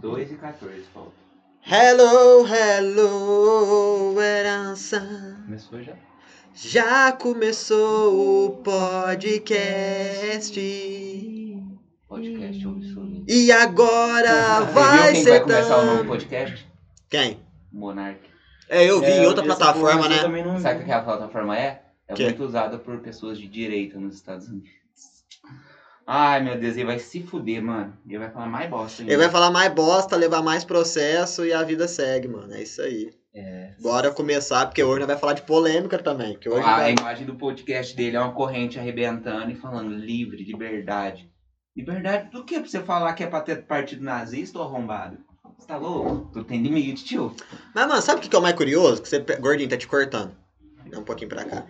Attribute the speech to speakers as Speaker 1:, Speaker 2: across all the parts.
Speaker 1: 2 e 14, falta.
Speaker 2: Hello, hello, herança.
Speaker 3: Começou já?
Speaker 2: Já começou o podcast.
Speaker 1: Podcast ou isso.
Speaker 2: E agora vai
Speaker 1: quem
Speaker 2: ser
Speaker 1: vai começar o novo
Speaker 2: tão...
Speaker 1: podcast?
Speaker 2: Quem?
Speaker 1: Monark.
Speaker 2: É, eu vi
Speaker 3: É,
Speaker 2: em outra
Speaker 3: essa
Speaker 2: plataforma,
Speaker 3: porra eu
Speaker 2: né?
Speaker 3: também não
Speaker 1: Sabe o
Speaker 3: vi.
Speaker 1: que aquela plataforma é? É
Speaker 2: Que?
Speaker 1: muito usada por pessoas de direita nos Estados Unidos. Ai, meu Deus, ele vai se fuder, mano. Ele vai falar mais bosta. ainda.
Speaker 2: Ele vai falar mais bosta, levar mais processo e a vida segue, mano. É isso aí.
Speaker 3: É.
Speaker 2: Bora começar, porque hoje nós vai falar de polêmica também. Que hoje né?
Speaker 1: a,
Speaker 2: vai-
Speaker 1: a imagem do podcast dele é uma corrente arrebentando e falando livre, liberdade. Liberdade do que? Pra você falar que é pra ter partido nazista ou arrombado? Você tá louco? Tu tem limite, tio.
Speaker 2: Mas, mano, sabe o que que é o mais curioso? Que você... pe- Gordinho, tá te cortando. Dá um pouquinho pra cá.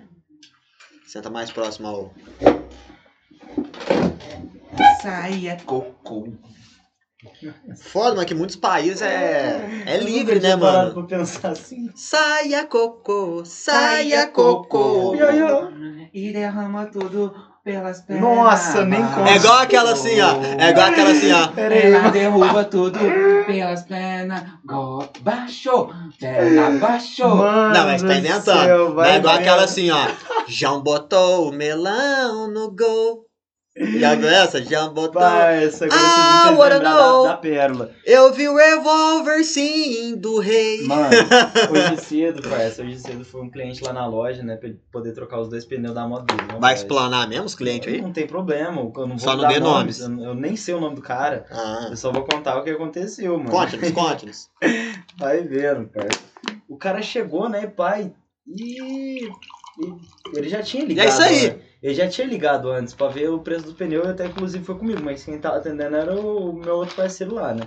Speaker 2: Senta mais próximo ao...
Speaker 1: Sai é cocô.
Speaker 2: Foda, mano, que muitos países é, é livre, né,
Speaker 3: parado
Speaker 2: mano?
Speaker 3: pra pensar assim.
Speaker 2: Saia cocô, saia cocô. É
Speaker 3: Ia, ia.
Speaker 1: E derrama tudo pelas pernas.
Speaker 3: Nossa, nem consigo.
Speaker 2: É igual aquela assim, ó. É igual aquela assim, ó.
Speaker 3: Pera aí,
Speaker 1: Ela
Speaker 3: mano.
Speaker 1: derruba tudo pelas pernas. Go baixo, perna baixo.
Speaker 2: Não, mas tá inventando.
Speaker 3: Céu,
Speaker 2: Não
Speaker 3: vai,
Speaker 2: é igual
Speaker 3: vai.
Speaker 2: aquela assim, ó. João botou o melão no gol. Já viu essa? João botou.
Speaker 3: Vai, essa agora
Speaker 2: Ah,
Speaker 3: vocês vão
Speaker 2: what
Speaker 3: ter
Speaker 2: I
Speaker 3: que lembrar
Speaker 2: know.
Speaker 3: da, da pérola.
Speaker 2: Eu vi o revólver sim do rei.
Speaker 3: Mano, hoje cedo, parça, hoje cedo foi um cliente lá na loja, né, pra ele poder trocar os dois pneus da moto dele. Não,
Speaker 2: Vai
Speaker 3: parça.
Speaker 2: explanar mesmo os clientes aí?
Speaker 3: Não tem problema, eu não vou
Speaker 2: Só não
Speaker 3: dar
Speaker 2: dê
Speaker 3: nomes. Eu, eu nem sei o nome do cara,
Speaker 2: Ah.
Speaker 3: eu só vou contar o que aconteceu, mano.
Speaker 2: Conte-nos, conte-nos.
Speaker 3: Vai Tá vendo, parça. O cara chegou, né, pai, e... e Ele já tinha ligado.
Speaker 2: é isso aí.
Speaker 3: né? Ele já tinha ligado antes pra ver o preço do pneu e até inclusive foi comigo, mas quem tava atendendo era o meu outro parceiro lá, né?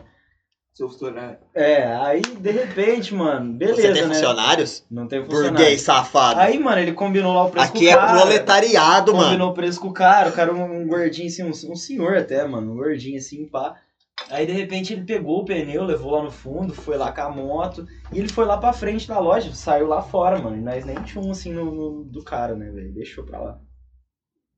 Speaker 1: Seu funcionário.
Speaker 3: É, aí de repente, mano, beleza,
Speaker 2: Você tem
Speaker 3: né?
Speaker 2: funcionários?
Speaker 3: Não tem funcionário.
Speaker 2: Burguês safado.
Speaker 3: Aí, mano, ele combinou lá o preço
Speaker 2: Aqui
Speaker 3: com o
Speaker 2: é
Speaker 3: cara.
Speaker 2: proletariado,
Speaker 3: Tá Combinou
Speaker 2: mano.
Speaker 3: o preço com o cara, o cara um, um gordinho assim, um, um senhor até, mano, um gordinho assim, pá. Aí de repente ele pegou o pneu, levou lá no fundo, foi lá com a moto, e ele foi lá pra frente da loja, saiu lá fora, mano. E nós nem tinha um assim no, no- do cara, né, velho? Deixou pra lá.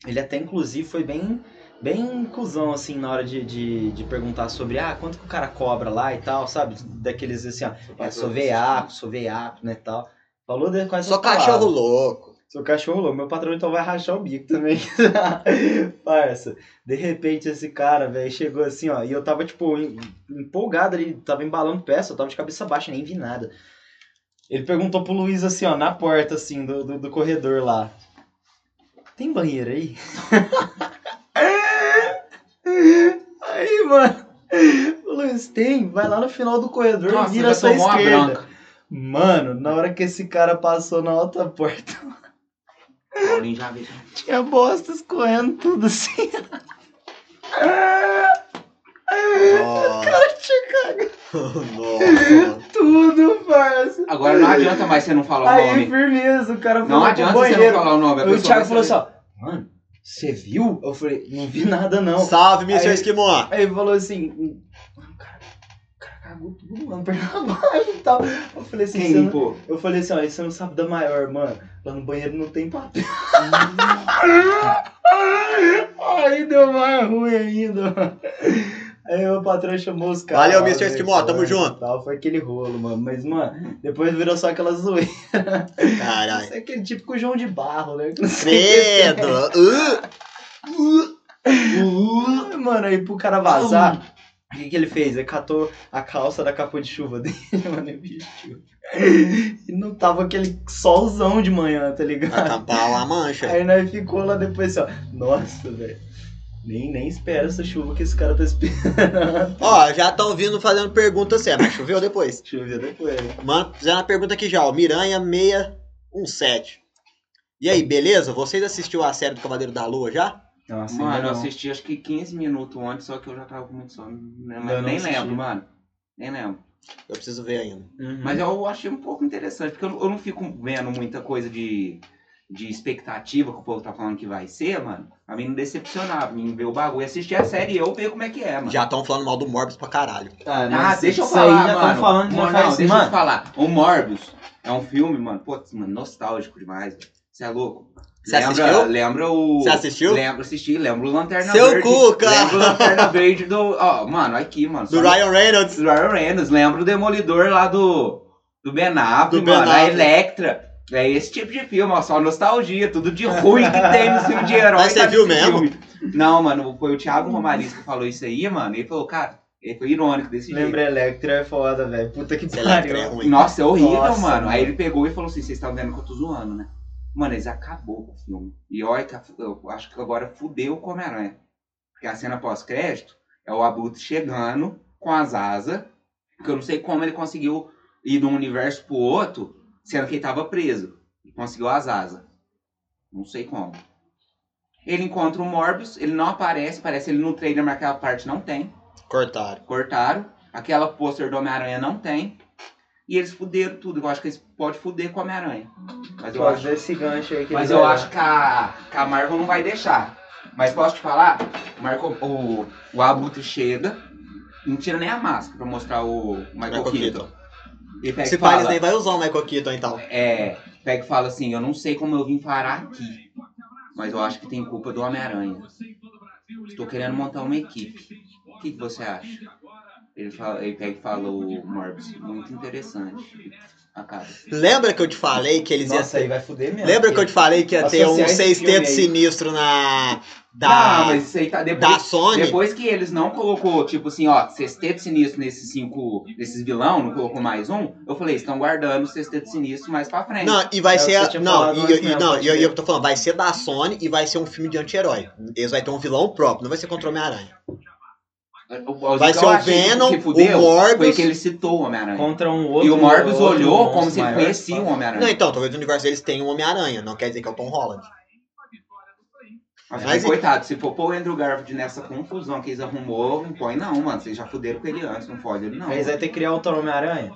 Speaker 3: Ele até inclusive foi bem bem cuzão, assim, na hora de, de, de perguntar sobre, ah, quanto que o cara cobra lá e tal, sabe? Daqueles assim, ó, é, sou veiaco, sou veiaco, né, tal. Falou de quase
Speaker 2: Só cachorro louco.
Speaker 3: Sou cachorro louco. Meu patrão então vai rachar o bico também. Parça. De repente esse cara, velho, chegou assim, ó. E eu tava, tipo, em- empolgado ali, tava embalando peça, eu tava de cabeça baixa, nem vi nada. Ele perguntou pro Luiz assim, ó, na porta, assim, do, do, do corredor lá. Tem banheiro aí? aí, mano. O Luiz, tem. Vai lá no final do corredor e
Speaker 1: Nossa,
Speaker 3: vira à
Speaker 1: vai
Speaker 3: sua
Speaker 1: tomar uma
Speaker 3: esquerda.
Speaker 1: branca.
Speaker 3: Mano, na hora que esse cara passou na outra porta,
Speaker 1: Paulinho já veio.
Speaker 3: tinha bosta escorrendo tudo assim.
Speaker 2: Nossa. Nossa. mano.
Speaker 3: Tudo, parça.
Speaker 1: Agora não adianta mais você não falar o
Speaker 3: Aí,
Speaker 1: nome.
Speaker 3: firmeza, o cara foi
Speaker 1: Não
Speaker 3: lá
Speaker 1: adianta
Speaker 3: pro
Speaker 1: você não
Speaker 3: banheiro.
Speaker 1: falar o nome. a
Speaker 3: Aí o
Speaker 1: pessoa
Speaker 3: Thiago
Speaker 1: vai
Speaker 3: falou assim,
Speaker 1: saber.
Speaker 3: ó, mano, você viu? Eu falei, não vi nada não.
Speaker 2: Salve, Mr.
Speaker 3: Aí-
Speaker 2: Esquimó.
Speaker 3: Aí ele falou assim, "Hum, o cara, o cara cagou tudo, mano, perna abaixo e tal. Eu falei assim,
Speaker 1: Quem
Speaker 3: "Você não-"
Speaker 1: limpou?
Speaker 3: eu falei assim, olha, você não sabe da maior, mano. Lá no banheiro não tem papel. Aí deu mais ruim ainda, mano. Aí o patrão chamou os caras.
Speaker 2: Valeu,
Speaker 3: lá,
Speaker 2: Mr.
Speaker 3: velho,
Speaker 2: Esquimó, tamo
Speaker 3: né,
Speaker 2: junto.
Speaker 3: Tal. Foi aquele rolo, mano. Mas, mano, depois virou só aquela zoeira.
Speaker 2: Caralho.
Speaker 3: Isso é aquele típico João de Barro, né?
Speaker 2: Credo. Uh,
Speaker 3: Uh, mano, aí pro cara
Speaker 2: Hum.
Speaker 3: vazar, o que, que ele fez? Ele catou a calça da capa de chuva dele, mano, e vestiu. E não tava aquele solzão de manhã, tá
Speaker 2: vai
Speaker 3: ligado?
Speaker 2: tampar uma mancha.
Speaker 3: Aí nós ficou lá depois assim, ó. Nossa, velho. Nem, nem espera essa chuva que esse cara tá esperando.
Speaker 2: Ó, já estão vindo fazendo pergunta séria, mas choveu depois.
Speaker 3: Deixa eu ver depois.
Speaker 2: Mano, fizeram uma pergunta aqui já, ó. Miranha 617. E aí, beleza? Vocês assistiu a série do Cavaleiro da Lua já?
Speaker 3: Nossa,
Speaker 1: Mano, assim,
Speaker 3: ainda
Speaker 1: eu
Speaker 3: Assim, não.
Speaker 1: assisti acho que 15 minutos ontem, só que eu já tava com muito sono. né, mas
Speaker 3: Eu não
Speaker 1: nem
Speaker 3: assisti.
Speaker 1: lembro, mano. Nem lembro.
Speaker 2: Eu preciso ver ainda.
Speaker 3: Uhum.
Speaker 1: Mas eu achei um pouco interessante, porque eu, não- eu não fico vendo muita coisa de, de expectativa que o povo tá falando que vai ser, mano. A mim não decepcionava, me ver o bagulho, assistir a série e eu ver como é que é, mano.
Speaker 2: Já estão falando mal do Morbius pra caralho.
Speaker 3: Ah, mas
Speaker 1: Ah, deixa eu
Speaker 3: isso
Speaker 1: falar,
Speaker 3: aí já
Speaker 1: mano.
Speaker 3: tão falando, já
Speaker 1: Mano,
Speaker 3: faz-
Speaker 1: não, deixa eu
Speaker 3: mano,
Speaker 1: falar. O Morbius é um filme, mano, putz, mano, nostálgico demais. velho. Você é louco?
Speaker 2: Você
Speaker 1: lembra,
Speaker 2: assistiu?
Speaker 1: Lembra o.
Speaker 2: Você assistiu?
Speaker 1: Lembro, assisti, lembro o Lanterna
Speaker 2: Seu
Speaker 1: Verde.
Speaker 2: Cuca!
Speaker 1: Lembro o Lanterna Verde do. Ó, mano, aqui, mano.
Speaker 2: Do
Speaker 1: só-
Speaker 2: Ryan Reynolds.
Speaker 1: do Ryan Reynolds. Lembro o Demolidor lá do. Do Ben Affleck,
Speaker 2: Do Ben
Speaker 1: mano. A
Speaker 2: Affleck.
Speaker 1: Electra. É esse tipo de filme, ó, só nostalgia, tudo de ruim que tem no filme de herói.
Speaker 2: Mas você
Speaker 1: tá nesse
Speaker 2: viu mesmo?
Speaker 1: filme. Não, mano, foi o Thiago Romariz que falou isso aí, mano. Ele falou, cara, ele foi irônico desse jeito.
Speaker 3: Lembra, Electra é foda, velho. Puta que
Speaker 2: Esse Electra é
Speaker 3: pariu.
Speaker 2: ruim.
Speaker 1: Nossa, é horrível,
Speaker 3: um Nossa,
Speaker 1: mano.
Speaker 3: mano.
Speaker 1: Aí ele pegou e falou assim: vocês estavam vendo que eu tô zoando, né? Mano, eles acabou com o filme. E olha, que a- eu acho que agora fudeu com o Homem-Aranha. Porque a cena pós-crédito é o Abutre chegando com as asas, porque eu não sei como ele conseguiu ir de um universo pro outro, sendo que ele tava preso. E conseguiu as asas. Não sei como. Ele encontra o Morbius, ele não aparece, parece ele no trailer, mas aquela parte não tem
Speaker 2: Cortaram.
Speaker 1: cortaram. Aquela pôster do Homem-Aranha não tem. E eles fuderam tudo. Eu acho que eles podem fuder com o Homem-Aranha. Mas eu
Speaker 3: Pode
Speaker 1: acho,
Speaker 3: dar esse gancho aí que
Speaker 1: mas
Speaker 3: ele é.
Speaker 1: eu
Speaker 3: vai
Speaker 1: acho que, a, que a Marvel não vai deixar. Mas posso te falar? Marco, o, o Abutre chega, não tira nem a máscara pra mostrar o Michael,
Speaker 2: Michael
Speaker 1: Keaton. E
Speaker 3: É,
Speaker 1: pega
Speaker 2: Se
Speaker 1: e
Speaker 2: pá, eles
Speaker 1: fala,
Speaker 2: nem vai usar o Michael Keaton então.
Speaker 1: é, pega e fala assim, eu não sei como eu vim parar aqui. Mas eu acho que tem culpa do Homem-Aranha. Estou querendo montar uma equipe. O que, que você acha? Ele, fala, ele pega e fala o Morbius. Muito interessante. Acaba.
Speaker 2: Lembra que eu te falei que eles iam
Speaker 3: Nossa, aí vai fuder mesmo.
Speaker 2: Lembra que eu te falei que ia ter um
Speaker 3: Associar esse filme
Speaker 2: sexteto
Speaker 3: aí.
Speaker 2: sinistro na. Da,
Speaker 1: Ah, mas isso aí tá depois.
Speaker 2: da Sony?
Speaker 1: Depois que eles não colocou, tipo assim, ó, sexteto sinistro nesses cinco, nesses vilão, não colocou mais um, eu falei, estão guardando o sexteto sinistro mais pra frente.
Speaker 2: Não, e vai
Speaker 3: É,
Speaker 2: ser.
Speaker 3: você tinha
Speaker 2: não,
Speaker 3: falado
Speaker 2: e,
Speaker 3: antes
Speaker 2: e-
Speaker 3: mesmo,
Speaker 2: não,
Speaker 3: pode
Speaker 2: e eu,
Speaker 3: crer.
Speaker 2: eu tô falando, vai ser da Sony e vai ser um filme de anti-herói. Eles vão ter um vilão próprio, não vai ser contra o Homem-Aranha.
Speaker 1: O- o-
Speaker 2: Vai
Speaker 1: que eu
Speaker 2: ser o
Speaker 1: achei que
Speaker 2: Venom,
Speaker 1: fudeu
Speaker 2: o Morbius.
Speaker 1: Foi que ele citou o Homem-Aranha.
Speaker 3: Contra um outro.
Speaker 1: e o Morbius
Speaker 3: outro
Speaker 1: olhou
Speaker 3: monstro
Speaker 1: como se ele
Speaker 3: maior,
Speaker 1: conhecia o
Speaker 3: foda.
Speaker 2: Não,
Speaker 1: Homem-Aranha.
Speaker 2: então, talvez o universo deles tenha o Homem-Aranha, não quer dizer que é o Tom Holland.
Speaker 1: Mas,
Speaker 2: Mas é e-
Speaker 1: coitado, se for pôr o Andrew Garfield nessa confusão que eles arrumou, não põe não, mano. Vocês já fuderam com ele antes, não pode ele não.
Speaker 3: Eles vão ter que criar o Toro Homem-Aranha?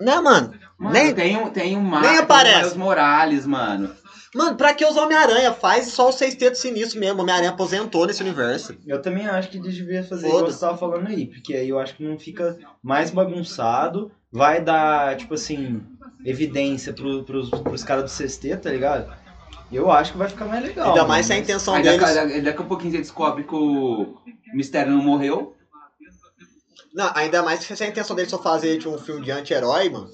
Speaker 2: Não, Né, mano.
Speaker 1: Mano,
Speaker 2: Nem-
Speaker 1: tem, um- tem um Mar
Speaker 2: nem
Speaker 1: tem um
Speaker 2: aparece.
Speaker 1: Miles Morales, mano.
Speaker 2: Mano, pra que usar o Homem-Aranha? Faz só o sexteto sinistro mesmo. O Homem-Aranha aposentou nesse universo.
Speaker 3: Eu também acho que eles deviam fazer igual
Speaker 2: Foda-se.
Speaker 3: você tava falando aí, porque aí eu acho que não fica mais bagunçado, vai dar, tipo assim, evidência pro, pros, pros caras do CST, tá ligado? Eu acho que vai ficar mais legal.
Speaker 2: Ainda
Speaker 3: mano.
Speaker 2: mais se a intenção
Speaker 1: Aí
Speaker 2: deles.
Speaker 1: daqui, daqui a pouquinho você descobre que o Mistério não morreu.
Speaker 2: Não, ainda mais se a intenção deles só fazer tipo, um filme de anti-herói, mano.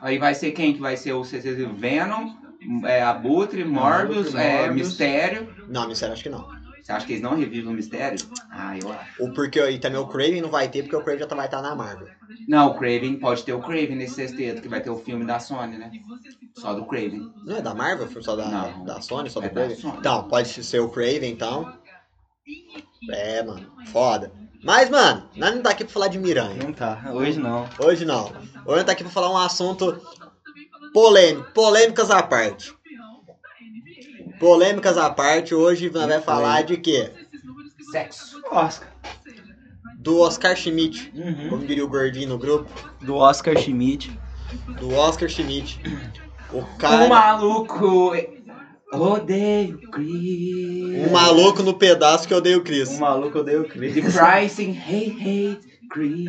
Speaker 1: Aí vai ser quem que vai ser o CCZ Venom, é, Abutre, Morbius,
Speaker 3: Abutre,
Speaker 1: é,
Speaker 3: Morbius.
Speaker 1: Mistério.
Speaker 2: Não, me sério, acho que não.
Speaker 1: Você acha que eles não revivem o Mistério? Ah, eu acho.
Speaker 2: Ou porque e também o Craven não vai ter, porque o Craven já tá- vai estar na Marvel.
Speaker 1: Não, o Craven, pode ter o Craven nesse sexteto, que vai ter o filme da Sony, né? Só do Craven.
Speaker 2: Não é da Marvel? Foi só da,
Speaker 1: Não.
Speaker 2: da Sony, só
Speaker 1: É
Speaker 2: do
Speaker 1: da
Speaker 2: Craven?
Speaker 1: Sony.
Speaker 2: Então, pode ser o Craven, então. É, mano, foda. Mas, mano, nós não tá aqui pra falar de Miranha.
Speaker 3: Não tá, hoje não.
Speaker 2: Hoje não. Hoje nós tá aqui pra falar um assunto polêmico. Polêmicas à parte. Polêmicas à parte, hoje nós vai falar de quê?
Speaker 1: Sexo.
Speaker 3: Oscar.
Speaker 2: Do Oscar Schmidt.
Speaker 3: Uhum.
Speaker 2: Como diria o gordinho no grupo.
Speaker 3: Do Oscar Schmidt.
Speaker 2: Do Oscar Schmidt. O
Speaker 1: O
Speaker 2: cara.
Speaker 1: maluco. Odeio Chris.
Speaker 2: O um maluco no pedaço que eu dei o Chris.
Speaker 3: O maluco odeia o Chris.
Speaker 1: The pricing, hey, hate, Chris.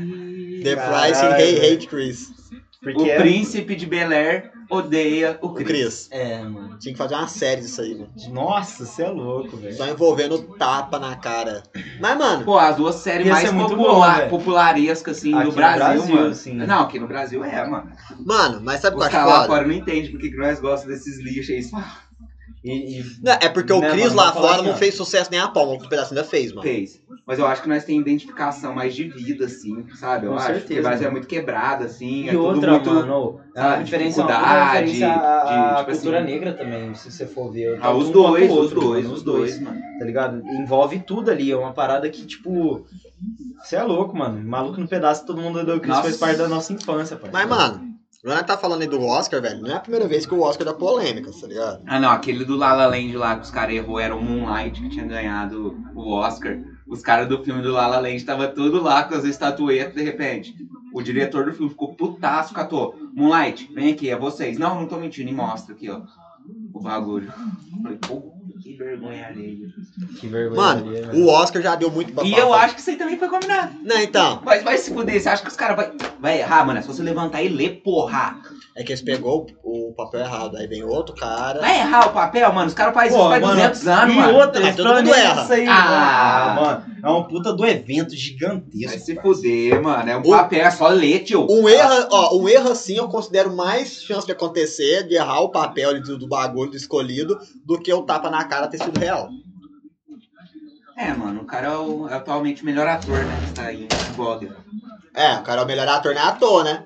Speaker 2: The
Speaker 3: Caralho,
Speaker 2: Price and Hey
Speaker 3: velho.
Speaker 2: Hate Chris.
Speaker 1: O
Speaker 3: Porque é-
Speaker 1: príncipe de Bel Air odeia o
Speaker 2: O
Speaker 1: Chris.
Speaker 2: Chris.
Speaker 3: É, mano.
Speaker 2: Tinha que fazer uma série disso aí, mano.
Speaker 3: Nossa, você é louco, velho.
Speaker 2: Só envolvendo tapa na cara. Mas, mano,
Speaker 1: Pô, as duas séries
Speaker 3: Ia
Speaker 1: mais
Speaker 3: ser muito
Speaker 1: popular-
Speaker 3: bom, velho.
Speaker 1: popularescas, assim,
Speaker 3: Aqui
Speaker 1: do
Speaker 3: no
Speaker 1: Brasil,
Speaker 3: Brasil, assim, né?
Speaker 1: mano.
Speaker 3: sim.
Speaker 1: Não, aqui no Brasil é, mano.
Speaker 2: mano, mas
Speaker 3: Tá
Speaker 2: sabe o que eu
Speaker 1: Os
Speaker 2: acho
Speaker 1: caras lá
Speaker 2: foda?
Speaker 1: fora não entendem porque que nós gostamos desses lixos é aí. Eles falam,
Speaker 3: E, e
Speaker 2: Não, é porque o
Speaker 3: Né,
Speaker 2: Chris
Speaker 3: mano,
Speaker 2: lá
Speaker 3: vou falar
Speaker 2: fora
Speaker 3: assim,
Speaker 2: não
Speaker 3: ó.
Speaker 2: fez sucesso nem a palma, o pedaço ainda fez, mano.
Speaker 1: fez. Mas eu acho que nós temos identificação mais de vida, assim, sabe? Eu
Speaker 3: Com
Speaker 1: acho que
Speaker 3: certeza,
Speaker 1: o Brasil é
Speaker 3: mano.
Speaker 1: muito quebrado, assim. é
Speaker 3: E
Speaker 1: tudo
Speaker 3: outra,
Speaker 1: muito...
Speaker 3: mano, a
Speaker 1: sabe,
Speaker 3: diferença é uma
Speaker 1: dificuldade,
Speaker 3: referência à
Speaker 1: de-
Speaker 3: à
Speaker 1: tipo
Speaker 3: cultura
Speaker 1: assim.
Speaker 3: negra também, se você for ver.
Speaker 1: Ah,
Speaker 3: Tanto
Speaker 1: os
Speaker 3: um quanto
Speaker 1: dois, os
Speaker 3: o outro,
Speaker 1: dois,
Speaker 3: mano,
Speaker 1: os dois, mano.
Speaker 3: Tá ligado? Envolve tudo ali, é uma parada que, tipo... Você é louco, mano. Maluco no pedaço, todo mundo do Chris
Speaker 1: Nossa.
Speaker 3: faz parte da nossa infância, pai.
Speaker 2: Mas, mano, quando ela tá falando aí do Oscar, velho, não é a primeira vez que o Oscar dá polêmica, tá ligado?
Speaker 1: Ah, não, aquele do La La Land lá que os caras errou era o Moonlight que tinha ganhado o Oscar. Os caras do filme do La La Land tava tudo lá com as estatuetas, de repente. O diretor do filme ficou putaço, catou. Moonlight, vem aqui, é vocês. Não, não tô mentindo, e mostra aqui, ó. O bagulho. Eu Falei, pô, que Que vergonha alheia.
Speaker 3: Que vergonha. é,
Speaker 2: Mano,
Speaker 3: alheia,
Speaker 2: O Oscar já deu muito pra
Speaker 1: E eu acho que isso aí também foi combinado.
Speaker 2: Não, então.
Speaker 1: Mas vai se fuder, você acha que os caras vai... vai errar, mano? É só você levantar e ler, porra.
Speaker 2: É que eles pegou o o papel errado. Aí vem outro cara.
Speaker 1: Vai errar o papel, mano? Os caras fazem
Speaker 3: Pô,
Speaker 1: isso faz
Speaker 3: mano,
Speaker 1: 200 anos,
Speaker 3: E
Speaker 1: mano.
Speaker 3: outra,
Speaker 2: Ah,
Speaker 3: eles
Speaker 2: todo mundo
Speaker 3: planejam
Speaker 2: erra.
Speaker 3: isso aí,
Speaker 1: Ah.
Speaker 3: mano. É um puta do evento
Speaker 1: Vai
Speaker 3: gigantesco.
Speaker 1: se fuder, mano. É um
Speaker 2: O-
Speaker 1: papel, é só ler, tio.
Speaker 3: Tá.
Speaker 2: Um erro, ó, um erro assim eu considero mais chance de acontecer, de errar o papel ali do, do bagulho, do escolhido, do que o tapa na cara ter sido real.
Speaker 1: É, mano, o cara é, o, é atualmente o melhor ator, né? Que tá aí, blogger.
Speaker 2: É, o cara é o melhor ator, não é ator, né?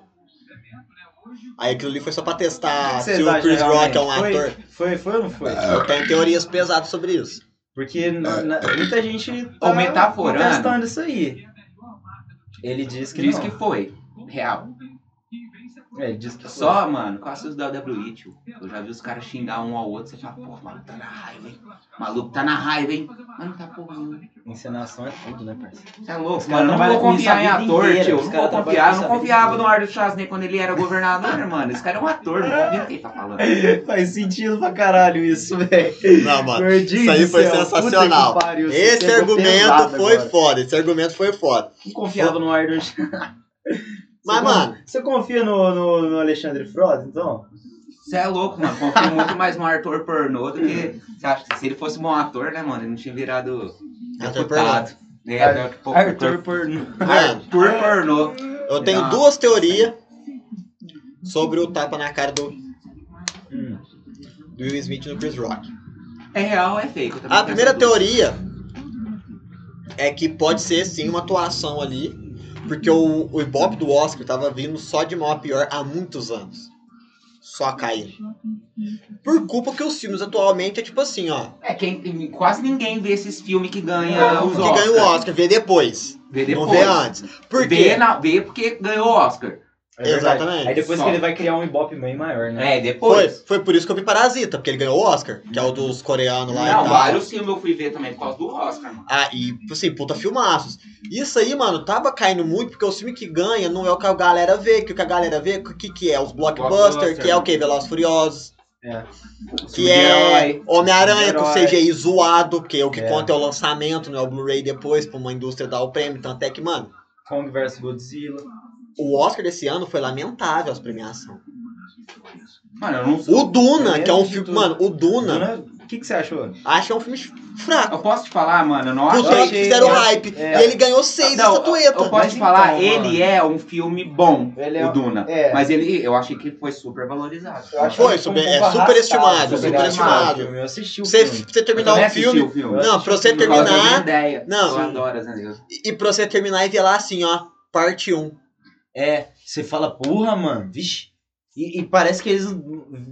Speaker 2: Aí aquilo ali foi só pra testar
Speaker 3: que
Speaker 2: se o
Speaker 3: acham
Speaker 2: Chris Rock
Speaker 3: realmente?
Speaker 2: é um ator.
Speaker 3: Foi, foi, foi ou não foi?
Speaker 2: Eu tenho teorias pesadas sobre isso.
Speaker 3: Porque na- na- muita gente
Speaker 1: Ou
Speaker 3: tá
Speaker 1: metaforando.
Speaker 3: contestando isso aí. Ele diz que
Speaker 1: Diz
Speaker 3: não.
Speaker 1: que foi. Real.
Speaker 3: É, ele diz que foi.
Speaker 1: Só, mano, com a seus da WWE, tio. Eu já vi os caras xingar um ao outro. Você fala, pô, o maluco tá na raiva, hein? O maluco tá na raiva, hein? Mas não tá porra nenhuma.
Speaker 3: Encenação é tudo, né, parceiro?
Speaker 1: Você é louco,
Speaker 3: Os
Speaker 1: mano.
Speaker 3: caras
Speaker 1: Não
Speaker 3: trabalham
Speaker 1: vou
Speaker 3: com isso a
Speaker 1: confiar em
Speaker 3: vida
Speaker 1: ator,
Speaker 3: inteira,
Speaker 1: tio.
Speaker 3: os
Speaker 1: Não vou
Speaker 3: caras
Speaker 1: confiar.
Speaker 3: trabalham com
Speaker 1: Não
Speaker 3: isso a vida
Speaker 1: confiava no
Speaker 3: inteira.
Speaker 1: Arthur Schwarzenegger quando ele era governador, mano. Esse cara é um ator, não confia no que ele tá falando.
Speaker 3: Faz sentido pra caralho isso, velho.
Speaker 2: Não, mano.
Speaker 3: Gordinho
Speaker 2: isso aí
Speaker 3: do
Speaker 2: foi
Speaker 3: céu, puta que
Speaker 2: sensacional.
Speaker 3: pariu, você
Speaker 2: Esse
Speaker 3: pegou
Speaker 2: argumento
Speaker 3: pesado
Speaker 2: foi
Speaker 3: agora.
Speaker 2: foda, esse argumento foi foda.
Speaker 3: Não confiava no Arnold.
Speaker 2: Mas,
Speaker 3: Você tá
Speaker 2: mano,
Speaker 3: con- Você confia no, no, no Alexandre Frost, então?
Speaker 1: Você é louco, mano. Confio muito mais no Arthur pornô do que.
Speaker 2: Uhum.
Speaker 1: Você acha que se ele fosse um bom ator, né, mano? Ele não tinha virado
Speaker 3: é
Speaker 2: Arthur
Speaker 1: deputado. Né?
Speaker 3: Ar-
Speaker 1: Não, tipo,
Speaker 3: Arthur Pornô.
Speaker 2: mano,
Speaker 1: Arthur pornô.
Speaker 2: eu tenho
Speaker 1: Ah.
Speaker 2: duas teorias sobre o tapa na cara do,
Speaker 3: Hum.
Speaker 2: do Will Smith no Chris Rock.
Speaker 1: É real ou é fake? Eu também
Speaker 2: A
Speaker 1: tenho
Speaker 2: primeira
Speaker 1: essa dúvida.
Speaker 2: teoria é que pode ser sim uma atuação ali, porque o, o Ibope do Oscar tava vindo só de mal a pior há muitos anos. Só caindo. Por culpa que os filmes atualmente é tipo assim, ó.
Speaker 1: É, quem, quase ninguém vê esses filmes que ganha os
Speaker 2: que
Speaker 1: Oscar.
Speaker 2: ganha o Oscar, vê depois.
Speaker 1: Vê
Speaker 2: Não vê
Speaker 1: depois.
Speaker 2: antes. Por
Speaker 1: Vê,
Speaker 2: quê?
Speaker 1: na, vê porque ganhou o Oscar.
Speaker 3: É verdade.
Speaker 2: Exatamente.
Speaker 3: Aí depois
Speaker 1: Só.
Speaker 3: que ele vai criar um ibope bem maior, né?
Speaker 1: É,
Speaker 2: Foi,
Speaker 1: depois.
Speaker 2: foi por isso que eu vi Parasita, porque ele ganhou o Oscar, que é o dos coreanos lá
Speaker 1: Não,
Speaker 2: e tal.
Speaker 1: vários filmes eu fui ver também por causa do Oscar, mano.
Speaker 2: Ah, e, assim, puta filmaços. Isso aí, mano, tava caindo muito, porque o filme que ganha não é o que a galera vê, que o que a galera vê, o que, que é? Os blockbusters,
Speaker 1: Blockbuster,
Speaker 2: que é o
Speaker 1: né?
Speaker 2: que? Velozes e Furiosos,
Speaker 3: É.
Speaker 2: que
Speaker 1: Filme de
Speaker 2: é
Speaker 1: herói.
Speaker 2: Homem-Aranha
Speaker 3: Filme
Speaker 2: com
Speaker 3: de herói.
Speaker 2: CGI zoado, porque o que
Speaker 3: É.
Speaker 2: conta é o lançamento, não é o Blu-ray depois, pra uma indústria dar o prêmio. Tanto é que, mano,
Speaker 3: Kong vs Godzilla.
Speaker 2: o Oscar desse ano foi lamentável as premiações.
Speaker 1: Mano, eu não sou.
Speaker 2: O Duna,
Speaker 3: Eu
Speaker 2: que é um
Speaker 3: lembro de
Speaker 2: filme.
Speaker 3: tudo.
Speaker 2: Mano, o Duna,
Speaker 3: Duna, O que, que você achou?
Speaker 2: acho que é um filme fraco.
Speaker 1: Eu posso te falar, mano, eu não
Speaker 2: Os
Speaker 1: acho.
Speaker 2: outros
Speaker 3: achei-
Speaker 2: fizeram
Speaker 3: eu-
Speaker 2: hype.
Speaker 3: é.
Speaker 2: e ele ganhou seis
Speaker 1: Não,
Speaker 2: estatuetas.
Speaker 1: Eu posso
Speaker 3: Mas
Speaker 1: te falar,
Speaker 3: então,
Speaker 1: ele
Speaker 3: mano.
Speaker 1: é um filme bom,
Speaker 3: Ele é-
Speaker 1: o Duna.
Speaker 3: é.
Speaker 1: Mas ele, eu achei que foi super valorizado.
Speaker 3: Eu acho
Speaker 2: Foi,
Speaker 3: que
Speaker 2: super-
Speaker 3: um pouco
Speaker 2: é superestimado,
Speaker 3: arrastado,
Speaker 1: superestimado.
Speaker 3: tá ligado? Eu assisti o
Speaker 2: Você,
Speaker 3: filme.
Speaker 2: você terminar o filme.
Speaker 1: o filme.
Speaker 3: Eu
Speaker 2: Não,
Speaker 3: assisti
Speaker 2: pra
Speaker 3: o
Speaker 2: você
Speaker 3: filme,
Speaker 1: Por causa da minha
Speaker 2: terminar.
Speaker 1: ideia.
Speaker 2: Não.
Speaker 1: Eu adoro essa ideia.
Speaker 2: E pra você terminar e ver lá assim, ó. Parte 1.
Speaker 3: É, você fala, porra, mano, vixe. E, e parece que eles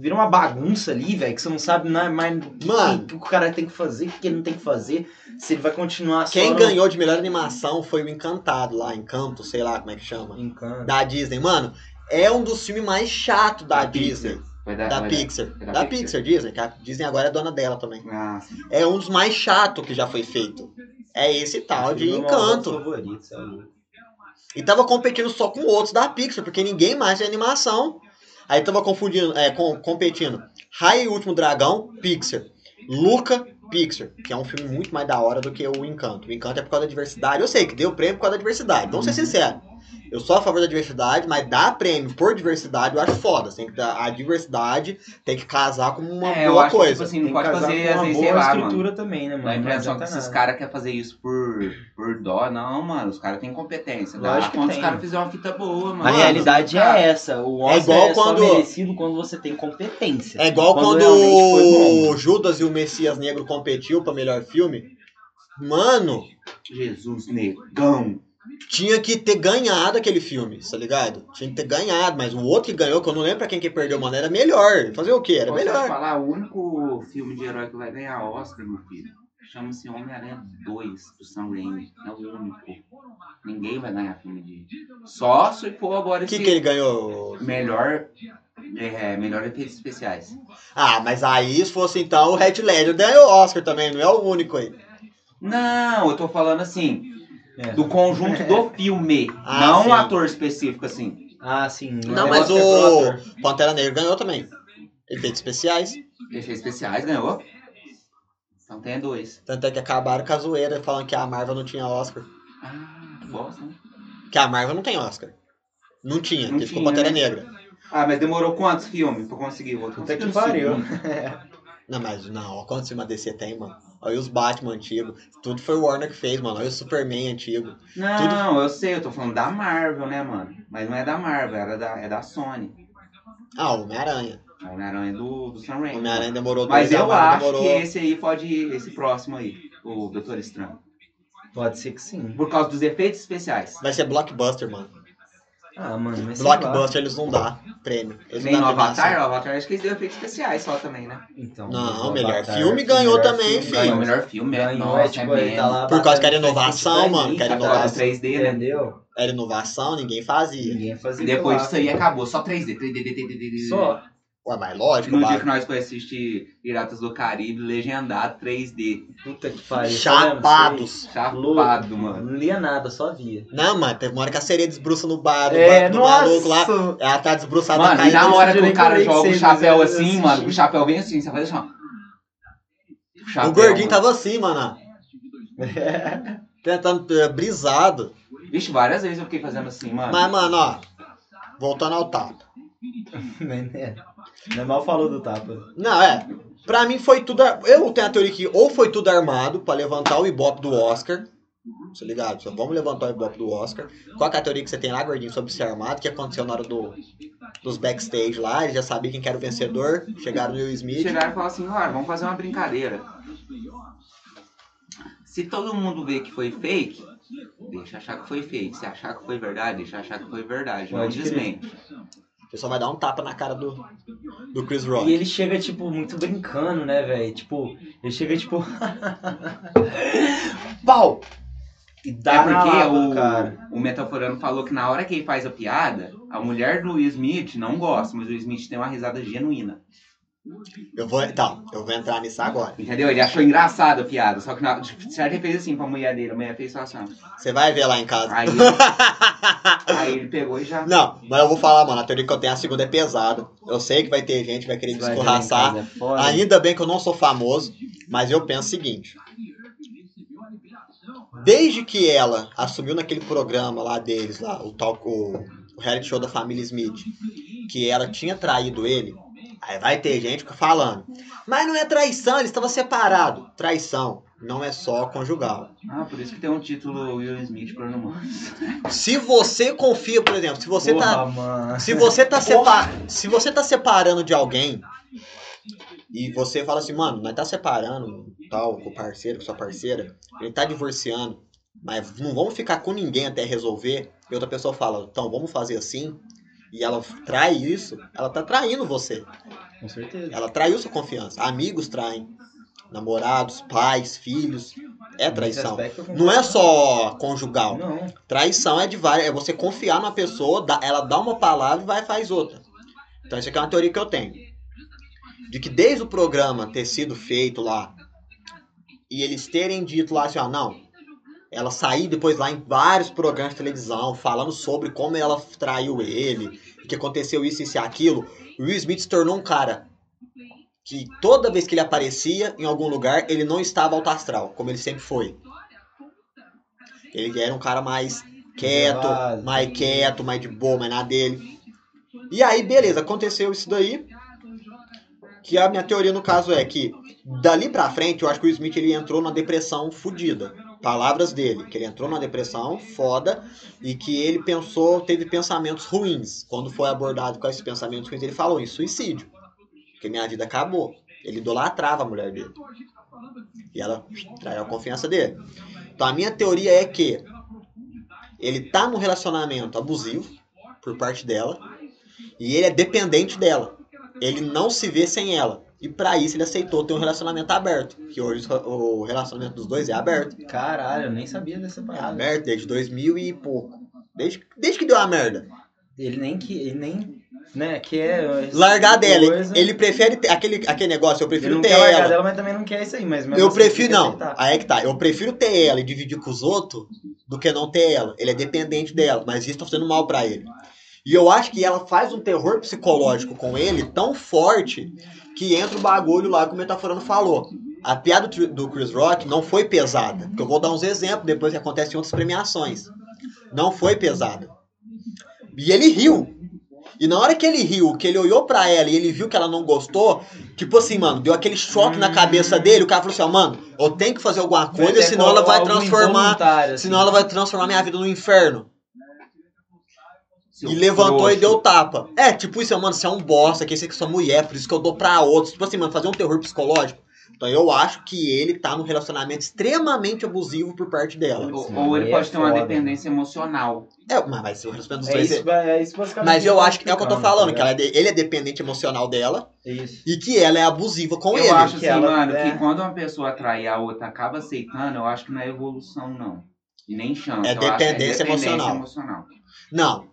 Speaker 3: viram uma bagunça ali, velho, que você não sabe na- mais o que-
Speaker 2: Mano.
Speaker 3: o que o cara tem que fazer, o que ele não tem que fazer, se ele vai continuar
Speaker 2: Quem
Speaker 3: só no-
Speaker 2: ganhou de melhor animação foi o Encantado lá, Encanto, sei lá como é que chama.
Speaker 3: Encanto.
Speaker 2: Da Disney. Mano, é um dos filmes mais chatos da, Disney.
Speaker 1: Pixar. Foi da,
Speaker 2: Da
Speaker 1: foi
Speaker 2: Pixar.
Speaker 1: é
Speaker 2: Da,
Speaker 1: da
Speaker 2: Pixar.
Speaker 1: Pixar.
Speaker 2: Disney, que a Disney agora é dona dela também.
Speaker 1: Ah, sim.
Speaker 2: É um dos mais chatos que já foi feito. É esse tal de
Speaker 3: Meu malvado
Speaker 2: Encanto.
Speaker 3: favorito, cê é louco.
Speaker 2: E tava competindo só com outros da Pixar, porque ninguém mais é animação. Aí tava confundindo, é, com- competindo. Raio e o Último Dragão, Pixar. Luca, Pixar. Que é um filme muito mais da hora do que o Encanto. O Encanto é por causa da diversidade. Eu sei que deu prêmio por causa da diversidade. Vamos ser
Speaker 3: Uhum.
Speaker 2: sinceros. Eu sou a favor da diversidade, mas dar prêmio por diversidade eu acho foda. Tem que dar, a diversidade tem que casar com uma
Speaker 1: É, eu
Speaker 2: boa
Speaker 1: acho que, tipo
Speaker 2: coisa.
Speaker 1: assim, não
Speaker 3: Tem que
Speaker 1: pode
Speaker 3: casar
Speaker 1: fazer,
Speaker 3: com
Speaker 1: às
Speaker 3: uma
Speaker 1: vezes,
Speaker 3: boa
Speaker 1: sei lá,
Speaker 3: estrutura
Speaker 1: mano.
Speaker 3: também, né, mano?
Speaker 1: Dá a
Speaker 3: Não
Speaker 1: impressão que
Speaker 3: adianta
Speaker 1: esses
Speaker 3: nada.
Speaker 1: caras querem fazer isso por, por dó. Não, mano, os caras têm competência. Dá
Speaker 3: Lógico que
Speaker 1: quando os
Speaker 3: tem.
Speaker 1: caras fizeram uma fita boa, mano.
Speaker 3: A realidade é essa. O Oscar é,
Speaker 2: igual
Speaker 3: só
Speaker 2: quando-
Speaker 3: merecido quando você tem competência.
Speaker 2: É igual quando,
Speaker 3: Quando realmente foi bom.
Speaker 2: o Judas e o Messias Negro competiu pra melhor filme. Mano,
Speaker 1: Jesus, negão.
Speaker 2: tinha que ter ganhado aquele filme, tá ligado? Tinha que ter ganhado, mas o outro que ganhou, que eu não lembro pra quem que perdeu, mano, era melhor. Fazer o quê? Era
Speaker 1: Posso te
Speaker 2: melhor.
Speaker 1: falar, o único filme de herói que vai ganhar Oscar, meu filho, chama-se Homem-Aranha 2, do Sam Raimi. É o único. Ninguém vai ganhar filme de... Só se for agora
Speaker 2: O
Speaker 1: esse
Speaker 2: que, que ele ganhou?
Speaker 1: melhor... É, melhor efeitos especiais.
Speaker 2: Ah, mas aí se fosse então o Red Ledger ganhou o Oscar também, não é o único aí.
Speaker 1: Não, eu tô falando assim,
Speaker 3: É.
Speaker 1: do conjunto do filme.
Speaker 2: Ah,
Speaker 1: não
Speaker 2: sim.
Speaker 1: um ator específico, assim.
Speaker 3: Ah, sim.
Speaker 2: Não,
Speaker 3: é
Speaker 2: mas
Speaker 3: Oscar pro
Speaker 2: o
Speaker 3: ator.
Speaker 2: Pantera Negra ganhou também. Efeitos especiais.
Speaker 1: Efeitos especiais ganhou. Então tem dois.
Speaker 2: Tanto é que acabaram com a zoeira falando que a Marvel não tinha Oscar.
Speaker 1: Ah, que bosta, né?
Speaker 2: Que a Marvel não tem Oscar. Não tinha,
Speaker 1: Não
Speaker 2: porque ficou
Speaker 1: tinha,
Speaker 2: Pantera
Speaker 1: né?
Speaker 2: Negra.
Speaker 1: Ah, mas demorou quantos filmes pra conseguir um o outro?
Speaker 3: Puta que
Speaker 1: Conseguiu
Speaker 3: pariu.
Speaker 1: cinco.
Speaker 2: Não, mas não, olha quantos filmes a DC tem, mano. Olha os Batman antigos. Tudo foi o Warner que fez, mano. Olha o Superman antigo.
Speaker 1: Não, eu sei, eu tô falando da Marvel, né, mano? Mas não é da Marvel, era da, é da Sony.
Speaker 2: Ah, o Homem-Aranha.
Speaker 1: É o Homem-Aranha do, do Sam
Speaker 2: O
Speaker 1: Raimi.
Speaker 2: Homem-Aranha demorou
Speaker 1: Mas
Speaker 2: dois, a
Speaker 1: eu
Speaker 2: Marvel
Speaker 1: acho
Speaker 2: demorou...
Speaker 1: que esse aí pode ir, esse próximo aí, o Doutor Estranho.
Speaker 3: Pode ser que sim.
Speaker 1: Por causa dos efeitos especiais.
Speaker 2: Vai ser blockbuster, mano.
Speaker 3: Ah, mano, mas sei lá.
Speaker 2: Blockbuster eles não dá prêmio. Eles
Speaker 1: Nem no
Speaker 2: não dá
Speaker 1: Avatar,
Speaker 2: premiação.
Speaker 1: o Avatar acho que eles deu efeitos especiais só também, né?
Speaker 3: Então,
Speaker 2: Não,
Speaker 3: o
Speaker 2: melhor
Speaker 3: Avatar,
Speaker 2: filme ganhou
Speaker 3: melhor
Speaker 2: também, filho.
Speaker 1: Ganhou o
Speaker 3: ganhou.
Speaker 1: melhor filme, é
Speaker 3: Ganhou,
Speaker 1: nossa,
Speaker 3: tipo,
Speaker 1: é
Speaker 3: ele tá
Speaker 1: mesmo.
Speaker 3: lá
Speaker 2: Por causa que era
Speaker 3: batendo
Speaker 2: inovação,
Speaker 3: 3D,
Speaker 2: mano, que era
Speaker 3: tá
Speaker 1: Tá lá
Speaker 2: inovação.
Speaker 3: ligado?
Speaker 1: do 3D, né?
Speaker 3: Entendeu?
Speaker 2: Era É inovação, ninguém fazia.
Speaker 3: Ninguém fazia
Speaker 1: E depois
Speaker 3: isso
Speaker 1: disso aí acabou, só 3D, 3D, 3D, 3D.
Speaker 3: Só.
Speaker 2: Ué, mas lógico,
Speaker 1: No dia que
Speaker 2: mano.
Speaker 1: nós foi assistir Piratas do Caribe, legendado 3D.
Speaker 3: Puta que pariu.
Speaker 2: Chapados.
Speaker 1: Chapado, mano.
Speaker 3: Não lia nada, só via.
Speaker 2: Não, mano, teve uma hora que a sereia desbruça no bar do, ba- do maluco lá.
Speaker 3: nossa.
Speaker 2: Ela tá desbruçada
Speaker 1: É, Mano,
Speaker 2: caindo
Speaker 1: e na
Speaker 2: no-
Speaker 1: hora que o
Speaker 3: direito
Speaker 1: cara
Speaker 3: nem
Speaker 1: joga o
Speaker 3: sei, mas
Speaker 1: chapéu
Speaker 3: eu
Speaker 1: assim,
Speaker 3: assisti.
Speaker 1: mano, o chapéu vem assim, você faz assim, ó. O, chapéu,
Speaker 2: O gordinho
Speaker 1: mano.
Speaker 2: tava assim, mano. Tentando eh, brisado.
Speaker 3: tá-
Speaker 1: Vixe, várias vezes eu fiquei fazendo assim, mano.
Speaker 2: Mas, mano, ó. Voltando ao tapa.
Speaker 3: Nem- é nem- nem mal falou do tapa.
Speaker 2: Não, é. Pra mim foi tudo. ar- Eu tenho a teoria que ou foi tudo armado pra levantar o Ibope do Oscar. Tá ligado? Só vamos levantar o Ibope do Oscar. Qual que é a teoria que você tem lá, gordinho, sobre ser armado? que aconteceu na hora do, dos backstage lá? Eles já sabiam quem que era o vencedor. Chegaram no Will
Speaker 1: E
Speaker 2: Smith.
Speaker 1: chegaram e falaram assim, ó, vamos fazer uma brincadeira. Se todo mundo vê que foi fake, deixa achar que foi fake. Se achar que foi verdade, deixa achar que foi verdade. Não
Speaker 3: Pode crer.
Speaker 1: desmente.
Speaker 2: Você só vai dar um tapa na cara do, do Chris Rock.
Speaker 3: E ele chega, tipo, muito brincando, né, velho? Tipo, ele chega, tipo. Pau! E dá
Speaker 1: É
Speaker 3: na
Speaker 1: porque
Speaker 3: lapa,
Speaker 1: o,
Speaker 3: cara.
Speaker 1: o metaforano falou que na hora que ele faz a piada, a mulher do Will Smith não gosta, mas o Will Smith tem uma risada genuína.
Speaker 2: Eu vou. Tá, eu vou entrar nisso agora.
Speaker 1: Entendeu? Ele achou engraçada a piada, só que na tipo, será que ele fez assim pra mulher dele? A mulher fez só assim. ó.
Speaker 2: Você vai ver lá em casa.
Speaker 1: Aí, aí ele pegou e já.
Speaker 2: Não, mas eu vou falar, mano. A teoria que eu tenho, a segunda é pesada. Eu sei que vai ter gente que vai querer me
Speaker 3: Vai
Speaker 2: escorraçar.
Speaker 3: jogar em casa, é foda.
Speaker 2: Ainda bem que eu não sou famoso, mas eu penso o seguinte. Desde que ela assumiu naquele programa lá deles, lá, o tal o, o reality show da família Smith, que ela tinha traído ele, aí vai ter gente falando. Mas não é traição, eles estavam separados. Traição não é só conjugal.
Speaker 1: Ah, por isso que tem um título Will Smith por ano.
Speaker 2: Se você confia, por exemplo, se você tá.
Speaker 3: Porra, mano.
Speaker 2: Se você tá separ... se você tá separando de alguém e você fala assim, mano, nós tá separando, tal, com o parceiro, com sua parceira, ele tá divorciando, mas não vamos ficar com ninguém até resolver. E outra pessoa fala, então vamos fazer assim. E ela trai isso, ela tá traindo você.
Speaker 3: Com certeza.
Speaker 2: Ela traiu sua confiança. Amigos traem, namorados, pais, filhos. É traição.
Speaker 3: Nesse aspecto, eu concordo.
Speaker 2: Não é só conjugal.
Speaker 3: Não.
Speaker 2: Traição é de várias, é você confiar numa pessoa, dá- ela dá uma palavra e vai e faz outra. Então isso aqui é uma teoria que eu tenho. De que desde o programa ter sido feito lá e eles terem dito lá assim, ó, não. Ela saiu depois lá em vários programas de televisão falando sobre como ela traiu ele, que aconteceu isso, isso e aquilo. O Will Smith se tornou um cara que toda vez que ele aparecia em algum lugar, ele não estava alto astral, como ele sempre foi. Ele era um cara mais quieto,
Speaker 3: Reservado.
Speaker 2: mais quieto, mais de boa, mais na dele. E aí, beleza, aconteceu isso daí. Que a minha teoria no caso é que dali pra frente, eu acho que o Smith ele entrou numa depressão fodida. Palavras dele, que ele entrou numa depressão foda e que ele pensou, teve pensamentos ruins. Quando foi abordado com esses pensamentos ruins, ele falou em suicídio. Porque minha vida acabou. Ele idolatrava a mulher dele. E ela traiu a confiança dele. Então a minha teoria é que ele tá num relacionamento abusivo por parte dela e ele é dependente dela. Ele não se vê sem ela. E pra isso ele aceitou ter um relacionamento aberto. Que hoje o relacionamento dos dois é aberto.
Speaker 3: Caralho, eu nem sabia dessa
Speaker 2: É
Speaker 3: parada.
Speaker 2: aberto desde 2000 e pouco. Desde, desde que deu a merda.
Speaker 3: Ele nem que. Ele nem. Né, quer. esse
Speaker 2: Largar
Speaker 3: tipo de
Speaker 2: dela.
Speaker 3: coisa.
Speaker 2: Ele prefere ter, aquele, aquele negócio, eu
Speaker 3: Ele
Speaker 2: prefiro
Speaker 3: não
Speaker 2: ter
Speaker 3: quer largar
Speaker 2: ela.
Speaker 3: dela, mas também não quer isso aí. Mas mesmo
Speaker 2: Eu
Speaker 3: assim, tem
Speaker 2: prefiro,
Speaker 3: que
Speaker 2: não.
Speaker 3: aceitar.
Speaker 2: Aí é que tá. Eu prefiro ter ela e dividir com os outros do que não ter ela. Ele é dependente dela, mas isso tá fazendo mal pra ele. E eu acho que ela faz um terror psicológico com ele tão forte que entra o bagulho lá que o Metaforano falou. a piada do Tri- do Chris Rock não foi pesada. Porque eu vou dar uns exemplos depois que acontece em outras premiações. Não foi pesada. E ele riu. E na hora que ele riu, que ele olhou pra ela e ele viu que ela não gostou, tipo assim, mano, deu aquele choque na cabeça dele. O cara falou assim, ó, mano, eu tenho que fazer alguma
Speaker 3: é
Speaker 2: coisa, senão ela vai transformar
Speaker 3: tá assim.
Speaker 2: Senão ela vai transformar minha vida no inferno.
Speaker 1: Seu
Speaker 2: E levantou e
Speaker 1: frouxo.
Speaker 2: deu tapa. É, tipo isso, mano, você é um bosta, que isso aqui é sua mulher, por isso que eu dou pra outros. Tipo assim, mano, fazer um terror psicológico. Então eu acho que ele tá num relacionamento extremamente abusivo por parte dela.
Speaker 1: Ou,
Speaker 3: Sim,
Speaker 1: ou ele
Speaker 3: aí
Speaker 1: pode
Speaker 3: é
Speaker 1: ter uma
Speaker 3: foda.
Speaker 1: dependência emocional.
Speaker 2: É, mas vai ser o relacionamento dos
Speaker 3: É
Speaker 2: dois.
Speaker 3: isso, vai- é isso basicamente.
Speaker 2: Mas eu acho que é o que eu tô
Speaker 3: explicando,
Speaker 2: falando, que
Speaker 3: tá
Speaker 2: ela é de- ele é dependente emocional dela
Speaker 3: ligado? Isso.
Speaker 2: e que ela é abusiva com
Speaker 1: eu
Speaker 2: ele.
Speaker 1: acho assim,
Speaker 3: que ela-
Speaker 1: mano,
Speaker 3: é.
Speaker 1: que quando uma pessoa atrai a outra acaba aceitando, eu acho que não é evolução, não. E nem chance.
Speaker 2: É
Speaker 1: eu acho que
Speaker 2: dependência emocional.
Speaker 1: emocional.
Speaker 2: Não.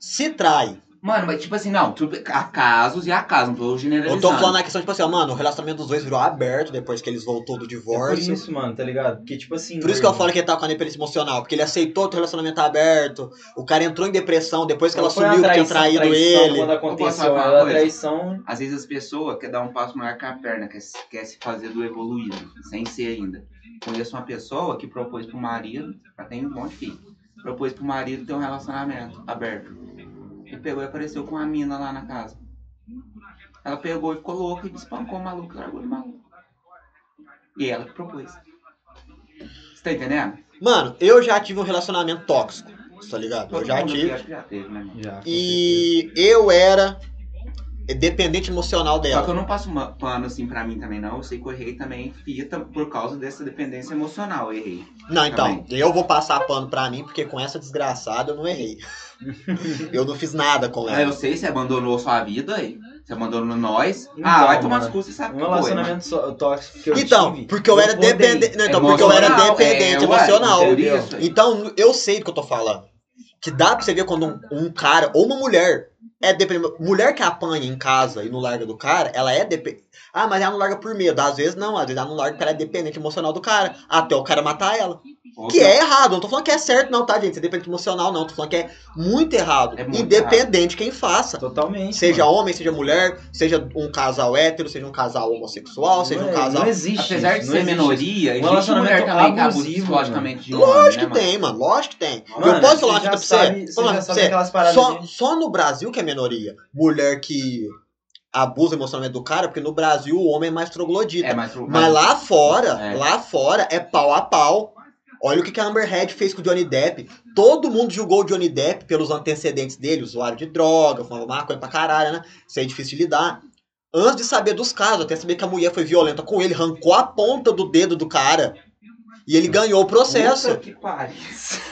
Speaker 2: Se trai.
Speaker 1: Mano, mas tipo assim, não, tudo, há casos e há casos, não tô
Speaker 2: Eu
Speaker 1: generalizando.
Speaker 2: tô falando na questão, tipo assim, ó, mano, o relacionamento dos dois virou aberto depois que eles voltou do
Speaker 3: É por
Speaker 2: divórcio.
Speaker 3: isso, mano, tá ligado? Porque, tipo assim.
Speaker 2: Por isso que eu falo que ele tá com a dependência emocional, porque ele aceitou o relacionamento aberto, o cara entrou em depressão depois que ela
Speaker 3: Foi uma
Speaker 2: assumiu que tinha
Speaker 3: traição,
Speaker 2: traído
Speaker 3: traição, né?
Speaker 2: ele.
Speaker 3: Quando
Speaker 1: posso falar
Speaker 3: aconteceu
Speaker 1: uma
Speaker 3: ela, a
Speaker 1: coisa?
Speaker 3: traição.
Speaker 1: Às vezes as pessoas querem dar um passo maior que a perna, quer, se- quer se fazer do evoluído, sem ser ainda. Conheço uma pessoa que propôs pro marido, ela tem um monte de filho, propôs pro marido ter um relacionamento aberto. Ele pegou e apareceu com a mina lá na casa. Ela pegou e ficou louca e espancou o maluco, largou ele maluco. E ela que propôs. Você tá entendendo?
Speaker 2: Mano, eu já tive um relacionamento tóxico, tá ligado? Eu
Speaker 1: Todo
Speaker 2: já
Speaker 1: mundo aqui
Speaker 2: tive.
Speaker 1: acho que já teve, né, mano?
Speaker 3: Já,
Speaker 2: E eu era dependente emocional
Speaker 1: Só que
Speaker 2: dela.
Speaker 1: eu não passo uma- pano assim pra mim também, não. Eu sei que eu errei também fita por causa dessa dependência emocional. Eu errei.
Speaker 2: Não, então, eu vou passar pano pra mim, porque com essa desgraçada eu não errei. eu não fiz nada com
Speaker 1: Ah, eu
Speaker 2: ela.
Speaker 1: sei, você abandonou sua vida aí. Você abandonou nós. ah,
Speaker 3: Então,
Speaker 1: vai tomar nos
Speaker 3: mano,
Speaker 1: cursos, você sabe
Speaker 3: Um
Speaker 1: que foi, né?
Speaker 3: relacionamento só- tóxico que eu
Speaker 2: Então,
Speaker 3: tive,
Speaker 2: porque eu era
Speaker 3: odeio.
Speaker 2: dependente. Então, porque eu era
Speaker 1: É Emocional,
Speaker 2: dependente
Speaker 1: é, ué,
Speaker 2: emocional.
Speaker 1: por isso aí.
Speaker 2: Então, eu sei do que eu tô falando. Que dá pra você ver quando um, um cara ou uma mulher é dependente. Mulher que apanha em casa e não larga do cara, ela é dependente. Ah, mas ela não larga por medo. Às vezes não, às vezes ela não larga porque ela é dependente emocional do cara. Até o cara matar ela.
Speaker 1: Outra-
Speaker 2: Que é errado. Não tô falando que é certo, não, tá, gente? Ser dependente emocional, não. Tô falando que é muito errado.
Speaker 1: É muito
Speaker 2: independente quem faça.
Speaker 3: Totalmente.
Speaker 2: Seja
Speaker 3: mano.
Speaker 2: homem, seja mulher, seja um casal hétero, seja um casal homossexual, seja um
Speaker 3: Não é-
Speaker 2: casal.
Speaker 3: Não existe.
Speaker 1: Apesar de
Speaker 3: isso,
Speaker 1: ser
Speaker 3: não existe isso.
Speaker 1: minoria, existe
Speaker 3: relacionamento
Speaker 1: mulher também que é abusa
Speaker 3: abusivo,
Speaker 1: psicologicamente de homem,
Speaker 2: Lógico
Speaker 1: né,
Speaker 2: que
Speaker 1: mano?
Speaker 2: tem, mano. Lógico que tem.
Speaker 1: Mano,
Speaker 2: eu posso falar uma
Speaker 3: você já
Speaker 2: coisa pra você?
Speaker 3: sabe-
Speaker 2: Falar
Speaker 3: Você
Speaker 2: uma coisa
Speaker 3: já
Speaker 2: pra
Speaker 3: sabe
Speaker 2: você?
Speaker 3: aquelas paradas.
Speaker 2: Só,
Speaker 3: de-
Speaker 2: só no Brasil que é minoria. Mulher que abusa emocionalmente do cara, porque no Brasil o homem é mais troglodita.
Speaker 1: É, mas,
Speaker 2: Mas lá fora,
Speaker 1: É.
Speaker 2: lá fora é pau a pau. Olha o que que a Amber Heard fez com o Johnny Depp. Todo mundo julgou o Johnny Depp pelos antecedentes dele, usuário de droga, fumava maconha pra caralho, né? Isso aí é difícil de lidar. Antes de saber dos casos, até saber que a mulher foi violenta com ele, arrancou a ponta do dedo do cara. E ele ganhou o processo.
Speaker 1: Puta que pariu.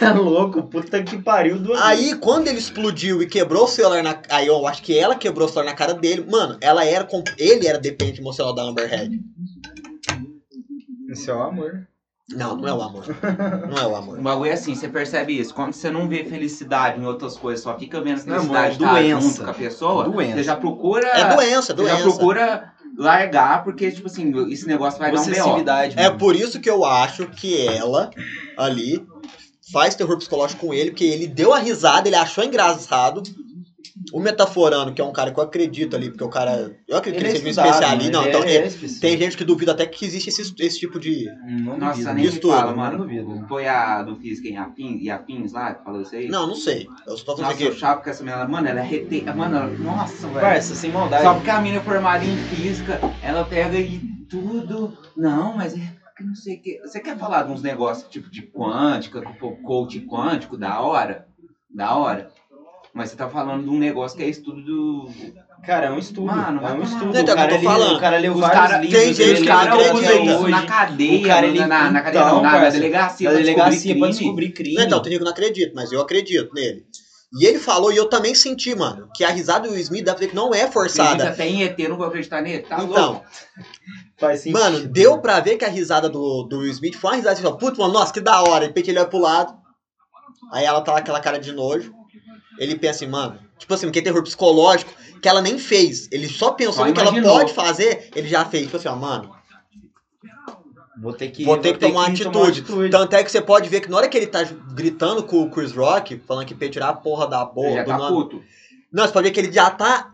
Speaker 3: Tá louco, puta que pariu do
Speaker 2: Aí, quando ele explodiu e quebrou o celular na. Aí eu acho que ela quebrou o celular na cara dele. Mano, ela era. com- Ele era dependente emocional da Amber Heard.
Speaker 3: Isso é o amor.
Speaker 2: Não, não é o amor. Não é o amor.
Speaker 1: O bagulho é assim, você percebe isso. Quando você não vê felicidade em outras coisas, só fica vendo
Speaker 3: Não, amor,
Speaker 1: felicidade
Speaker 3: é
Speaker 1: tá
Speaker 3: doença.
Speaker 1: junto com a pessoa,
Speaker 3: Doença.
Speaker 1: você já procura.
Speaker 2: É doença, é
Speaker 1: Você já
Speaker 2: doença.
Speaker 1: procura largar, porque, tipo assim, esse negócio vai dar um B.O.
Speaker 3: Possessividade.
Speaker 2: É
Speaker 3: mano.
Speaker 2: por isso que eu acho que ela ali faz terror psicológico com ele, porque ele deu a risada, ele achou engraçado. O Metaforano, que é um cara que eu acredito ali, porque o cara. Eu acredito que ele seja um
Speaker 3: estudado,
Speaker 2: especialista.
Speaker 3: mano,
Speaker 2: Não,
Speaker 3: ele
Speaker 2: então,
Speaker 3: é
Speaker 2: é-
Speaker 3: especialista.
Speaker 2: tem gente que duvida até que existe esse, esse tipo de.
Speaker 3: Não
Speaker 1: Nossa,
Speaker 3: duvido,
Speaker 1: nem
Speaker 3: mano.
Speaker 1: me fala, mano.
Speaker 3: Não duvido.
Speaker 1: Foi a do Física em Afins, e Afins lá, que falou isso aí?
Speaker 2: Não, não sei. Eu só tô falando
Speaker 1: Nossa,
Speaker 2: aqui.
Speaker 1: eu chavo com essa menina. Mano, ela é rete... Mano, ela- nossa, velho.
Speaker 3: Parça, sem maldade.
Speaker 1: Só porque a menina é formada em física, ela pega e tudo. Não, mas é que não sei o que. Você quer falar de uns negócios tipo de quântica, co- coach quântico, da hora? Da hora. Mas você tá falando de um negócio que é estudo do.
Speaker 3: Cara, é um estudo.
Speaker 1: Mano,
Speaker 3: é
Speaker 1: vai
Speaker 3: um
Speaker 1: tomar
Speaker 3: estudo.
Speaker 1: no cu.
Speaker 2: Então,
Speaker 3: o, cara
Speaker 2: eu tô
Speaker 3: leu-
Speaker 2: falando.
Speaker 3: o cara leu
Speaker 1: Os
Speaker 3: vários
Speaker 1: cara-
Speaker 3: livros.
Speaker 2: tem gente
Speaker 3: ele
Speaker 1: Os
Speaker 2: que
Speaker 3: leu
Speaker 1: caras
Speaker 3: livros,
Speaker 2: acredita.
Speaker 1: usam
Speaker 3: ele
Speaker 1: isso
Speaker 3: hoje.
Speaker 1: na cadeia,
Speaker 3: O cara, ele-
Speaker 1: na, na- na cadeia
Speaker 3: Então,
Speaker 1: não, na, na
Speaker 3: parça,
Speaker 1: delegacia.
Speaker 3: Na
Speaker 1: pra descobrir
Speaker 3: delegacia pra
Speaker 1: crime.
Speaker 3: descobrir crime.
Speaker 2: Não, então, tem gente que não acredita, mas eu acredito nele. E ele falou, e eu também senti, mano, que a risada do Will Smith dá pra ver que não é
Speaker 1: Acredita
Speaker 2: forçada.
Speaker 1: até em ET, não vou acreditar nele. Tá louco?
Speaker 2: Então,
Speaker 3: Faz sentido.
Speaker 2: Mano, deu pra ver que a risada do, do Will Smith foi uma risada assim, ó, putz, mano, nossa, que da hora. De repente ele olha pro lado, aí ela tá lá com aquela cara de nojo. Ele pensa assim, mano, tipo assim, que é terror psicológico, que ela nem fez. Ele só pensou
Speaker 1: Só
Speaker 2: no que ela
Speaker 1: imaginou.
Speaker 2: pode fazer, ele já fez. Tipo assim, ó, mano,
Speaker 3: Vou ter que,
Speaker 2: vou ter que tomar uma atitude.
Speaker 3: Então,
Speaker 2: Tanto é que você pode ver que na hora que ele tá gritando com o Chris Rock, falando que pra ele tirar a porra da
Speaker 1: Ele
Speaker 2: boca,
Speaker 1: já
Speaker 2: do
Speaker 1: tá
Speaker 2: nome-
Speaker 1: puto.
Speaker 2: Não, você pode ver que ele já tá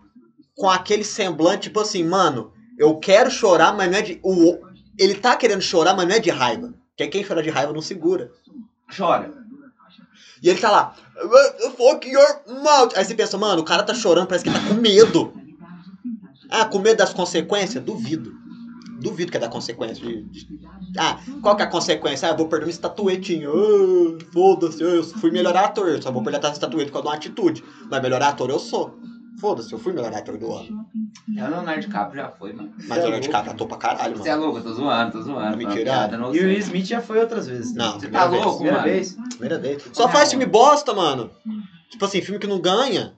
Speaker 2: com aquele semblante, tipo assim, mano, eu quero chorar, mas não é de. O, ele tá querendo chorar, mas não é de raiva. Porque quem chora de raiva não segura.
Speaker 1: Chora.
Speaker 2: E ele tá lá, "Uh, fuck your mouth. Aí você pensa, mano, o cara tá chorando, parece que ele tá com medo. Ah, com medo das consequências? Duvido. Duvido que é da consequência. de- de- Ah, qual que é a consequência? Ah, eu vou perder uma estatuetinha. Ah, Foda-se, eu fui melhor ator. Eu só vou perder essa estatueta por causa de uma atitude. Mas melhor ator eu sou. Foda-se, eu fui melhor ator do ano.
Speaker 1: É o Leonardo DiCaprio já foi, mano.
Speaker 2: Mas eu de cara ator pra caralho,
Speaker 1: Você é
Speaker 2: mano.
Speaker 1: louco, eu tô zoando, tô zoando.
Speaker 2: Não me
Speaker 1: Tô uma
Speaker 2: tira.
Speaker 1: piada, não
Speaker 3: E o
Speaker 1: sei.
Speaker 3: Will Smith já foi outras vezes. né?
Speaker 2: Não,
Speaker 1: Você tá
Speaker 2: primeira vez,
Speaker 1: louco,
Speaker 3: Primeira
Speaker 1: mano?
Speaker 3: vez.
Speaker 2: Primeira vez. Só faz filme bosta, mano. Tipo assim, filme que não ganha.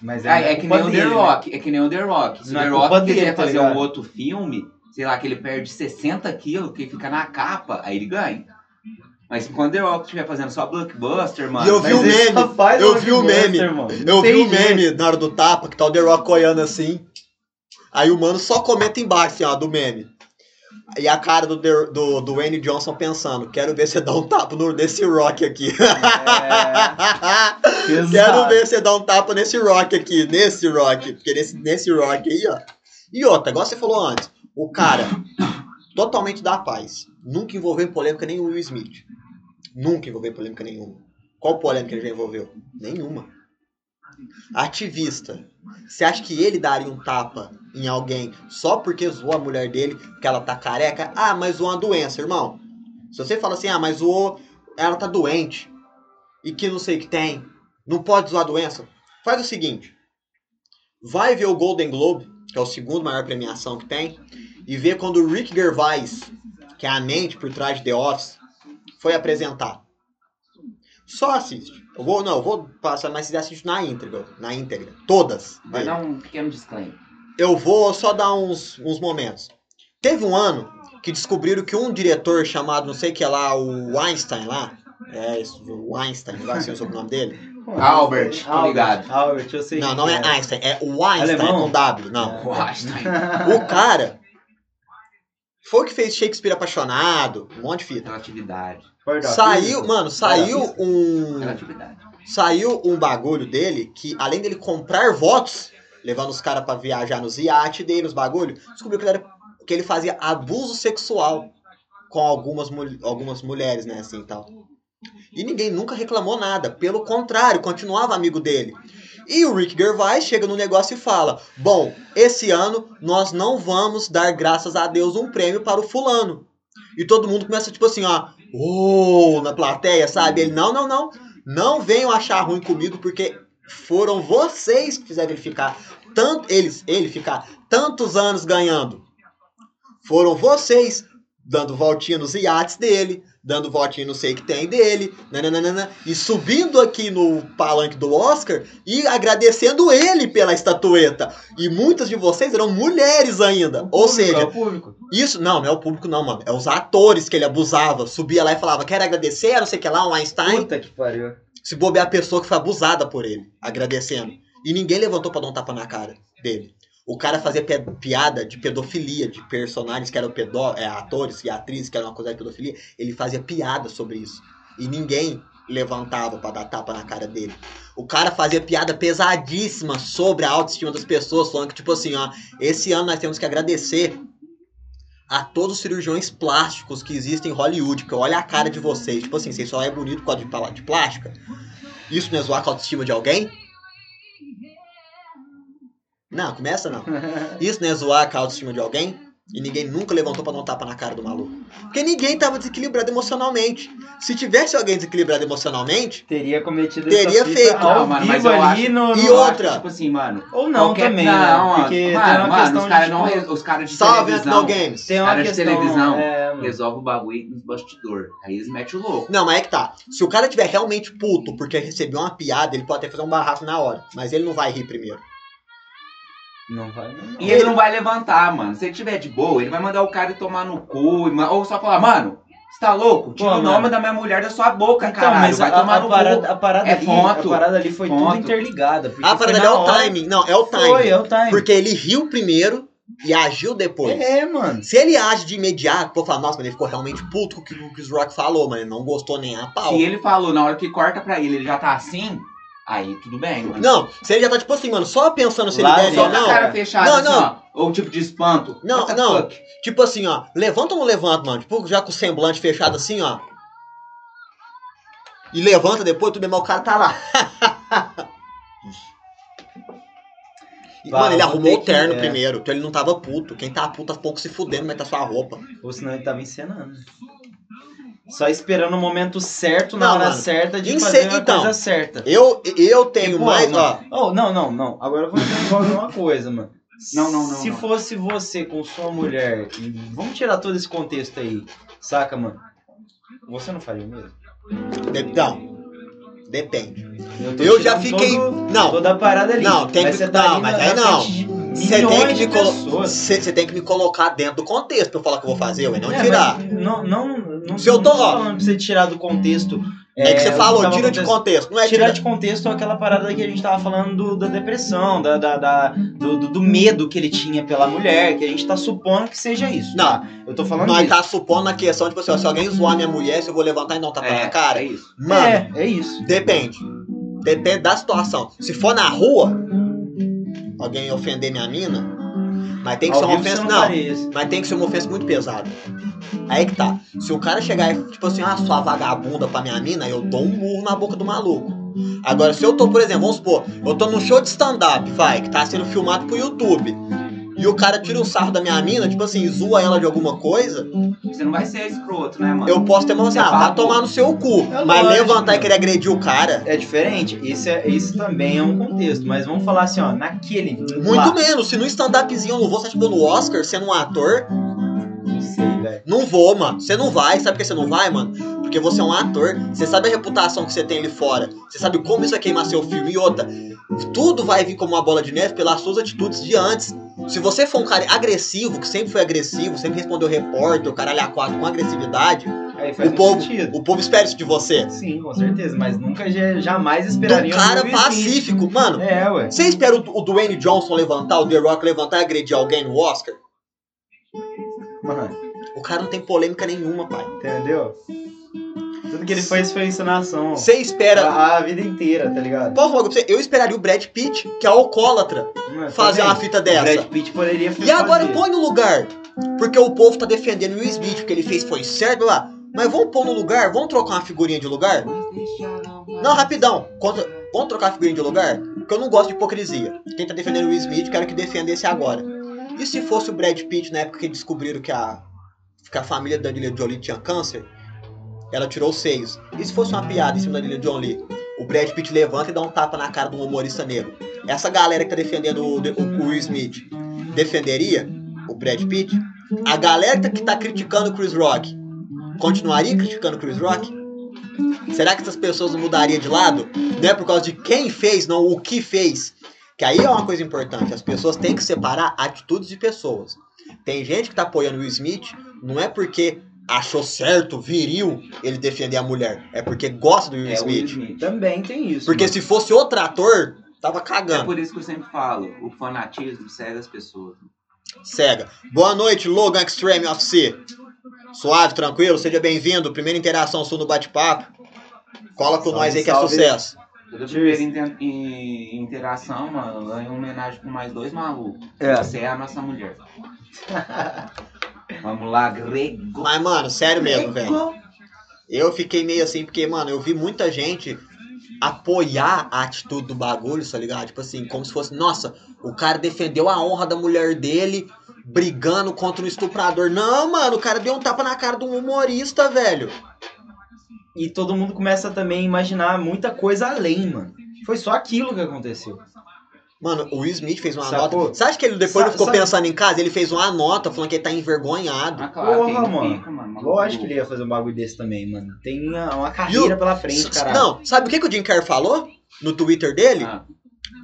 Speaker 3: Mas
Speaker 1: Ah, é que nem o
Speaker 3: culpa
Speaker 1: The
Speaker 3: dele, né?
Speaker 1: Rock. É que nem o The Rock. Se o
Speaker 3: Não é
Speaker 1: The
Speaker 3: culpa
Speaker 1: Rock
Speaker 3: dele,
Speaker 1: quiser
Speaker 3: tá
Speaker 1: fazer
Speaker 3: ligado?
Speaker 1: um outro filme, sei lá, que ele perde 60 quilos, que fica na capa, aí ele ganha. Mas quando o The Rock estiver fazendo só blockbuster, mano.
Speaker 2: E eu vi
Speaker 1: vai-
Speaker 2: o
Speaker 3: Mas é ele
Speaker 2: meme,
Speaker 3: só faz
Speaker 2: eu vi o meme.
Speaker 3: blockbuster, mano.
Speaker 2: Eu vi
Speaker 3: Tem
Speaker 2: o meme na hora do tapa, que tá o The Rock olhando assim. Aí o mano só comenta embaixo, assim, ó, do meme. E a cara do, The- do, do Wayne Johnson pensando, quero ver você dar um tapa no, nesse Rock aqui.
Speaker 3: É, exato.
Speaker 2: quero ver você dar um tapa nesse Rock aqui, nesse Rock. Porque nesse, nesse Rock aí, ó. E outra, igual você falou antes, o cara totalmente da paz. Nunca envolveu em polêmica nenhuma o Will Smith. Nunca envolveu em polêmica nenhuma. Qual polêmica ele já envolveu? Nenhuma. Ativista. Você acha que ele daria um tapa em alguém só porque zoou a mulher dele, porque ela tá careca? Ah, mas zoou uma doença, irmão. Se você fala assim, ah, mas zoou, ela tá doente e que não sei o que tem, não pode zoar a doença. Faz o seguinte: vai ver o Golden Globe, que é o segundo maior premiação que tem, e vê quando o Rick Gervais, que é a mente por trás de The Office, foi apresentar. Só assiste. Eu vou, não, eu vou passar, mas você assiste na íntegra, na íntegra, todas.
Speaker 1: Vai dar um pequeno disclaimer.
Speaker 2: Eu vou só dar uns, uns momentos. Teve um ano que descobriram que um diretor chamado não sei o que lá, o Einstein lá, é isso, o Einstein, lá sei o sobrenome dele.
Speaker 1: Albert, tô ligado.
Speaker 3: Albert, eu sei.
Speaker 2: Não,
Speaker 3: quem
Speaker 2: não é Einstein, é o Einstein
Speaker 3: Alemão?
Speaker 2: com W, não.
Speaker 1: O Einstein.
Speaker 2: O cara foi o que fez Shakespeare apaixonado, um monte de fita.
Speaker 1: Relatividade.
Speaker 3: Porta
Speaker 2: Saiu,
Speaker 3: física.
Speaker 2: mano, saiu
Speaker 3: física?
Speaker 2: um
Speaker 1: Relatividade.
Speaker 2: saiu um bagulho dele que além dele comprar votos, levando os caras pra viajar nos iates dele, nos bagulho, descobriu que ele, era- que ele fazia abuso sexual com algumas, mul- algumas mulheres, né, assim, e tal. E ninguém nunca reclamou nada, pelo contrário, continuava amigo dele. E o Rick Gervais chega no negócio e fala: "Bom, esse ano nós não vamos dar graças a Deus um prêmio para o fulano". E todo mundo começa tipo assim, ó, "Oh", na plateia, sabe? Ele: "Não, não, não. Não venham achar ruim comigo, porque foram vocês que fizeram ele ficar tanto. Eles, ele ficar tantos anos ganhando. Foram vocês dando voltinha nos iates dele, dando voltinha no sei que tem dele, nananana, e subindo aqui no palanque do Oscar e agradecendo ele pela estatueta. E muitas de vocês eram mulheres ainda. Ou seja,
Speaker 3: É o público.
Speaker 2: isso, não, não é o público não, mano. É os atores que ele abusava. Subia lá e falava, quero agradecer, não sei o que lá, um Einstein.
Speaker 3: Puta que pariu.
Speaker 2: Se bobear a pessoa que foi abusada por ele, agradecendo. E ninguém levantou pra dar um tapa na cara dele. O cara fazia pe- piada de pedofilia, de personagens que eram pedó é, atores e atrizes que eram acusados de pedofilia. Ele fazia piada sobre isso. E ninguém levantava pra dar tapa na cara dele. O cara fazia piada pesadíssima sobre a autoestima das pessoas, falando que, tipo assim, ó, esse ano nós temos que agradecer a todos os cirurgiões plásticos que existem em Hollywood, que olha a cara de vocês. Tipo assim, vocês só é bonito por causa de pala- de plástica. Isso não é zoar com a autoestima de alguém? Não, começa não. Isso não é zoar com a autoestima de alguém? E ninguém nunca levantou pra dar um tapa na cara do maluco. Porque ninguém tava desequilibrado emocionalmente. Se tivesse alguém desequilibrado emocionalmente,
Speaker 3: Teria cometido
Speaker 2: Teria
Speaker 3: essa fita
Speaker 2: feito.
Speaker 3: ao
Speaker 1: Não, mano, mas
Speaker 3: vivo
Speaker 1: eu
Speaker 3: ali no...
Speaker 2: E
Speaker 1: Eu acho
Speaker 2: outra?
Speaker 1: que, tipo assim, mano.
Speaker 3: Ou não
Speaker 1: qualquer-
Speaker 3: também,
Speaker 1: não,
Speaker 3: né?
Speaker 1: mano,
Speaker 3: Porque tem
Speaker 1: mano,
Speaker 3: uma
Speaker 1: mano,
Speaker 3: questão
Speaker 1: os caras não.
Speaker 3: de... tipo,
Speaker 1: re- Os caras de
Speaker 3: é
Speaker 2: salve
Speaker 1: televisão
Speaker 2: Ethnal Games.
Speaker 3: Tem uma
Speaker 1: cara de
Speaker 3: questão...
Speaker 1: televisão.
Speaker 3: é, mano.
Speaker 1: resolve o bagulho nos bastidores. Aí eles metem o louco.
Speaker 2: Não, mas é que tá. Se o cara tiver realmente puto porque recebeu uma piada, ele pode até fazer um barraco na hora. Mas ele não vai rir primeiro.
Speaker 3: Não vai, não.
Speaker 1: E ele não vai levantar, mano. Se ele tiver de boa, ele vai mandar o cara tomar no cu. e ma- Ou só falar, mano, você tá louco? Tira
Speaker 3: Pô,
Speaker 1: o
Speaker 3: mano.
Speaker 1: nome da minha mulher da sua boca,
Speaker 3: Então,
Speaker 1: caralho.
Speaker 3: mas
Speaker 1: Vai
Speaker 3: a,
Speaker 1: tomar
Speaker 3: a
Speaker 1: no
Speaker 3: parada,
Speaker 1: cu.
Speaker 3: a parada
Speaker 1: É
Speaker 3: ali,
Speaker 1: ponto.
Speaker 3: a parada ali foi
Speaker 1: Ponto.
Speaker 3: tudo interligada. porque
Speaker 2: A
Speaker 3: foi
Speaker 2: parada
Speaker 3: na
Speaker 2: dele é o
Speaker 3: hora.
Speaker 2: timing. Não, é o timing.
Speaker 3: Foi, é o time.
Speaker 2: Porque ele riu primeiro e agiu depois.
Speaker 3: É, mano.
Speaker 2: Se ele age de imediato, pô, falar, nossa, mas ele ficou realmente puto com o que o Chris Rock falou, mas ele não gostou nem a pau.
Speaker 1: Se ele falou na hora que corta pra ele, ele já tá assim. Aí tudo bem, mano.
Speaker 2: Não, se ele já tá tipo assim, mano, só pensando se ele
Speaker 3: Lá
Speaker 2: deve
Speaker 1: só
Speaker 2: ou
Speaker 1: com a
Speaker 2: não.
Speaker 1: cara fechada,
Speaker 2: Não,
Speaker 1: assim,
Speaker 2: não.
Speaker 1: ó. Ou um tipo de espanto.
Speaker 2: Não,
Speaker 1: What the
Speaker 2: não.
Speaker 1: fuck?
Speaker 2: Tipo assim, ó, levanta ou não levanta, mano? Tipo, já com o semblante fechado assim, ó. E levanta depois, tudo bem, mas o cara tá lá. E,
Speaker 3: Vai,
Speaker 2: mano, ele
Speaker 3: vou
Speaker 2: arrumou
Speaker 3: ter
Speaker 2: o terno
Speaker 3: que- é.
Speaker 2: primeiro, então ele não tava puto. Quem tá puto tá pouco se fudendo, mas tá sua roupa.
Speaker 3: Ou senão ele tava encenando. Só esperando o momento certo, na
Speaker 2: Não,
Speaker 3: hora
Speaker 2: mano.
Speaker 3: certa, de
Speaker 2: Ence-
Speaker 3: fazer a
Speaker 2: então.
Speaker 3: coisa certa.
Speaker 2: Eu, eu tenho
Speaker 3: Tipo,
Speaker 2: mais, ó.
Speaker 3: mano, oh, não, não, não. Agora eu vou te falar uma coisa, mano.
Speaker 1: Não, não, não,
Speaker 3: Se
Speaker 1: não.
Speaker 3: fosse você com sua mulher, e vamos tirar todo esse contexto aí, saca, mano? Você não faria o mesmo?
Speaker 2: De- Não. Depende.
Speaker 3: Eu, tô
Speaker 2: Eu já
Speaker 3: tirando
Speaker 2: fiquei.
Speaker 3: todo-
Speaker 2: Não.
Speaker 3: toda a parada ali.
Speaker 2: Não, tem
Speaker 3: mas
Speaker 2: que-
Speaker 3: você tá
Speaker 2: não,
Speaker 3: ali
Speaker 2: mas
Speaker 3: na-
Speaker 2: aí
Speaker 3: na
Speaker 2: não.
Speaker 3: frente de
Speaker 2: Você tem, que
Speaker 3: milhões
Speaker 2: me
Speaker 3: de
Speaker 2: colo-
Speaker 3: pessoas.
Speaker 2: Cê- cê tem que me colocar dentro do contexto pra eu falar que eu vou fazer, ué. Não
Speaker 3: É,
Speaker 2: tirar.
Speaker 3: mas Não, não, não,
Speaker 2: Se eu tô-
Speaker 3: não
Speaker 2: ó.
Speaker 3: falando pra você tirar do contexto.
Speaker 2: É, que você
Speaker 3: o
Speaker 2: falou,
Speaker 3: tava
Speaker 2: tira de
Speaker 3: acontecendo.
Speaker 2: contexto. Não é
Speaker 3: Tirar
Speaker 2: tirar
Speaker 3: de contexto aquela parada que a gente tava falando do- da depressão, da, da- da- do, do- do medo que ele tinha pela mulher, que a gente tá supondo que seja isso.
Speaker 2: Não.
Speaker 3: tá? Eu tô falando
Speaker 2: Nós
Speaker 3: disso.
Speaker 2: tá supondo na questão, tipo assim, ó, se alguém zoar minha mulher, se eu vou levantar então e não tapar na cara.
Speaker 1: é isso.
Speaker 2: Mano,
Speaker 3: É, é isso.
Speaker 2: depende. Depende da situação. Se for na rua, alguém ofender minha mina, mas tem que
Speaker 3: Ao
Speaker 2: ser uma
Speaker 3: vivo você
Speaker 2: ofensa.
Speaker 3: não
Speaker 2: Não,
Speaker 3: faria isso.
Speaker 2: mas tem que ser uma ofensa muito pesada. Aí que tá. Se o cara chegar e, tipo assim, ah, sua vagabunda pra minha mina, eu dou um murro na boca do maluco. Agora, se eu tô, por exemplo, vamos supor, eu tô num show de stand-up, vai, que tá sendo filmado pro YouTube. E o cara tira um sarro da minha mina, tipo assim, zoa ela de alguma coisa.
Speaker 1: Você não vai ser escroto, né, mano?
Speaker 2: Eu posso ter falado assim, ah, vai tomar no seu cu.
Speaker 3: tá É
Speaker 2: mas
Speaker 3: lógico,
Speaker 2: levantar e
Speaker 3: mano.
Speaker 2: querer agredir o cara,
Speaker 3: É diferente. Isso, é, isso também é um contexto. Mas vamos falar assim, ó, naquele.
Speaker 2: muito menos. Se no stand-upzinho eu não vou, você tipo no Oscar, sendo um ator,
Speaker 3: Não sei, velho.
Speaker 2: não vou, mano. Você não vai. Sabe por que você não vai, mano? Porque você é um ator. Você sabe a reputação que você tem ali fora. Você sabe como isso vai queimar seu filme. E outra, tudo vai vir como uma bola de neve pelas suas atitudes de antes. Se você for um cara agressivo, que sempre foi agressivo, sempre respondeu repórter, o caralho a quatro com agressividade,
Speaker 3: Aí faz
Speaker 2: O
Speaker 3: um
Speaker 2: povo-
Speaker 3: sentido.
Speaker 2: o povo espera isso de você.
Speaker 3: Sim, com certeza. Mas nunca ja- jamais
Speaker 2: Do
Speaker 3: esperaria. um
Speaker 2: cara
Speaker 3: vizinho.
Speaker 2: pacífico, mano.
Speaker 3: É, ué.
Speaker 2: Você espera o, o Dwayne Johnson levantar, o The Rock levantar e agredir alguém no Oscar?
Speaker 3: Mano.
Speaker 2: O cara não tem polêmica nenhuma, pai.
Speaker 3: Entendeu? Tudo que ele fez foi encenação.
Speaker 2: Você espera.
Speaker 3: A, a vida inteira, tá ligado?
Speaker 2: Posso falar uma coisa pra você? Eu esperaria o Brad Pitt, que é alcoólatra,
Speaker 3: Mano,
Speaker 2: fazer
Speaker 3: também,
Speaker 2: uma fita
Speaker 3: o
Speaker 2: dessa.
Speaker 3: Brad Pitt poderia
Speaker 2: E agora
Speaker 3: fazer.
Speaker 2: põe no lugar. Porque o povo tá defendendo o Will Smith, porque ele fez foi certo blá, blá. Mas vamos pôr no lugar, vamos trocar uma figurinha de lugar? Não, rapidão. Conta- vamos trocar a figurinha de lugar? Porque eu não gosto de hipocrisia. Quem tá defendendo o Will Smith, quero que defenda esse agora. E se fosse o Brad Pitt na época que descobriram que a, que a família da Angelina Jolie tinha câncer? Ela tirou seis. E se fosse uma piada em cima da Angelina Jolie? O Brad Pitt levanta e dá um tapa na cara de um humorista negro. Essa galera que tá defendendo o, o- o Will Smith defenderia o Brad Pitt? A galera que tá criticando o Chris Rock continuaria criticando o Chris Rock? Será que essas pessoas não mudariam de lado? Não é por causa de quem fez, não o que fez. Que aí é uma coisa importante. As pessoas têm que separar atitudes de pessoas. Tem gente que tá apoiando o Will Smith, não é porque achou certo, viril, ele defender a mulher. É porque gosta do Will
Speaker 1: É o Will
Speaker 2: Smith.
Speaker 1: Smith.
Speaker 3: Também tem isso.
Speaker 2: Porque
Speaker 3: mano.
Speaker 2: se fosse outro ator, tava
Speaker 1: É
Speaker 2: cagando.
Speaker 1: por isso que eu sempre falo, o fanatismo cega as pessoas.
Speaker 2: Cega. Boa noite, Logan Extreme FC. Suave, tranquilo, seja bem-vindo. Primeira interação sua no bate-papo. Cola com
Speaker 3: Salve,
Speaker 2: nós aí que é
Speaker 3: salve.
Speaker 2: sucesso.
Speaker 1: Toda primeira inter- i- interação, mano, ganha uma homenagem com mais dois malucos.
Speaker 3: É.
Speaker 1: Você é a nossa mulher. Vamos lá, grego.
Speaker 2: Mas, mano, sério mesmo, velho.
Speaker 1: Grego.
Speaker 2: Eu fiquei meio assim, porque, mano, eu vi muita gente apoiar a atitude do bagulho, tá ligado? Tipo assim, como se fosse, nossa, o cara defendeu a honra da mulher dele brigando contra um estuprador. Não, mano, o cara deu um tapa na cara de um humorista, velho.
Speaker 3: E todo mundo começa também a imaginar muita coisa além, mano. Foi só aquilo que aconteceu.
Speaker 2: Mano, o Will Smith fez uma
Speaker 3: Sacou?
Speaker 2: nota. Você acha que ele depois
Speaker 3: Sa-
Speaker 2: não ficou
Speaker 3: sabe-
Speaker 2: pensando em casa? Ele fez uma nota falando que ele tá envergonhado.
Speaker 1: Ah, claro,
Speaker 3: Porra,
Speaker 1: que ele
Speaker 3: mano.
Speaker 1: Fica, mano maluco.
Speaker 3: Lógico que ele ia fazer um bagulho desse também, mano. Tem uma, uma carreira pela frente,
Speaker 2: S-
Speaker 3: caralho.
Speaker 2: Não, sabe o que, que o Jim Carrey falou no Twitter
Speaker 3: é
Speaker 2: dele?
Speaker 1: Ah,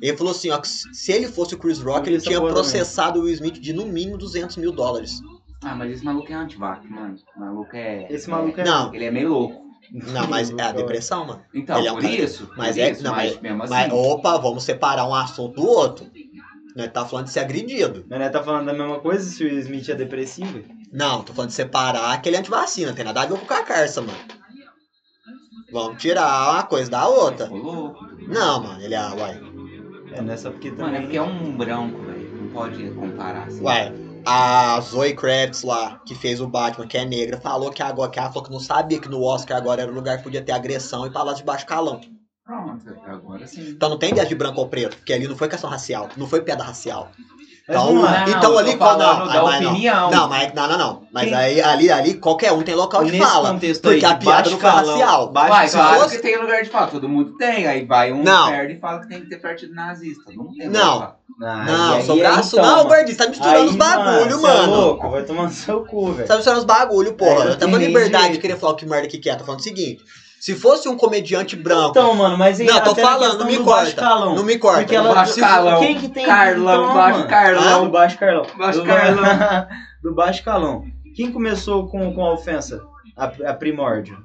Speaker 2: Ele falou assim, ó, que se ele fosse o Chris
Speaker 3: Eu
Speaker 2: Rock,
Speaker 3: vi
Speaker 2: ele
Speaker 3: essa
Speaker 2: tinha
Speaker 3: porra
Speaker 2: processado o Will Smith de no mínimo 200 mil dólares.
Speaker 1: ah, mas esse maluco é antivac, mano. O maluco é.
Speaker 3: Esse maluco é.
Speaker 2: Não,
Speaker 1: Ele é meio louco.
Speaker 2: não, mas é a depressão, mano.
Speaker 1: Então,
Speaker 2: Ele é um
Speaker 1: por
Speaker 2: cara-
Speaker 1: isso.
Speaker 2: mas
Speaker 1: por
Speaker 2: é-
Speaker 1: isso,
Speaker 2: não,
Speaker 1: mas, mesmo assim.
Speaker 2: Mas, opa, vamos separar um assunto do outro. Nós tá falando de ser agredido.
Speaker 3: Mas nós tá falando da mesma coisa se o Will Smith é depressivo?
Speaker 2: Não, tô falando de separar aquele antivacina. Tem nada a ver com o cacarça, mano. Vamos tirar uma coisa da outra.
Speaker 1: Ô, louco.
Speaker 2: Não, mano, ele é. né? Uai.
Speaker 3: É, não é só porque também.
Speaker 1: Mano, é porque é um branco, velho. Não pode comparar assim.
Speaker 2: Uai. É. A Zoe Kravitz lá, que fez o Batman, que é negra, falou que agora que ela falou que não sabia que no Oscar agora era o lugar que podia ter agressão e palavras de baixo calão.
Speaker 1: Pronto, agora sim.
Speaker 2: Então não tem ideia de branco ou preto, porque ali não foi questão racial, não foi piada racial.
Speaker 3: Mas
Speaker 2: Então,
Speaker 3: não é,
Speaker 2: então
Speaker 1: eu
Speaker 2: ali
Speaker 1: tô
Speaker 2: qual não,
Speaker 1: falando da
Speaker 2: Ah, mas não.
Speaker 1: opinião.
Speaker 2: Não, mas não, não, não. Mas
Speaker 3: Quem-
Speaker 2: aí ali, ali qualquer um tem local de
Speaker 3: Nesse
Speaker 2: fala.
Speaker 3: contexto
Speaker 2: porque
Speaker 3: aí,
Speaker 2: a piada não foi racial.
Speaker 1: Vai,
Speaker 2: se
Speaker 1: claro
Speaker 2: fosse-
Speaker 1: que tem lugar de fala. Todo mundo tem. Aí vai um
Speaker 2: Não.
Speaker 1: perde e fala que tem que ter partido nazista. Não tem.
Speaker 2: Não.
Speaker 1: lugar
Speaker 2: Não,
Speaker 3: aí-
Speaker 2: sobre
Speaker 3: aí
Speaker 2: aço
Speaker 3: então,
Speaker 2: não,
Speaker 3: mano.
Speaker 2: gordinho, você tá misturando
Speaker 3: Aí,
Speaker 2: os bagulho,
Speaker 3: cê É
Speaker 2: mano.
Speaker 3: louco, vai tomar no seu cu,
Speaker 2: Você
Speaker 3: velho.
Speaker 2: tá misturando os bagulho,
Speaker 3: É,
Speaker 2: porra.
Speaker 3: não
Speaker 2: Eu tenho
Speaker 3: tem
Speaker 2: uma
Speaker 3: nem
Speaker 2: liberdade de
Speaker 3: jeito.
Speaker 2: querer falar o que merda que quer. Tô falando o seguinte: se fosse um comediante branco.
Speaker 3: Então, mano, mas aí
Speaker 2: Não, tô
Speaker 3: até na
Speaker 2: falando,
Speaker 3: questão
Speaker 2: não me
Speaker 3: do
Speaker 2: corta.
Speaker 3: baixo calão.
Speaker 2: não me corta.
Speaker 3: Porque ela-
Speaker 1: Baixo calão.
Speaker 3: Quem que tem
Speaker 1: Carlão,
Speaker 3: então,
Speaker 1: baixo
Speaker 3: mano?
Speaker 1: Carlão.
Speaker 3: Ah, do baixo Carlão.
Speaker 1: Baixo
Speaker 3: do,
Speaker 1: Carlão.
Speaker 3: do baixo Carlão. Quem começou com, com a ofensa? A, a primórdio.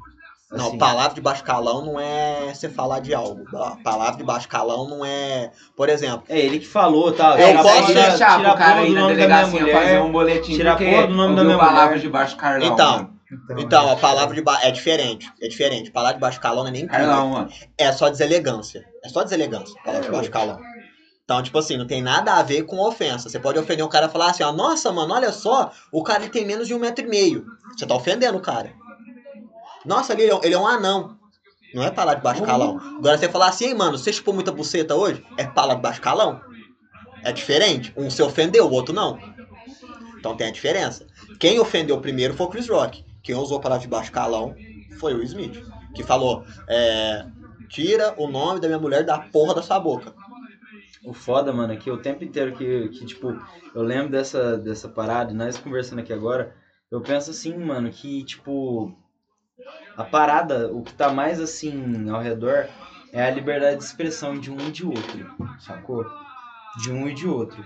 Speaker 2: Não, tá
Speaker 3: Assim.
Speaker 2: palavra de baixo calão não é você falar de algo. A palavra de baixo calão não é. Por exemplo,
Speaker 3: É ele que falou, tá?
Speaker 2: Eu
Speaker 3: Tirar a
Speaker 1: Você
Speaker 2: posso-
Speaker 3: porra-
Speaker 1: deixar
Speaker 3: tirar a
Speaker 1: pro cara
Speaker 3: porra
Speaker 1: ir
Speaker 3: do
Speaker 1: na
Speaker 3: nome da minha
Speaker 1: delegacia
Speaker 3: mulher.
Speaker 1: fazer um boletim.
Speaker 3: tirar a
Speaker 1: porque
Speaker 3: porra do nome da
Speaker 1: ouviu
Speaker 3: minha
Speaker 1: palavras
Speaker 3: mulher.
Speaker 1: de baixo Carlão.
Speaker 2: Então.
Speaker 1: mano.
Speaker 2: então, a palavra de ba... é diferente. É diferente. Palavra de baixo calão não é nem crime.
Speaker 1: Carlão, mano.
Speaker 2: É só deselegância. É só deselegância. Falar de baixo calão. Então, tipo assim, não tem nada a ver com ofensa. Você pode ofender um cara e falar assim, ó, nossa, mano, olha só, o cara ele tem menos de um metro e meio. Você tá ofendendo o cara. Nossa, ele, é um- ele é um anão. Não é palavra de baixo calão.
Speaker 3: Uhum.
Speaker 2: Agora você falar assim, hein, mano, você chupou muita buceta hoje? É palavra de baixo calão. É diferente. Um se ofendeu, o outro não. Então tem a diferença. Quem ofendeu primeiro foi o Chris Rock. Quem usou a palavra de baixo calão foi o Smith. Que falou, é, tira o nome da minha mulher da porra da sua boca.
Speaker 3: O foda, mano, é que o tempo inteiro que, que tipo, eu lembro dessa, dessa parada, e nós conversando aqui agora, eu penso assim, mano, que, tipo, a parada, o que tá mais assim ao redor é a liberdade de expressão de um e de outro, sacou? De um e de outro.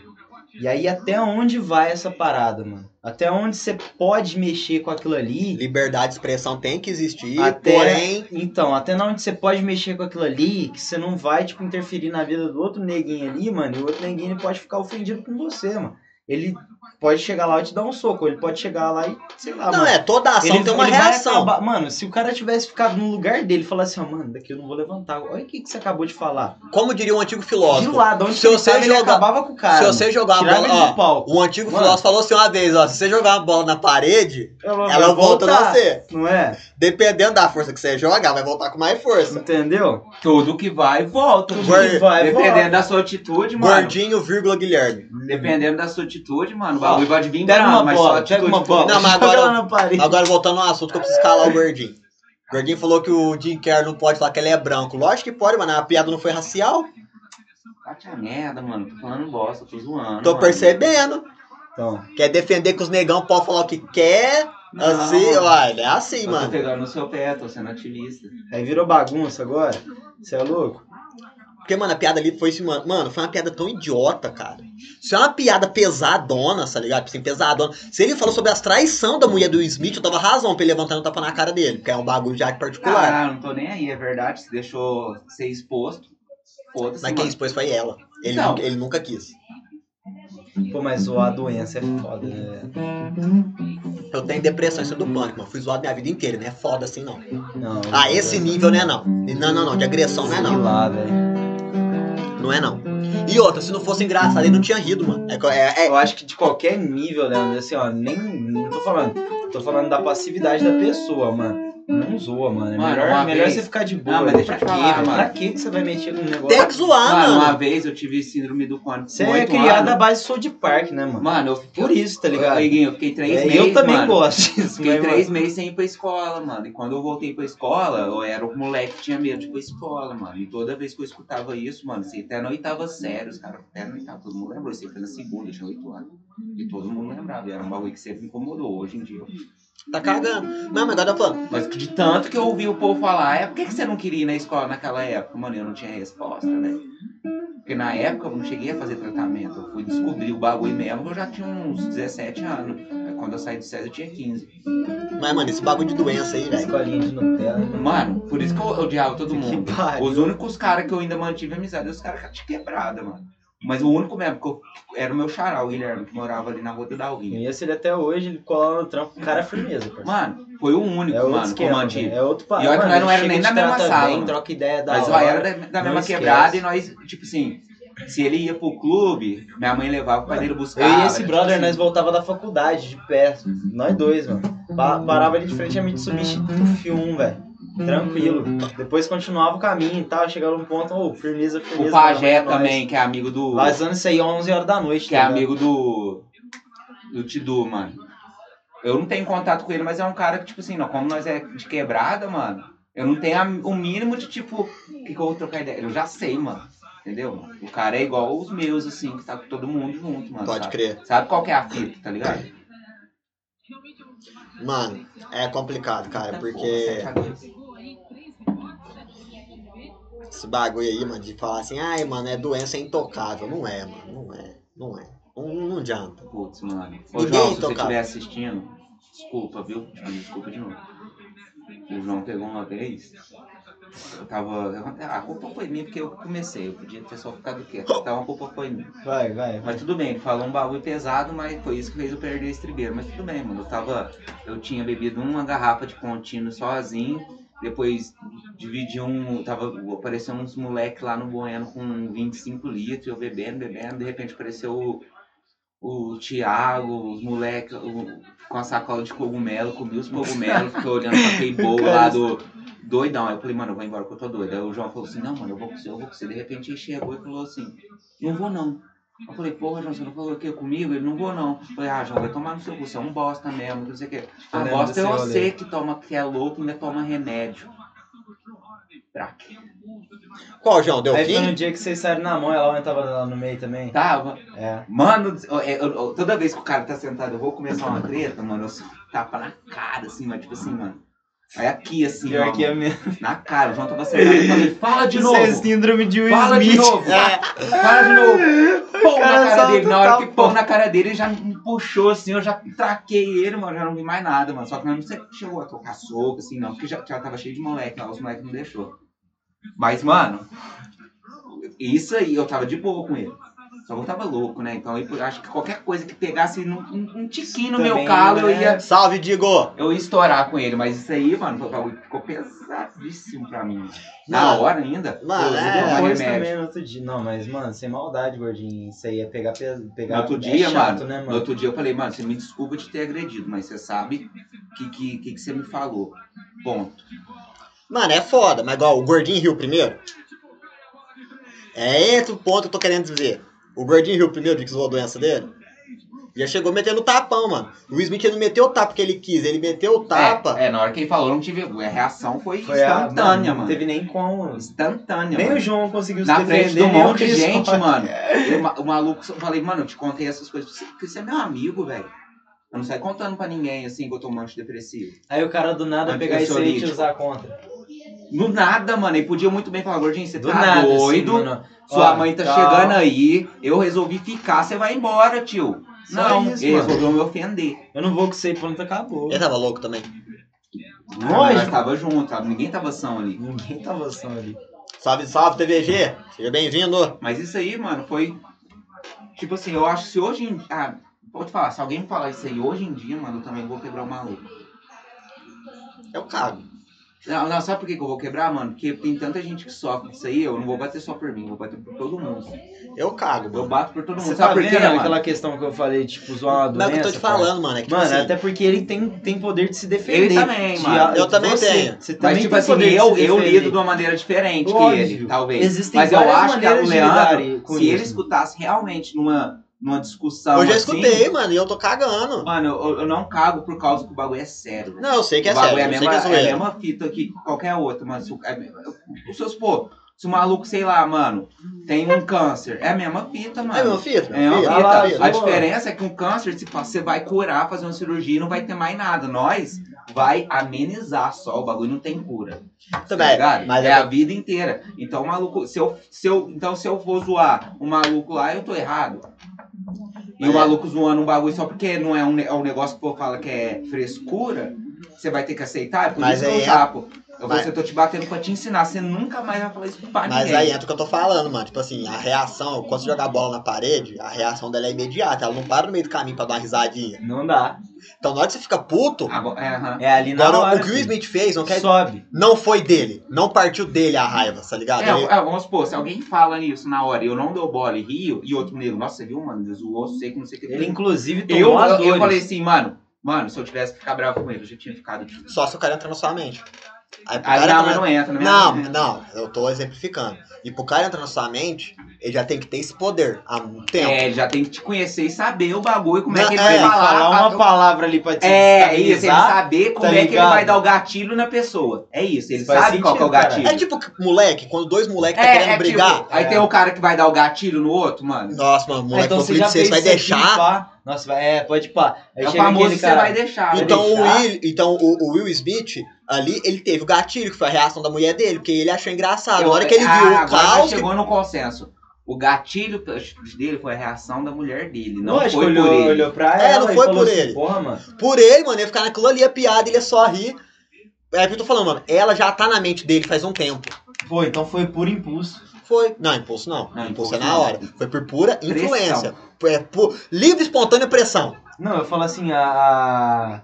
Speaker 3: E aí, até onde vai essa parada, mano? Até onde você pode mexer com aquilo ali?
Speaker 2: Liberdade de expressão tem que existir,
Speaker 3: Até-
Speaker 2: porém,
Speaker 3: Então, até na onde você pode mexer com aquilo ali, que você não vai, tipo, interferir na vida do outro neguinho ali, mano, e o outro neguinho ele pode ficar ofendido com você, mano. Ele pode chegar lá e te dar um soco, ele pode chegar lá e, sei lá,
Speaker 2: não
Speaker 3: mano.
Speaker 2: é toda ação tem uma
Speaker 3: vai
Speaker 2: reação.
Speaker 3: acabar- Mano, se o cara tivesse ficado no lugar dele e falasse assim, ó, mano, daqui eu não vou levantar. Olha o que, que você acabou de falar.
Speaker 2: Como diria um antigo
Speaker 3: De
Speaker 2: filósofo,
Speaker 3: lá, de onde
Speaker 2: se
Speaker 3: que ele
Speaker 2: você
Speaker 3: tava, ele
Speaker 2: jogar-
Speaker 3: acabava com o cara.
Speaker 2: se
Speaker 3: mano.
Speaker 2: você jogar uma
Speaker 3: Tirava
Speaker 2: bola,
Speaker 3: ele do
Speaker 2: ó,
Speaker 3: palco.
Speaker 2: um antigo
Speaker 3: Mano.
Speaker 2: filósofo falou assim uma vez, ó, se você jogar uma bola na parede, ela
Speaker 3: vai
Speaker 2: volta
Speaker 3: voltar,
Speaker 2: na você.
Speaker 3: Não é?
Speaker 2: Dependendo da força que você joga, ela vai voltar com mais força.
Speaker 3: Entendeu?
Speaker 1: Tudo que vai, volta.
Speaker 2: Tudo
Speaker 1: gente.
Speaker 2: Gor-
Speaker 3: Vai, volta.
Speaker 1: Dependendo da sua atitude, mano.
Speaker 2: Gordinho, vírgula, Guilherme.
Speaker 1: Dependendo da sua atitude, mano, o
Speaker 3: Ó,
Speaker 1: bagulho pode vir
Speaker 3: Pega
Speaker 1: bravo,
Speaker 3: uma
Speaker 1: mas só a
Speaker 3: bola,
Speaker 1: atitude.
Speaker 3: pega uma bola.
Speaker 2: Não, mas
Speaker 3: joga
Speaker 2: agora- Tá
Speaker 3: lá na parede.
Speaker 2: Agora voltando ao assunto que eu preciso calar o Gordinho. O Gordinho falou que o Jim Carrey não pode falar que ele é branco. Lógico que pode, mano, a piada não foi racial.
Speaker 1: Bate a merda, mano. Tô falando bosta, tô zoando.
Speaker 2: Tô
Speaker 1: mano.
Speaker 2: percebendo.
Speaker 3: Então.
Speaker 2: Quer defender que os negão podem falar o que quer,
Speaker 1: Não, Tá
Speaker 2: assim,
Speaker 1: mano.
Speaker 2: olha, é assim,
Speaker 1: Eu Tô
Speaker 2: mano.
Speaker 1: pegando no seu pé, tô sendo ativista.
Speaker 3: Aí virou bagunça agora? Você é louco?
Speaker 2: Porque, mano, a piada ali foi esse, mano. Mano, foi uma piada tão idiota, cara. Isso é uma piada pesadona, tá ligado? Tipo Assim, pesadona. Se ele falou sobre as traição da mulher do Smith, eu tava razão pra ele levantar e não tapa na cara dele. Porque é um bagulho de arte particular.
Speaker 1: Ah, não tô nem aí, é verdade. Se deixou ser exposto. Foda-se.
Speaker 2: Mas
Speaker 1: mano. Então.
Speaker 2: quem expôs foi ela. Ele,
Speaker 1: Não.
Speaker 2: nunca, ele nunca quis.
Speaker 3: Pô, mas zoar a doença é foda, né?
Speaker 2: Eu tenho depressão, isso é do punk, mano. Fui zoado minha vida inteira, não é foda assim, não.
Speaker 3: Não.
Speaker 2: Ah, esse nível não é não. Não, não, não. De agressão não é não.
Speaker 3: lá, velho.
Speaker 2: Não é não. E outra, se não fosse engraçado, ele não tinha rido, mano. É, co- é, é-
Speaker 3: Eu acho que de qualquer nível, Leandro, assim, ó, nem. Não tô falando. Tô falando da passividade da pessoa, mano. Não zoa, mano. É
Speaker 1: Mano,
Speaker 3: melhor,
Speaker 1: uma
Speaker 3: melhor
Speaker 1: vez-
Speaker 3: você ficar de boa.
Speaker 1: Não, mas deixa
Speaker 3: pra
Speaker 1: eu te falar,
Speaker 3: velho?
Speaker 1: mano.
Speaker 3: Pra que que você vai mexer num negócio?
Speaker 2: tem que zoar,
Speaker 1: Mano, uma
Speaker 2: mano.
Speaker 1: vez eu tive síndrome do pânico.
Speaker 3: Você
Speaker 1: com
Speaker 3: é
Speaker 1: oito
Speaker 3: criado à
Speaker 1: anos.
Speaker 3: base de South Park, né, mano?
Speaker 1: Mano, eu fiquei.
Speaker 3: Por isso, tá ligado?
Speaker 1: Amiguinho, eu fiquei três
Speaker 3: É,
Speaker 1: meses.
Speaker 3: eu também
Speaker 1: mano.
Speaker 3: gosto disso,
Speaker 1: Fiquei
Speaker 3: mas,
Speaker 1: três
Speaker 3: mano,
Speaker 1: meses sem ir pra escola, mano. E quando eu voltei pra escola, eu era um moleque que tinha medo de ir pra escola, mano. E toda vez que eu escutava isso, mano, assim, até na oitava sério, os caras até na oitava, todo mundo lembrou. Isso aí foi na segunda, eu tinha oito anos. E todo mundo lembrava. E era um bagulho que sempre me incomodou hoje em dia.
Speaker 2: Tá cagando. Não, mas agora eu tô falando.
Speaker 1: Mas de tanto que eu ouvi o povo falar, é por que que você não queria ir na escola naquela época? Mano, eu não tinha resposta, né? Porque na época eu não cheguei a fazer tratamento. Eu fui descobrir o bagulho mesmo, eu já tinha uns 17 anos. Aí Quando eu saí do César, eu tinha 15.
Speaker 2: Mas, mano, esse bagulho de doença aí, velho.
Speaker 3: escolinha de Nutella. né?
Speaker 1: Mano, por isso que eu odiava todo
Speaker 3: Que
Speaker 1: mundo.
Speaker 3: pariu.
Speaker 1: Os únicos caras que eu ainda mantive amizade eram os caras que tinha quebrada, mano. Mas o único mesmo que eu, era o meu xará, o Guilherme, que morava ali na Rua da Dalvinha.
Speaker 3: Conheço ele até hoje, ele cola no trampo, o cara é firmeza, parceiro.
Speaker 1: Mano, foi o único,
Speaker 3: é outro
Speaker 1: mano,
Speaker 3: esquema,
Speaker 1: comandante.
Speaker 3: velho, É outro
Speaker 1: E olha que nós não
Speaker 3: ele
Speaker 1: era nem
Speaker 3: chega,
Speaker 1: da
Speaker 3: te
Speaker 1: mesma
Speaker 3: trata
Speaker 1: sala,
Speaker 3: bem,
Speaker 1: mano.
Speaker 3: troca ideia da
Speaker 1: Mas
Speaker 3: hora.
Speaker 1: nós era da, da
Speaker 3: não
Speaker 1: mesma
Speaker 3: esquece.
Speaker 1: quebrada e nós, tipo assim, se ele ia pro clube, minha mãe levava pra ele buscar.
Speaker 3: Eu e esse
Speaker 1: era,
Speaker 3: brother,
Speaker 1: tipo
Speaker 3: nós
Speaker 1: assim,
Speaker 3: voltava da faculdade, de pé. Nós dois, mano. Pa- parava ali de frente a Mitsubishi Tuf 1, velho. Tranquilo. Depois continuava o caminho e tal. Chegava num ponto, ô, firmeza, firmeza.
Speaker 1: O Pajé
Speaker 3: mano, é nóis.
Speaker 1: também, que é amigo do.
Speaker 3: Vazando isso aí 11 horas da noite.
Speaker 1: Que é
Speaker 3: tá ligado?
Speaker 1: amigo do. Do Tidu, mano. Eu não tenho contato com ele, mas é um cara que, tipo assim, não, como nós é de quebrada, mano, eu não tenho a- o mínimo de, tipo, o que, que eu vou trocar ideia? Eu já sei, mano. Entendeu? mano? O cara é igual os meus, assim, que tá com todo mundo junto, mano.
Speaker 2: Pode
Speaker 1: sabe?
Speaker 2: crer.
Speaker 1: Sabe qual que é a fita, tá ligado?
Speaker 2: Mano, é complicado, cara,
Speaker 1: Porra,
Speaker 2: porque
Speaker 1: sete a dois.
Speaker 2: esse bagulho aí, mano, de falar assim, ai, mano, é doença intocável. Não é, mano, não é, não é. Não, não adianta.
Speaker 1: Putz, mano. Ô,
Speaker 2: Ninguém
Speaker 1: João, se você
Speaker 2: tocava.
Speaker 1: estiver assistindo, desculpa, viu? Tipo, me Desculpa de novo. O João pegou uma vez. Eu tava. A culpa foi minha porque eu comecei. Eu podia ter só ficado quieto. Então a culpa foi minha.
Speaker 3: Vai, vai. vai.
Speaker 1: Mas tudo bem, ele falou um bagulho pesado, mas foi isso que fez eu perder a estribeira. Mas tudo bem, mano. Eu tava. Eu tinha bebido uma garrafa de contínuo sozinho. Depois dividi um. Tava. Apareceu uns moleque lá no Bueno com 25 litros, eu bebendo, bebendo, de repente apareceu o o Thiago, os moleques com a sacola de cogumelo, comi os cogumelos, fiquei olhando pra aquele bowl lá do doidão. Aí eu falei, mano, eu vou embora que eu tô doido. Aí o João falou assim, não, mano, eu vou com você, eu vou com você. De repente ele chegou e falou assim, não vou não. Eu falei, porra, João, você não falou o quê comigo? Ele, não vou não. Eu falei, ah, João, vai tomar no seu cu, você é um bosta mesmo, que não sei o quê.
Speaker 3: Eu
Speaker 1: A
Speaker 3: lembro
Speaker 1: bosta é
Speaker 3: desse rolê.
Speaker 1: você que toma, que é louco, ainda toma remédio. Pra quê?
Speaker 2: Qual, João?
Speaker 1: É
Speaker 2: Deu
Speaker 3: Aí foi no
Speaker 2: fim?
Speaker 3: dia que vocês saíram na mão, ela tava lá no meio também.
Speaker 1: Tava,
Speaker 3: É.
Speaker 1: Mano, eu- eu- eu- toda vez que o cara tá sentado, eu vou começar uma treta, mano, eu sou tapa na cara, assim, mas tipo assim, mano. Aí aqui, assim, ó,
Speaker 3: Pior que é mesmo.
Speaker 1: na cara, o João tava sentado e falei, fala de novo,
Speaker 3: Isso é síndrome de Will
Speaker 1: fala de
Speaker 3: Smith. Ah,
Speaker 1: novo,
Speaker 2: É,
Speaker 1: fala de novo. Pão na
Speaker 3: cara
Speaker 1: cara
Speaker 3: solta
Speaker 1: dele,
Speaker 3: o
Speaker 1: na hora
Speaker 3: tapa.
Speaker 1: que pão na cara dele, ele já me puxou, assim, eu já traquei ele, mano, já não vi mais nada, mano. Só que nós não sei se chegou a tocar soco, assim, não, porque já, já tava cheio de moleque, lá, os moleques não deixou. Mas, mano, isso aí, eu tava de boa com ele. Só que eu tava louco, né? Então eu acho que qualquer coisa que pegasse um, um, um tiquinho no
Speaker 3: Também,
Speaker 1: meu calo, eu
Speaker 3: né?
Speaker 1: ia.
Speaker 2: Salve, Digo!
Speaker 1: Eu ia estourar com ele, mas isso aí, mano, foi um bagulho que ficou pesadíssimo pra mim. Na
Speaker 2: Mano,
Speaker 1: hora ainda.
Speaker 2: mano,
Speaker 1: eu
Speaker 2: é,
Speaker 1: tomar
Speaker 3: Depois
Speaker 1: remédio.
Speaker 3: também no outro dia. Não, mas, mano, sem maldade, gordinho. Isso aí é pegar peso. Pegar
Speaker 1: No outro dia,
Speaker 3: é chato,
Speaker 1: mano,
Speaker 3: né,
Speaker 1: No
Speaker 3: mano?
Speaker 1: outro dia eu falei, mano, você me desculpa de ter agredido, mas você sabe o que, que, que, que você me falou. Ponto.
Speaker 2: Mano, é foda, mas igual o Gordinho Rio primeiro. É esse o ponto que eu tô querendo dizer. O Gordinho Rio primeiro, de que zoou a doença dele, já chegou metendo tapão, mano. O Will Smith ele não meteu o tapa que ele quis, ele meteu o tapa.
Speaker 1: É, é, na hora que ele falou, eu não tive. A reação foi,
Speaker 3: Foi a-
Speaker 1: instantânea,
Speaker 3: Não
Speaker 1: mano.
Speaker 3: teve nem como.
Speaker 1: Instantânea,
Speaker 3: Nem
Speaker 1: mano.
Speaker 3: o João conseguiu se
Speaker 1: Na
Speaker 3: defender.
Speaker 1: frente de um
Speaker 3: nem o
Speaker 1: monte de
Speaker 3: Cris
Speaker 1: gente,
Speaker 3: Rock.
Speaker 1: mano. E o ma- o maluco, eu falei, mano, eu te contei essas coisas porque você- porque você é meu amigo, velho. Eu não saio contando pra ninguém, assim, que eu tomo antidepressivo.
Speaker 3: Aí o cara do nada pegar isso aí e te
Speaker 1: Anticancerígeno.
Speaker 3: usar contra.
Speaker 1: No nada, mano, ele podia muito bem falar, gordinho, você
Speaker 3: Do
Speaker 1: tá
Speaker 3: nada, assim,
Speaker 1: doido,
Speaker 3: mano.
Speaker 1: sua
Speaker 3: Ó,
Speaker 1: mãe tá
Speaker 3: calma.
Speaker 1: chegando aí, eu resolvi ficar, você vai embora, tio.
Speaker 3: Só
Speaker 1: Não,
Speaker 3: isso,
Speaker 1: ele
Speaker 3: mano.
Speaker 1: resolveu me ofender.
Speaker 3: Eu não vou com você, pronto, acabou.
Speaker 1: tá-
Speaker 2: Ele tava louco também.
Speaker 1: Nós tava junto, sabe? ninguém tava são ali.
Speaker 3: Ninguém tava só ali.
Speaker 2: Salve, salve, TVG. Seja bem-vindo.
Speaker 1: Mas isso aí, mano, foi. Tipo assim, eu acho que se hoje em Ah, vou te falar, se alguém me falar isso aí hoje em dia, mano, eu também vou quebrar o maluco.
Speaker 2: Eu cago.
Speaker 1: Não, não, sabe por que, que eu vou quebrar, mano? Porque tem tanta gente que sofre disso aí, eu não vou bater só por mim, vou bater por todo mundo.
Speaker 2: Eu cago,
Speaker 1: Eu
Speaker 2: mano.
Speaker 1: bato por todo mundo.
Speaker 3: Você tá
Speaker 1: sabe por
Speaker 3: vendo
Speaker 1: quê, né, mano?
Speaker 3: aquela questão que eu falei, tipo, zoar
Speaker 2: Mas
Speaker 3: uma
Speaker 2: é o
Speaker 3: doença?
Speaker 2: que eu tô te
Speaker 3: cara?
Speaker 2: falando, mano. É que, tipo
Speaker 3: Mano,
Speaker 2: assim,
Speaker 3: até porque ele tem, tem poder de se defender.
Speaker 1: Ele também,
Speaker 3: de-
Speaker 1: mano.
Speaker 2: Eu também
Speaker 3: você,
Speaker 2: tenho.
Speaker 3: Você
Speaker 1: Mas,
Speaker 3: também
Speaker 1: tipo
Speaker 3: tem
Speaker 1: assim,
Speaker 3: poder de
Speaker 1: eu,
Speaker 3: se
Speaker 1: eu
Speaker 3: defender.
Speaker 1: lido de uma maneira diferente que
Speaker 3: Óbvio.
Speaker 1: ele, talvez.
Speaker 3: Existem
Speaker 1: Mas eu
Speaker 3: várias
Speaker 1: acho que o
Speaker 3: maneiras de lidarem
Speaker 1: Leandro,
Speaker 3: com
Speaker 1: se ele
Speaker 3: isso.
Speaker 1: escutasse realmente numa, numa discussão.
Speaker 2: eu já
Speaker 1: assim,
Speaker 2: escutei, mano, e eu tô cagando.
Speaker 1: Mano, eu, eu não cago por causa que o bagulho é sério.
Speaker 2: Não, eu sei que é
Speaker 1: o bagulho
Speaker 2: sério.
Speaker 1: é, a
Speaker 2: Eu sei
Speaker 1: mesma,
Speaker 2: que é
Speaker 1: é a
Speaker 2: zoeira.
Speaker 1: mesma fita que qualquer outra, mano. Se, o- é, se eu supor, se o maluco, sei lá, mano, tem um câncer, é a mesma fita, mano.
Speaker 2: É meu filho? tá
Speaker 1: É uma
Speaker 2: Meu
Speaker 1: fita.
Speaker 3: vai lá,
Speaker 2: filho,
Speaker 1: a
Speaker 3: zoa.
Speaker 1: diferença é que um câncer, se você vai curar, fazer uma cirurgia e não vai ter mais nada. Nós vai amenizar só, o bagulho não tem cura.
Speaker 2: Muito
Speaker 1: Tá
Speaker 2: bem.
Speaker 1: ligado?
Speaker 2: Mas
Speaker 1: é
Speaker 2: é
Speaker 1: a vida inteira. Então, o maluco, se eu, se eu, então, se eu vou zoar o maluco lá, eu tô errado. E o
Speaker 2: É.
Speaker 1: maluco zoando um bagulho só porque não é um, ne- é um negócio que o povo fala que é frescura, você vai ter que aceitar. É por
Speaker 2: Mas
Speaker 1: isso que
Speaker 2: aí
Speaker 1: eu
Speaker 2: é-
Speaker 1: tapo. Eu,
Speaker 2: Vai.
Speaker 1: você, eu tô te batendo pra te ensinar. Você nunca mais vai falar isso pra ninguém.
Speaker 2: Mas aí é entra o que eu tô falando, mano. Tipo assim, a reação, quando você jogar a bola na parede, a reação dela é imediata. Ela não para no meio do caminho pra dar uma risadinha.
Speaker 3: Não dá.
Speaker 2: Então na hora que você fica puto,
Speaker 1: Ah, bom, é, aham.
Speaker 3: É ali na
Speaker 2: agora
Speaker 3: hora.
Speaker 2: o que o
Speaker 3: filho.
Speaker 2: Smith fez não, quer...
Speaker 3: Sobe.
Speaker 2: não foi dele. Não partiu dele a raiva, tá ligado?
Speaker 1: É,
Speaker 2: Ele-
Speaker 1: é, vamos supor, se alguém fala nisso na hora e eu não dou bola e rio, e outro negro, nossa, você viu, mano, Deus, o osso seco, não sei o que.
Speaker 3: Ele inclusive tomou
Speaker 1: eu,
Speaker 3: as
Speaker 1: eu, eu
Speaker 3: dores.
Speaker 1: falei assim, mano, mano, se eu tivesse que ficar bravo com ele, eu já tinha ficado. tipo,
Speaker 2: Só se o cara entrar na sua mente. Aí pro
Speaker 1: Aí
Speaker 2: cara
Speaker 1: não,
Speaker 2: entrar
Speaker 1: mas
Speaker 2: na-
Speaker 1: não entra, né?
Speaker 2: Não, não, eu tô exemplificando. E pro cara entrar na sua mente, ele já tem que ter esse poder há um tempo.
Speaker 1: É, ele já tem que te conhecer e saber o bagulho, como é
Speaker 2: Não,
Speaker 1: que ele
Speaker 2: é,
Speaker 1: vai
Speaker 3: Tem que
Speaker 1: falar.
Speaker 3: falar uma palavra ali
Speaker 2: tá
Speaker 3: pra te
Speaker 1: É, isso, ele
Speaker 3: estabilizar.
Speaker 1: saber como
Speaker 3: tá
Speaker 1: é que ele
Speaker 3: ligado?
Speaker 1: vai dar o gatilho na pessoa. É isso, ele
Speaker 3: Faz
Speaker 1: sabe qual
Speaker 3: sentido,
Speaker 1: que é o
Speaker 3: cara.
Speaker 1: gatilho.
Speaker 2: É tipo que moleque, quando dois moleques tá querendo brigar.
Speaker 1: tipo, aí
Speaker 3: é.
Speaker 1: tem o cara que vai dar o gatilho no outro, mano.
Speaker 2: Nossa, mano,
Speaker 3: Ah,
Speaker 2: moleque,
Speaker 3: então
Speaker 2: então
Speaker 3: você já
Speaker 2: você
Speaker 3: fez
Speaker 2: vai
Speaker 3: isso aqui,
Speaker 2: deixar.
Speaker 3: pá. Nossa, vai, é, pode pá. Aí
Speaker 1: é o
Speaker 3: chega
Speaker 1: famoso
Speaker 3: aquele
Speaker 1: que você
Speaker 3: cara-
Speaker 1: vai deixar. né?
Speaker 2: Então, o
Speaker 3: deixar.
Speaker 2: Will, então o, o Will Smith, ali, ele teve o gatilho, que foi a reação da mulher dele, porque ele achou engraçado.
Speaker 1: Eu-
Speaker 2: Na hora que ele
Speaker 1: Ah,
Speaker 2: viu o
Speaker 1: agora nós
Speaker 2: caos. que-
Speaker 1: chegou no consenso. O gatilho dele foi a reação da mulher dele, não
Speaker 3: Lógico,
Speaker 1: foi
Speaker 3: é, olhou,
Speaker 1: por ele.
Speaker 3: olhou pra
Speaker 2: É,
Speaker 3: ela
Speaker 2: não
Speaker 3: e
Speaker 2: foi
Speaker 3: falou
Speaker 2: por
Speaker 3: assim,
Speaker 2: ele.
Speaker 3: Porra, mano.
Speaker 2: Por ele, mano, ia ficar naquilo ali, a piada, ele ia só rir. É o que eu tô falando, mano. Ela já tá na mente dele faz um tempo.
Speaker 3: Pô, então foi por impulso.
Speaker 2: Foi. Não, impulso não.
Speaker 1: Não, impulso
Speaker 2: impulso é na
Speaker 1: não.
Speaker 2: hora. Foi por pura
Speaker 1: Pressão.
Speaker 2: influência. Foi- É por livre, espontânea pressão.
Speaker 3: Não, eu falo assim, a... a-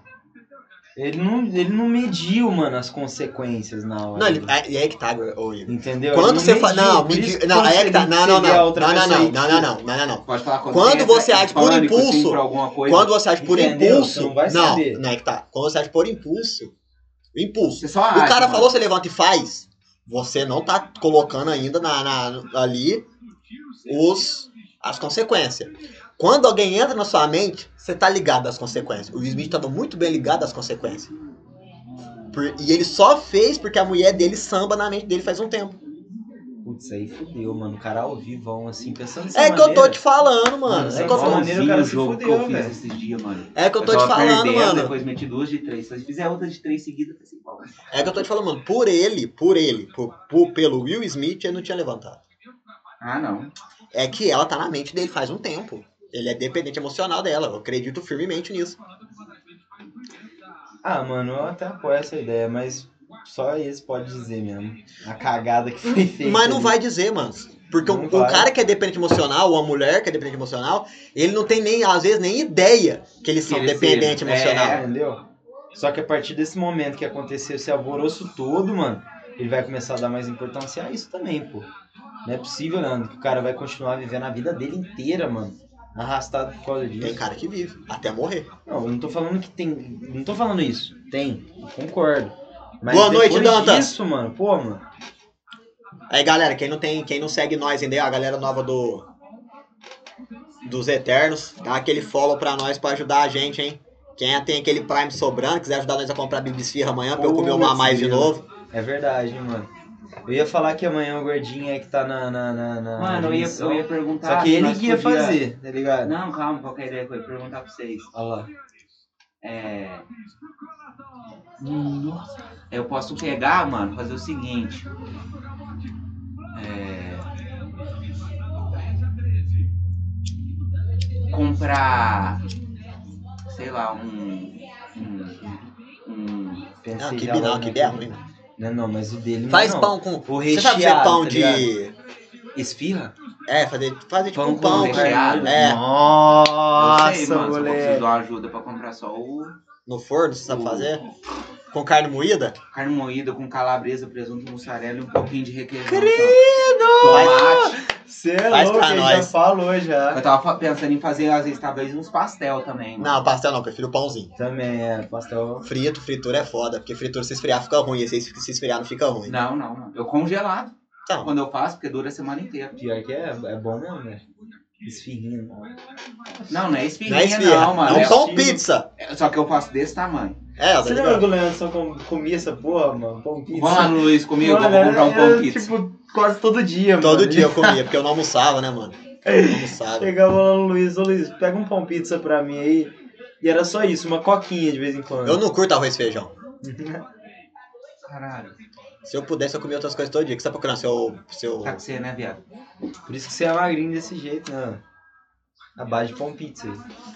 Speaker 3: Ele não, ele não mediu, mano, as consequências na hora.
Speaker 2: Não, ele, é, e aí que tá, ô Igor.
Speaker 3: Entendeu? Ele
Speaker 2: Quando
Speaker 3: não
Speaker 2: você
Speaker 3: mediu,
Speaker 2: fala. Não,
Speaker 3: por isso
Speaker 2: medi-
Speaker 3: que
Speaker 2: não,
Speaker 3: quando
Speaker 2: aí é que
Speaker 3: você-
Speaker 2: tá. Não, não,
Speaker 3: você
Speaker 2: não.
Speaker 3: vê a
Speaker 2: Não,
Speaker 3: outra
Speaker 2: não,
Speaker 3: pessoa
Speaker 2: não,
Speaker 3: e-
Speaker 2: não, não, não, não, não.
Speaker 1: Pode falar quando
Speaker 2: Quando
Speaker 1: entra
Speaker 2: você
Speaker 1: em
Speaker 2: age por
Speaker 1: pânico, assim,
Speaker 2: impulso,
Speaker 1: por alguma coisa,
Speaker 2: Quando você age por
Speaker 3: Entendeu?
Speaker 2: impulso.
Speaker 3: Você não vai
Speaker 2: não,
Speaker 3: saber.
Speaker 2: não é que tá. Quando você age por impulso. Impulso.
Speaker 1: você só
Speaker 2: O
Speaker 1: age,
Speaker 2: cara
Speaker 1: mano.
Speaker 2: falou, você levanta e faz. Você não tá colocando ainda na, na- ali os, as consequências. Quando alguém entra na sua mente, você tá ligado às consequências. O Will Smith tava muito bem ligado às consequências. Por- e ele só fez porque a mulher dele samba na mente dele faz um tempo.
Speaker 3: Putz, aí fudeu, mano. O cara ao vivão, assim, pensando dessa
Speaker 2: É que eu tô
Speaker 3: maneira.
Speaker 2: te falando, mano.
Speaker 3: Mano,
Speaker 2: É
Speaker 1: Você
Speaker 2: que eu
Speaker 3: igual
Speaker 2: tô,
Speaker 3: mano.
Speaker 1: maneira, o cara se jogo
Speaker 3: fudeu,
Speaker 1: que eu
Speaker 3: velho.
Speaker 1: fiz esses dias, mano.
Speaker 2: é que eu tô te
Speaker 1: tava
Speaker 2: falando,
Speaker 1: perdendo,
Speaker 2: mano.
Speaker 1: Depois meti duas de três. Se eu fizer outra de três seguidas, eu falei assim, pô,
Speaker 2: É que eu tô te falando, mano. Por ele, por ele, por, por- pelo Will Smith, ele não tinha levantado.
Speaker 1: ah, não.
Speaker 2: É que ela tá na mente dele faz um tempo. Ele é dependente emocional dela. Eu acredito firmemente nisso.
Speaker 3: Ah, mano, eu até apoio essa ideia, mas só esse pode dizer mesmo. A cagada que foi feita.
Speaker 2: Mas não
Speaker 3: ali.
Speaker 2: vai dizer, mano. Porque
Speaker 3: Não
Speaker 2: o, o
Speaker 3: vai.
Speaker 2: cara que é dependente emocional, ou a mulher que é dependente emocional, ele não tem nem, às vezes, nem ideia que eles são
Speaker 1: eles
Speaker 2: dependentes
Speaker 1: sejam.
Speaker 2: emocional.
Speaker 1: É.
Speaker 3: tá, Entendeu? Só que a partir desse momento que aconteceu esse alvoroço todo, mano, ele vai começar a dar mais importância a isso também, pô. Não é possível, Leandro, que o cara vai continuar vivendo a vida dele inteira, mano. Arrastado por causa disso.
Speaker 2: Tem cara que vive, até morrer.
Speaker 3: Não, eu não tô falando que tem. Não tô falando isso. Tem, eu concordo. Mas
Speaker 2: Boa noite,
Speaker 3: depois
Speaker 2: Dantas.
Speaker 3: disso, mano, pô, mano.
Speaker 2: Aí, galera, quem não tem, quem não segue nós ainda, é a galera nova do dos Eternos, dá aquele follow pra nós pra ajudar a gente, hein? Quem tem aquele Prime sobrando, quiser ajudar nós a comprar bibisfirra amanhã pra eu comer uma a mais de
Speaker 3: Putz,
Speaker 2: novo.
Speaker 3: É verdade, hein, mano. Eu ia falar que amanhã o gordinho é que tá na. na, na, na
Speaker 1: Mano, eu ia,
Speaker 3: admissão.
Speaker 1: eu ia perguntar.
Speaker 3: Só que
Speaker 1: se
Speaker 3: ele
Speaker 1: nós
Speaker 3: que ia
Speaker 1: podia-
Speaker 3: fazer, tá ligado?
Speaker 1: Não, calma, qualquer ideia que eu ia perguntar pra vocês.
Speaker 3: Olha lá.
Speaker 1: É. Nossa. Eu posso pegar, mano, fazer o seguinte. É. Comprar. Sei lá, um. Um. um
Speaker 3: Pensei
Speaker 2: Não, que
Speaker 3: já
Speaker 2: bi
Speaker 3: logo
Speaker 2: não, que bi é
Speaker 3: naquele-
Speaker 2: ruim.
Speaker 3: Não, não, mas o dele não é
Speaker 2: Faz
Speaker 3: não.
Speaker 2: pão com.
Speaker 3: O
Speaker 2: Você sabe fazer
Speaker 3: recheado,
Speaker 2: pão
Speaker 3: tá
Speaker 2: de.
Speaker 3: Esfirra?
Speaker 2: É, fazer, fazer tipo
Speaker 1: Pão
Speaker 2: um
Speaker 1: com
Speaker 2: pão.
Speaker 1: recheado.
Speaker 2: com- É,
Speaker 1: eu
Speaker 3: Nossa,
Speaker 1: sei, mano, só que eu preciso
Speaker 3: moleque.
Speaker 1: dar uma ajuda pra comprar só o
Speaker 2: no forno, você sabe
Speaker 1: O-
Speaker 2: fazer? Com carne moída?
Speaker 1: carne moída com calabresa, presunto, mussarela e um pouquinho de requeijão.
Speaker 2: Credo!
Speaker 1: Tomate.
Speaker 3: Você é
Speaker 2: Faz
Speaker 3: louco,
Speaker 2: pra
Speaker 3: ele já
Speaker 2: nós.
Speaker 3: falou já.
Speaker 1: Eu tava fa- pensando em fazer, às vezes, talvez uns pastel também, mano.
Speaker 2: Não, pastel não, prefiro pãozinho.
Speaker 3: Também é, pastel.
Speaker 2: Frito, fritura é foda, porque fritura se esfriar fica ruim, e se se esfriar não fica ruim.
Speaker 1: Não, é não, não. Eu congelado
Speaker 2: Então,
Speaker 1: quando eu faço, porque dura a semana inteira.
Speaker 3: Pior que é, é bom mesmo, né? Esfirrinha.
Speaker 1: Não, não é
Speaker 2: não é
Speaker 1: esfirrinha, não,
Speaker 2: esfirra.
Speaker 1: mano.
Speaker 2: É um
Speaker 1: É-
Speaker 2: pão pizza.
Speaker 1: é- só que eu faço desse tamanho.
Speaker 2: É, tá
Speaker 3: Você lembra
Speaker 2: ligado?
Speaker 3: do Leandro só com- comia essa porra, mano? Pão pizza?
Speaker 1: Vamos lá no Luiz comigo, eu vou
Speaker 3: Mano,
Speaker 1: comprar um
Speaker 3: era,
Speaker 1: pão pizza.
Speaker 3: Tipo, quase todo dia, mano.
Speaker 2: Todo dia eu comia, porque eu não almoçava, né, mano? Eu não almoçava.
Speaker 3: Chegava lá no Luiz, ô Luiz, pega um pão pizza pra mim aí. E era só isso, uma coquinha de vez em quando.
Speaker 2: Eu não curto arroz e feijão.
Speaker 1: Caralho,
Speaker 2: Se eu pudesse, eu comia outras coisas todo dia. O que você tá
Speaker 1: Ah,
Speaker 2: procurando? Seu. seu...
Speaker 1: tá com você, né, viado?
Speaker 3: Por isso que você é magrinho desse jeito, né? A base de pão pizza.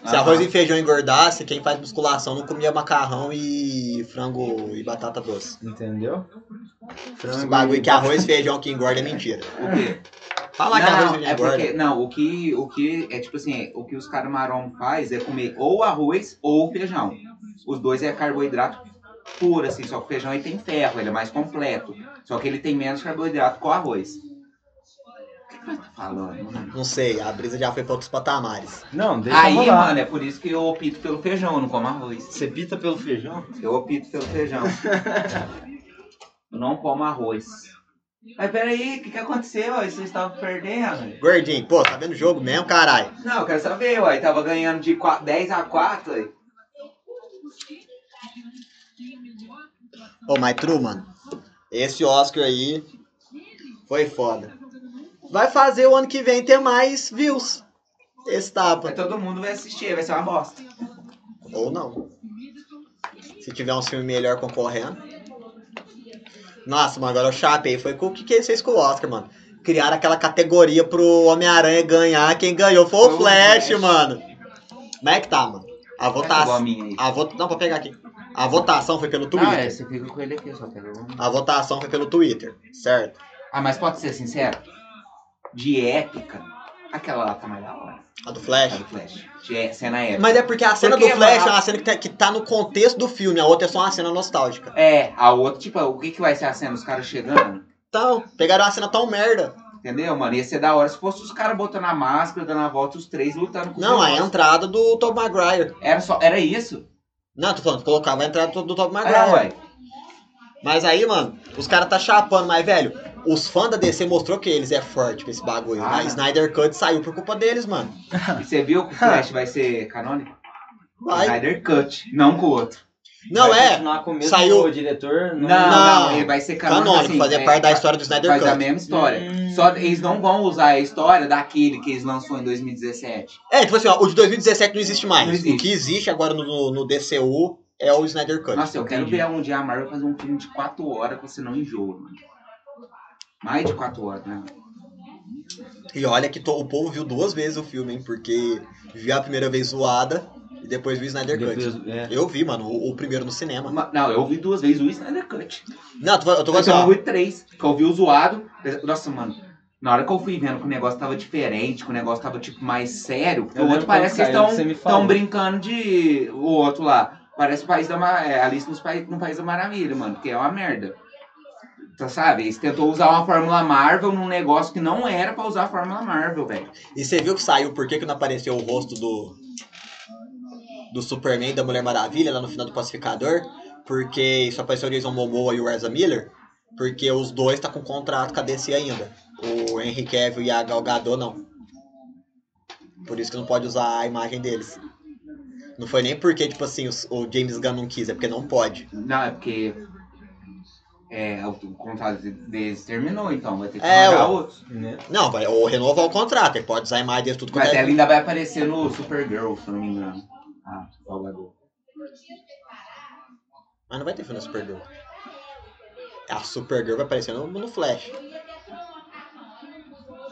Speaker 2: Se arroz
Speaker 1: tá.
Speaker 2: e feijão engordasse, quem faz musculação não comia macarrão e frango e batata doce.
Speaker 3: Entendeu?
Speaker 2: Esse bagulho que arroz e feijão que engorda é mentira.
Speaker 1: O quê?
Speaker 2: Fala que arroz e
Speaker 1: não,
Speaker 2: feijão
Speaker 1: é
Speaker 2: engorda.
Speaker 1: porque, não, o que, o que é tipo assim, o que os caras marrom faz é comer ou arroz ou feijão. Os dois é carboidrato puro, assim, só que o feijão ele tem ferro, ele é mais completo. Só que ele tem menos carboidrato que o arroz. O que que nós tá falando, mano?
Speaker 2: Não sei, a brisa já foi pra outros patamares.
Speaker 3: Não, deixa
Speaker 1: Aí,
Speaker 3: rolar.
Speaker 1: mano, é por isso que eu opto pelo feijão, eu não como arroz.
Speaker 3: Você pita pelo feijão?
Speaker 1: Eu opto pelo feijão. eu não como arroz. Mas peraí, o que, que aconteceu? Vocês estavam perdendo?
Speaker 2: Gordinho, pô, tá vendo o jogo mesmo, caralho?
Speaker 1: Não, eu quero saber, uai. Tava ganhando de 4, 10 a 4, uai.
Speaker 2: Ô, mas true, mano. Esse Oscar aí foi foda. Vai fazer o ano que vem ter mais views.
Speaker 1: Mas
Speaker 2: Esse tapa.
Speaker 1: todo mundo vai assistir, vai ser uma bosta.
Speaker 2: Ou não. Se tiver um filme melhor concorrendo. Nossa, mano, agora eu chapei. Foi com o que, que vocês com o Oscar, mano? Criaram aquela categoria pro Homem-Aranha ganhar. Quem ganhou foi o
Speaker 1: Foi o
Speaker 2: Flash,
Speaker 1: Flash.
Speaker 2: mano. Como é que tá, mano? A
Speaker 1: Igual a
Speaker 2: votação.
Speaker 1: minha aí.
Speaker 2: A vota... Não, pra pegar aqui. A votação foi pelo Twitter.
Speaker 1: Ah, é, você fica com ele aqui, eu só pega um.
Speaker 2: A votação foi pelo Twitter, certo?
Speaker 1: Ah, mas pode ser sincero? De épica, aquela lá tá mais da hora.
Speaker 2: A do
Speaker 1: A
Speaker 2: Flash.
Speaker 1: do Flash. De é- cena épica.
Speaker 2: Mas é porque a cena
Speaker 1: Porque,
Speaker 2: do Flash
Speaker 1: mano,
Speaker 2: é uma cena que tá, que tá no contexto do filme, a outra é só uma cena nostálgica.
Speaker 1: É, a outra, tipo, o que que vai ser a cena? Os caras chegando?
Speaker 2: Então, pegaram uma cena tão merda.
Speaker 1: Entendeu, mano? Ia ser da hora se fosse os caras botando a máscara, dando a volta, os três lutando com
Speaker 2: Não, é um
Speaker 1: os
Speaker 2: a entrada do Tom Maguire.
Speaker 1: Era só, era isso?
Speaker 2: Não, tô falando, colocava a entrada do, do Tom
Speaker 1: É,
Speaker 2: Maguire.
Speaker 1: uai.
Speaker 2: Mas aí, mano, os caras tá chapando, mas, velho, os fãs da DC mostrou que eles é forte com esse bagulho.
Speaker 1: Ah.
Speaker 2: Mas Snyder Cut saiu por culpa deles, mano.
Speaker 1: E você viu que o Flash vai ser canônico?
Speaker 2: Vai.
Speaker 1: Snyder Cut, não com o outro.
Speaker 2: Não
Speaker 3: Vai
Speaker 2: é.
Speaker 1: assim,
Speaker 3: continuar com o mesmo
Speaker 2: saiu-
Speaker 3: diretor?
Speaker 1: Não,
Speaker 2: Não.
Speaker 1: não, ele vai ser canônico.
Speaker 2: Canônico,
Speaker 1: assim,
Speaker 2: fazer
Speaker 1: é,
Speaker 2: parte da história do Snyder
Speaker 1: Faz a
Speaker 2: Cut.
Speaker 1: mesma história.
Speaker 3: Hum.
Speaker 1: Só eles não vão usar a história daquele que eles lançou em 2017.
Speaker 2: É, tipo assim, ó, o de 2017 não existe mais.
Speaker 1: Não existe.
Speaker 2: O que existe agora no- no, no DCU é o Snyder Cut.
Speaker 1: Nossa, eu quero
Speaker 3: entendi.
Speaker 1: ver um dia a Marvel fazer um filme de 4 horas que você não enjoa, mano. Mais de 4 horas, né?
Speaker 2: E olha que to- o povo viu duas vezes o filme, hein? Porque viu a primeira vez zoada e depois viu o Snyder Cut.
Speaker 3: Depois, é.
Speaker 2: Eu vi, mano, o, o primeiro no cinema.
Speaker 1: Ma- Não, eu vi duas vezes o Snyder Cut.
Speaker 2: Não, eu tô, eu tô
Speaker 1: Então eu
Speaker 2: falando assim,
Speaker 1: vi três, que eu vi o zoado. Nossa, mano. Na hora que eu fui vendo que o negócio tava diferente, que o negócio tava, tipo, mais sério,
Speaker 3: Eu
Speaker 1: o
Speaker 3: lembro
Speaker 1: outro parece que
Speaker 3: quando
Speaker 1: eles
Speaker 3: saiu,
Speaker 1: tão-
Speaker 3: você me falou.
Speaker 1: tão brincando de... O outro lá. Parece o País da... Ma- É, Alice nos País, no País da Maravilha, mano. Que é uma merda. Tá, sabe? Eles tentou usar uma Fórmula Marvel num negócio que não era pra usar a Fórmula Marvel, velho.
Speaker 2: ó. E você viu que saiu por que que não apareceu o rosto do. Do Superman e da Mulher Maravilha lá no final do Pacificador? Porque só apareceu o Jason Momoa e o Ezra Miller? Porque os dois tá com contrato com a DC ainda. O Henry Cavill e a Gal Gadot não. Por isso que não pode usar a imagem deles. Não foi nem porque, tipo assim, os- o James Gunn não quis, é porque não pode.
Speaker 1: Não, é porque... É, o o contrato deles terminou, então. Vai ter que
Speaker 2: É,
Speaker 1: pagar
Speaker 2: ué.
Speaker 1: outro.
Speaker 3: Né?
Speaker 2: Não, vai ou renovar o contrato, ele pode usar a imagem dele tudo quanto
Speaker 1: Mas
Speaker 2: é.
Speaker 1: ela ainda vai aparecer no Supergirl, se eu não me engano. Ah, Gal Gadot.
Speaker 2: Mas não vai ter filme da Supergirl. A Supergirl vai aparecer no, no Flash.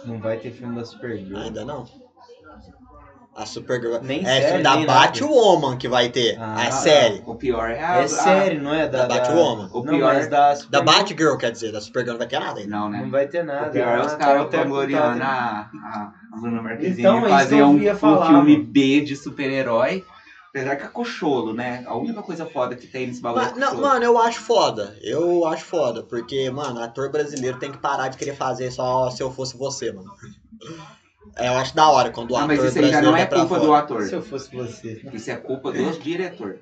Speaker 3: Não vai ter filme da Supergirl.
Speaker 2: Ainda não. A Supergirl.
Speaker 3: Nem
Speaker 2: é
Speaker 3: série,
Speaker 2: filme da
Speaker 3: nem nada.
Speaker 2: Batwoman que vai ter.
Speaker 3: Ah,
Speaker 2: a série.
Speaker 1: O pior é a.
Speaker 3: É série, não é? Da,
Speaker 2: Da Batwoman.
Speaker 1: O
Speaker 3: não, é.
Speaker 1: pior-
Speaker 3: mas da, Supergirl
Speaker 2: Da Batgirl, quer dizer. Da Supergirl não vai ter nada
Speaker 1: a-
Speaker 2: ainda.
Speaker 1: Não,
Speaker 3: Não
Speaker 1: né?
Speaker 3: vai ter nada.
Speaker 1: o pior é os
Speaker 3: Ah,
Speaker 1: caras
Speaker 3: tá, tá,
Speaker 1: vangloriando
Speaker 3: tá.
Speaker 1: a, a, a Bruna Marquezine
Speaker 3: Então, é isso que
Speaker 1: fazer
Speaker 3: eu
Speaker 1: um,
Speaker 3: ia
Speaker 1: um
Speaker 3: falar,
Speaker 1: filme
Speaker 3: mano.
Speaker 1: B de super-herói. Apesar que é cocholo, né? A única coisa foda que tem nesse bagulho é
Speaker 2: Mas, não,
Speaker 1: cocholo.
Speaker 2: mano, eu acho foda. Eu acho foda. Porque, mano, ator brasileiro tem que parar de querer fazer só se eu fosse você, mano. É, Eu acho da hora quando o
Speaker 1: Ah,
Speaker 2: ator
Speaker 1: mas isso aí
Speaker 2: brasileiro
Speaker 1: já não
Speaker 2: vai
Speaker 1: é
Speaker 2: pra
Speaker 1: culpa
Speaker 2: fora.
Speaker 1: do ator.
Speaker 3: Se eu fosse você.
Speaker 1: Isso é culpa dos diretor.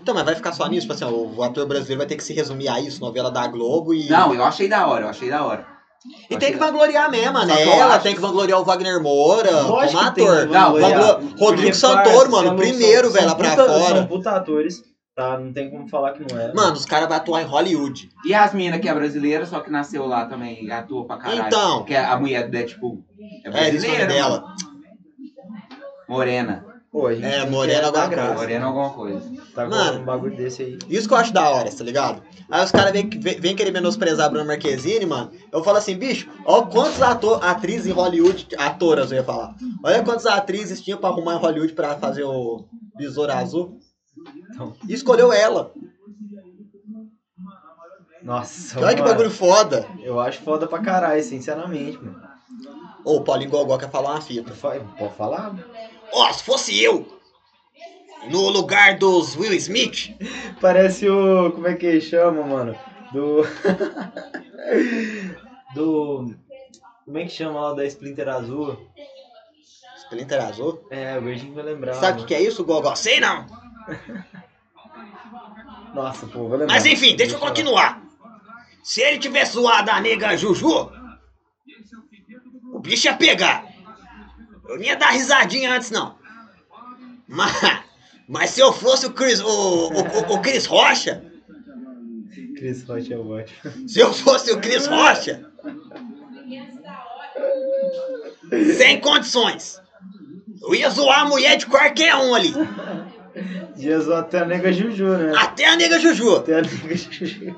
Speaker 2: Então, mas vai ficar só nisso? Tipo assim, ó, o ator brasileiro vai ter que se resumir a isso, novela da Globo e.
Speaker 1: Não, eu achei da hora, eu achei da hora.
Speaker 2: E
Speaker 1: Eu
Speaker 2: tem
Speaker 1: achei
Speaker 2: que
Speaker 1: da-
Speaker 2: vangloriar mesmo,
Speaker 1: Só
Speaker 2: né?
Speaker 1: que eu
Speaker 2: Ela
Speaker 1: acho-
Speaker 2: tem que vangloriar o Wagner Moura
Speaker 3: Lógico
Speaker 2: como
Speaker 3: que tem que
Speaker 2: ator.
Speaker 3: vangloriar.
Speaker 2: Vanglo- Rodrigo Santoro, mano, primeiro, velho, lá pra
Speaker 3: São
Speaker 2: fora.
Speaker 3: puta atores, tá? Não tem como falar que não é.
Speaker 2: Mano, os caras vão atuar em Hollywood.
Speaker 1: E as minas que é brasileira, só que nasceu lá também, e atua pra caralho.
Speaker 2: Então.
Speaker 1: Que é a mulher do Deadpool. É
Speaker 2: É, eles
Speaker 1: brasileira,
Speaker 2: falam
Speaker 1: mano.
Speaker 2: dela.
Speaker 1: Morena.
Speaker 3: Pô, a gente
Speaker 2: É,
Speaker 3: não
Speaker 2: Morena
Speaker 3: quer dar
Speaker 2: alguma
Speaker 3: graça.
Speaker 1: Moreno alguma coisa.
Speaker 3: Tá
Speaker 2: Mano.
Speaker 3: com um bagulho desse aí.
Speaker 2: Isso que eu acho da hora, tá ligado? Aí os caras vêm vem, vem querer menosprezar a Bruna Marquezine, mano. Eu falo assim, bicho, olha quantos ator, atrizes em Hollywood, atoras eu ia falar. Olha quantas atrizes tinha pra arrumar em Hollywood pra fazer o Besouro Azul. E escolheu ela.
Speaker 3: Nossa,
Speaker 2: olha que
Speaker 3: mano,
Speaker 2: bagulho foda.
Speaker 3: Eu acho foda pra caralho, sinceramente, mano.
Speaker 2: Ô, o Paulinho Gogó quer falar uma fita.
Speaker 3: Fa- Pode falar?
Speaker 2: Ó, se fosse eu, no lugar dos Will Smith,
Speaker 3: Parece o. Como é que chama, mano? Do. Do. Como é que chama lá da Splinter Azul?
Speaker 2: Splinter Azul.
Speaker 3: É, o Gordinho vai lembrar.
Speaker 2: Sabe o que que é isso, Gogó? Sei não,
Speaker 3: mano. Nossa, pô, vou lembrar.
Speaker 2: é? mas enfim, deixa eu
Speaker 3: falar.
Speaker 2: continuar. Se ele tivesse zoado a nega Juju, o bicho ia pegar. Eu não ia dar risadinha antes, não. Mas, mas se eu fosse o Chris, o, o, o- o Chris Rocha,
Speaker 3: Chris Rock é ótimo.
Speaker 2: se eu fosse o Chris Rocha, sem condições, eu ia zoar a mulher de qualquer um ali,
Speaker 3: Jesus, até a nega Juju, né?
Speaker 2: até a nega Juju.
Speaker 3: Até a nega Juju.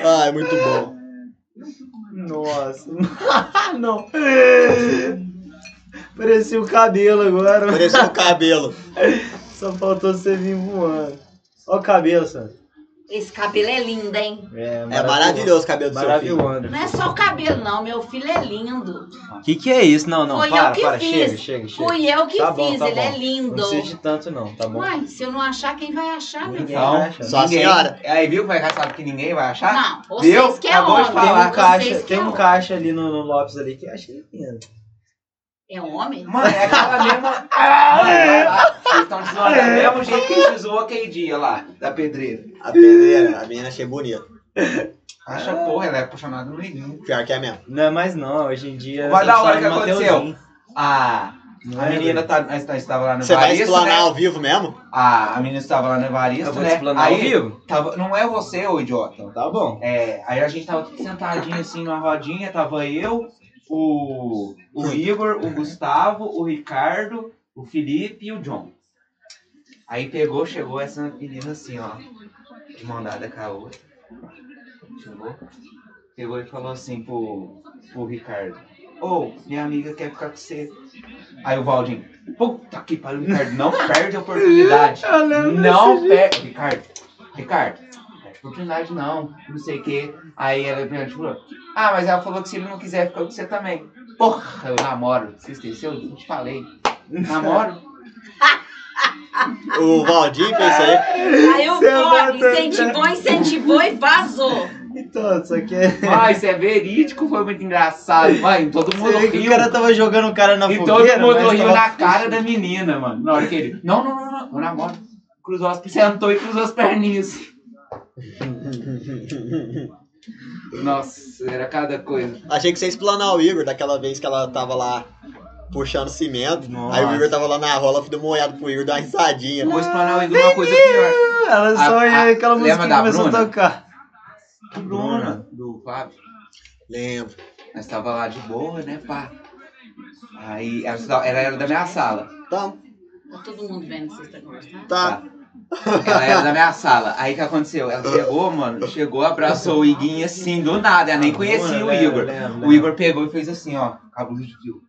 Speaker 2: Ah, é muito bom.
Speaker 3: Nossa. Não. Parecia o cabelo agora.
Speaker 2: Pareceu o um cabelo.
Speaker 3: Só faltou você vir voando. Ó a cabeça.
Speaker 4: Esse cabelo é lindo, hein?
Speaker 3: É
Speaker 2: É maravilhoso o cabelo do seu filho.
Speaker 3: Maravilhoso.
Speaker 4: Não é só o cabelo, não. Meu filho é lindo.
Speaker 3: O que, que é isso? Não, não,
Speaker 4: Foi
Speaker 3: para,
Speaker 4: eu que
Speaker 3: para,
Speaker 4: fiz.
Speaker 3: chega, chega, chega.
Speaker 4: Fui eu que
Speaker 3: Tá bom,
Speaker 4: fiz,
Speaker 3: tá
Speaker 4: ele
Speaker 3: bom.
Speaker 4: é
Speaker 3: Não
Speaker 4: lindo.
Speaker 3: precisa de tanto, não, tá bom?
Speaker 4: Uai, se eu não achar, quem vai achar, meu
Speaker 3: Ninguém
Speaker 4: filho?
Speaker 1: Então,
Speaker 3: acha.
Speaker 2: Só a
Speaker 1: ninguém-
Speaker 2: senhora?
Speaker 1: Aí viu como é que sabe que ninguém vai achar?
Speaker 4: Não, vocês
Speaker 1: Viu?
Speaker 4: que é
Speaker 1: Acabou de
Speaker 4: homem.
Speaker 3: Tem
Speaker 1: falar,
Speaker 3: um
Speaker 4: vocês
Speaker 3: caixa,
Speaker 4: que
Speaker 3: tem
Speaker 4: é
Speaker 3: um
Speaker 4: homem.
Speaker 3: caixa ali no, no Lopes ali que acha que lindo.
Speaker 4: É homem?
Speaker 1: Mano, é aquela mesma. Ah, vai lá. Vocês estão te zoando do É mesmo jeito que a gente zoou aquele dia lá, da pedreira.
Speaker 2: A pedreira, a menina achei bonita.
Speaker 1: Acha
Speaker 2: Ah.
Speaker 1: porra, ela é apaixonada no neguinho.
Speaker 2: Pior que é mesmo.
Speaker 3: Não é mais não, hoje em dia.
Speaker 1: Vai
Speaker 3: só
Speaker 1: da hora
Speaker 3: sai
Speaker 1: que
Speaker 3: no
Speaker 1: aconteceu.
Speaker 3: Mateuzinho.
Speaker 1: Ah,
Speaker 3: Não
Speaker 1: a
Speaker 3: é,
Speaker 1: menina
Speaker 3: velho?
Speaker 1: tá, a gente estava lá no
Speaker 2: Você vai
Speaker 1: Evaristo,
Speaker 2: explanar
Speaker 1: né?
Speaker 2: ao vivo mesmo?
Speaker 1: Ah, a menina estava lá no
Speaker 3: Eu
Speaker 1: Evaristo,
Speaker 3: vou
Speaker 1: né?
Speaker 3: explanar ao
Speaker 1: Aí,
Speaker 3: vivo?
Speaker 1: tava, não é você, ô idiota.
Speaker 3: Então tá bom.
Speaker 1: É, aí a gente tava tudo sentadinho assim numa rodinha, tava eu, o, o Igor, o Gustavo, o Ricardo, o Felipe e o John. Aí pegou, chegou essa menina assim, ó, de mão dada com a outra. Chegou, pegou e falou assim pro, pro Ricardo: Ô, minha amiga quer ficar com você. Aí o Valdinho, puta que pariu, Ricardo, não perde a oportunidade.
Speaker 3: Ah,
Speaker 1: Não perde. Ricardo, Ricardo, não perde oportunidade não, não sei o quê. Aí ela virou, tipo, ah, mas ela falou que se ele não quiser ficar com você também. Porra, eu namoro. Você esqueceu? Eu te falei. Namoro?
Speaker 2: O Valdir pensou aí.
Speaker 4: Aí o
Speaker 3: Você
Speaker 4: Bob
Speaker 3: bota-
Speaker 4: incentivou, incentivou e vazou.
Speaker 3: Então, só que é.
Speaker 1: Ai, isso é verídico, foi muito engraçado. Vai, todo mundo
Speaker 3: Sei que
Speaker 1: riu.
Speaker 3: O cara tava jogando o cara na
Speaker 1: E todo
Speaker 3: fogueira.
Speaker 1: mundo
Speaker 3: mas
Speaker 1: riu
Speaker 3: tava-
Speaker 1: na cara da menina, mano. Na hora que ele. Não, não, não, não. Eu namoro. Cruzou as sentou e cruzou as perninhas. Nossa, era cada coisa.
Speaker 2: Achei que você ia explanar o Igor daquela vez que ela tava lá puxando cimento.
Speaker 1: Nossa.
Speaker 2: Aí o Igor tava lá na rola, deu uma olhada pro Igor, deu uma risadinha.
Speaker 1: Eu vou explanar o Igor uma coisa pior.
Speaker 3: Ah, Ela só
Speaker 1: A-
Speaker 3: ia
Speaker 1: a-
Speaker 3: aquela música
Speaker 1: lembra
Speaker 3: que
Speaker 1: da
Speaker 3: começou a
Speaker 1: Bruna?
Speaker 3: tocar.
Speaker 1: A Bruna, do Fábio.
Speaker 2: Lembro.
Speaker 1: Nós tava lá de boa, né, pá? Aí ela, tava- ela era da minha sala.
Speaker 2: Então,
Speaker 4: Tá todo mundo vendo né? que vocês estão conversando?
Speaker 2: tá.
Speaker 1: Ela era da minha sala. Aí o que aconteceu? Ela chegou, mano, chegou, abraçou o Iguinho assim, do nada.
Speaker 3: Ah,
Speaker 1: Ela nem conhecia o
Speaker 3: Lembra,
Speaker 1: Igor.
Speaker 3: lembra, lembra.
Speaker 1: O Igor pegou e fez assim, ó, com a blusa de fio.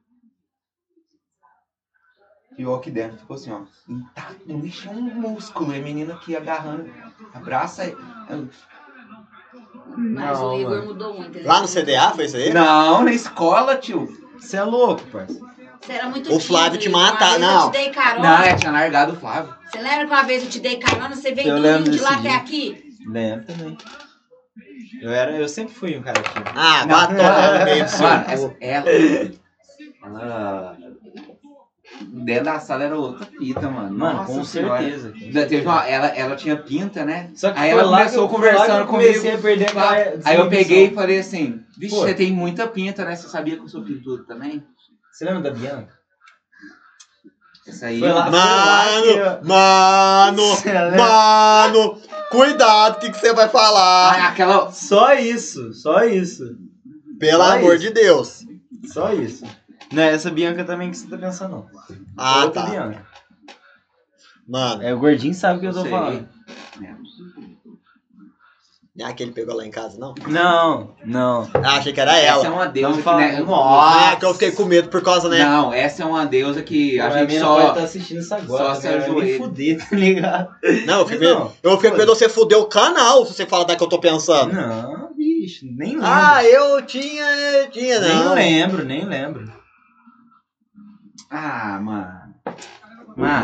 Speaker 1: Fio aqui dentro, ficou assim, ó, intacto, não mexeu um músculo. E a menina aqui agarrando, abraça. e-
Speaker 4: Mas
Speaker 3: Não,
Speaker 4: o Igor
Speaker 3: mano.
Speaker 4: mudou muito. ele é
Speaker 2: Lá
Speaker 4: era
Speaker 2: no
Speaker 4: muito-
Speaker 2: CDA foi isso aí?
Speaker 1: Não, na escola, tio.
Speaker 3: Você é louco, parceiro.
Speaker 4: Você era muito
Speaker 2: O Flávio
Speaker 4: tímido,
Speaker 2: te
Speaker 4: Igor. Uma
Speaker 2: mata-
Speaker 4: vez
Speaker 2: não.
Speaker 4: Eu te dei
Speaker 1: Não,
Speaker 4: carona.
Speaker 1: ela tinha largado o Flávio.
Speaker 4: Você lembra que uma vez eu te dei carona? Você veio
Speaker 3: Eu
Speaker 4: do
Speaker 3: lembro
Speaker 4: Rio de lá
Speaker 3: desse
Speaker 4: até
Speaker 3: dia.
Speaker 4: aqui?
Speaker 3: Lembro Né, também. Eu, era, eu sempre fui um cara tímido.
Speaker 2: Ah, bateu lá no meio assim. do
Speaker 1: Mano, essa-
Speaker 2: seu.
Speaker 1: ela. É. Ela. Dentro da sala era outra fita, mano.
Speaker 3: Mano,
Speaker 1: Nossa
Speaker 3: com
Speaker 1: senhora.
Speaker 3: certeza.
Speaker 1: Ainda teve uma- ela, ela tinha pinta, né?
Speaker 3: Só que
Speaker 1: Aí
Speaker 3: foi
Speaker 1: ela
Speaker 3: lá
Speaker 1: começou
Speaker 3: que eu- foi lá
Speaker 1: conversando
Speaker 3: que eu comecei
Speaker 1: comigo,
Speaker 3: a perder
Speaker 1: pá.
Speaker 3: a minha
Speaker 1: Aí eu
Speaker 3: desinibição.
Speaker 1: peguei e falei assim: Vixe,
Speaker 3: Pô.
Speaker 1: você tem muita pinta, né? Você sabia que eu sou pintudo também?
Speaker 3: Você lembra da Bianca?
Speaker 1: Essa aí.
Speaker 3: Foi lá.
Speaker 2: Mano, mano,
Speaker 3: Você lembra?
Speaker 2: mano. Cuidado, o que que você vai falar?
Speaker 1: Ah, aquela.
Speaker 3: Só isso, só isso.
Speaker 2: Pelo
Speaker 3: só
Speaker 2: amor
Speaker 3: isso.
Speaker 2: de Deus.
Speaker 3: Só isso. Não é essa Bianca também que você tá pensando, não.
Speaker 2: Ah,
Speaker 3: Outra
Speaker 2: tá.
Speaker 3: Bianca.
Speaker 2: Mano,
Speaker 3: É, o gordinho sabe o que eu tô
Speaker 1: Sei.
Speaker 3: falando.
Speaker 2: não é aquele que pegou lá em casa, não?
Speaker 3: Não, não.
Speaker 2: Ah, achei que era
Speaker 1: Essa é
Speaker 2: ela.
Speaker 1: uma deusa que,
Speaker 3: fala-
Speaker 1: né,
Speaker 3: Nossa.
Speaker 2: É, que eu fiquei com medo por causa, né?
Speaker 1: Não, essa é uma deusa que a
Speaker 3: Agora
Speaker 1: gente
Speaker 3: minha
Speaker 1: só.
Speaker 3: pai tá assistindo isso agora.
Speaker 1: só
Speaker 3: né,
Speaker 1: se
Speaker 3: cara? Vai me
Speaker 1: ajoelha.
Speaker 3: fuder, tá ligado?
Speaker 2: Não, eu fiquei com
Speaker 3: Não,
Speaker 2: medo. Eu fiquei com medo de você foder o canal se você falar da que eu tô pensando.
Speaker 3: Não, bicho, nem lembro.
Speaker 2: Ah, eu tinha, eu
Speaker 1: é,
Speaker 2: tinha, não.
Speaker 3: nem lembro, nem lembro.
Speaker 1: Ah, mano.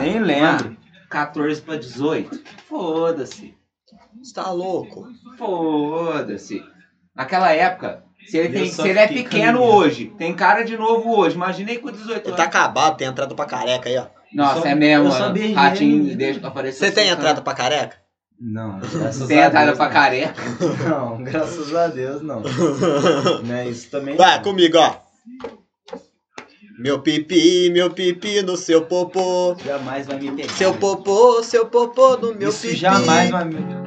Speaker 3: nem lembro.
Speaker 1: 14 pra 18? Foda-se.
Speaker 2: Você tá louco?
Speaker 1: Foda-se. Naquela época, se ele,
Speaker 3: Eu
Speaker 1: tem-
Speaker 3: só
Speaker 1: se ele é
Speaker 3: fiquei
Speaker 1: pequeno
Speaker 3: caminhando.
Speaker 1: hoje, tem cara de novo hoje, imaginei com 18
Speaker 2: Ele
Speaker 1: anos.
Speaker 2: tá acabado, tem entrada pra careca aí, ó.
Speaker 1: Nossa,
Speaker 3: Eu só-
Speaker 1: é mesmo,
Speaker 3: eu só
Speaker 1: mano.
Speaker 3: beijei
Speaker 1: Ratinho
Speaker 3: ele.
Speaker 1: deixa que apareça.
Speaker 3: Tá
Speaker 2: Você tem entrada pra careca?
Speaker 3: Não, graças a Deus.
Speaker 1: Tem entrada pra
Speaker 3: não.
Speaker 1: careca.
Speaker 3: Não, graças a Deus não. Né, isso também.
Speaker 2: Vai,
Speaker 3: não.
Speaker 2: comigo, ó. Meu pipi, meu pipi no seu popô.
Speaker 3: Jamais vai me pegar.
Speaker 2: Seu popô, seu popô no meu
Speaker 3: Isso
Speaker 2: pipi.
Speaker 3: jamais vai me pegar.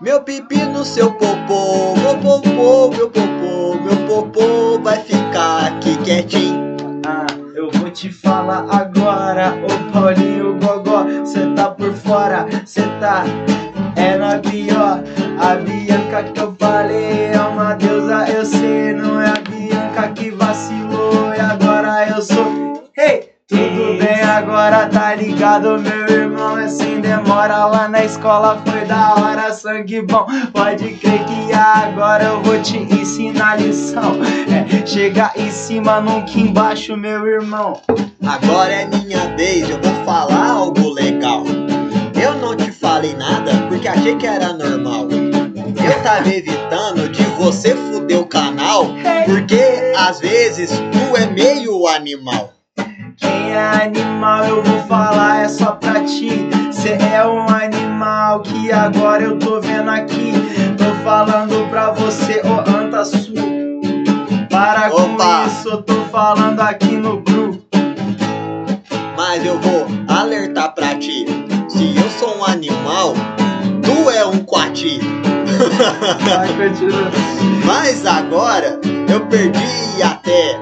Speaker 2: Meu pipi no seu popô. Meu popô, meu popô, meu popô vai ficar aqui quietinho.
Speaker 3: Ah, eu vou te falar agora, ô Paulinho Gogó, cê tá por fora, cê tá é na pior. A Bianca que eu falei é uma deusa, eu sei, não é a Bianca que vacilou e agora eu sou. Hey, tudo bem agora, tá ligado, meu irmão? É sem demora lá na escola, foi da hora, sangue bom. Pode crer que agora eu vou te ensinar a lição. É, chega em cima, nunca embaixo, meu irmão.
Speaker 2: Agora é minha vez, eu vou falar algo legal. Eu não te falei nada porque achei que era normal. Eu tava evitando de você fuder o canal. Porque às vezes tu é meio animal.
Speaker 3: Quem é animal, eu vou falar, é só pra ti. Cê é um animal que agora eu tô vendo aqui. Tô falando pra você, ô anta Su. Para
Speaker 2: Opa.
Speaker 3: com isso, eu tô falando aqui no cru.
Speaker 2: Mas eu vou alertar pra ti: se eu sou um animal, tu é um coati.
Speaker 3: Vai, continua.
Speaker 2: Mas agora eu perdi até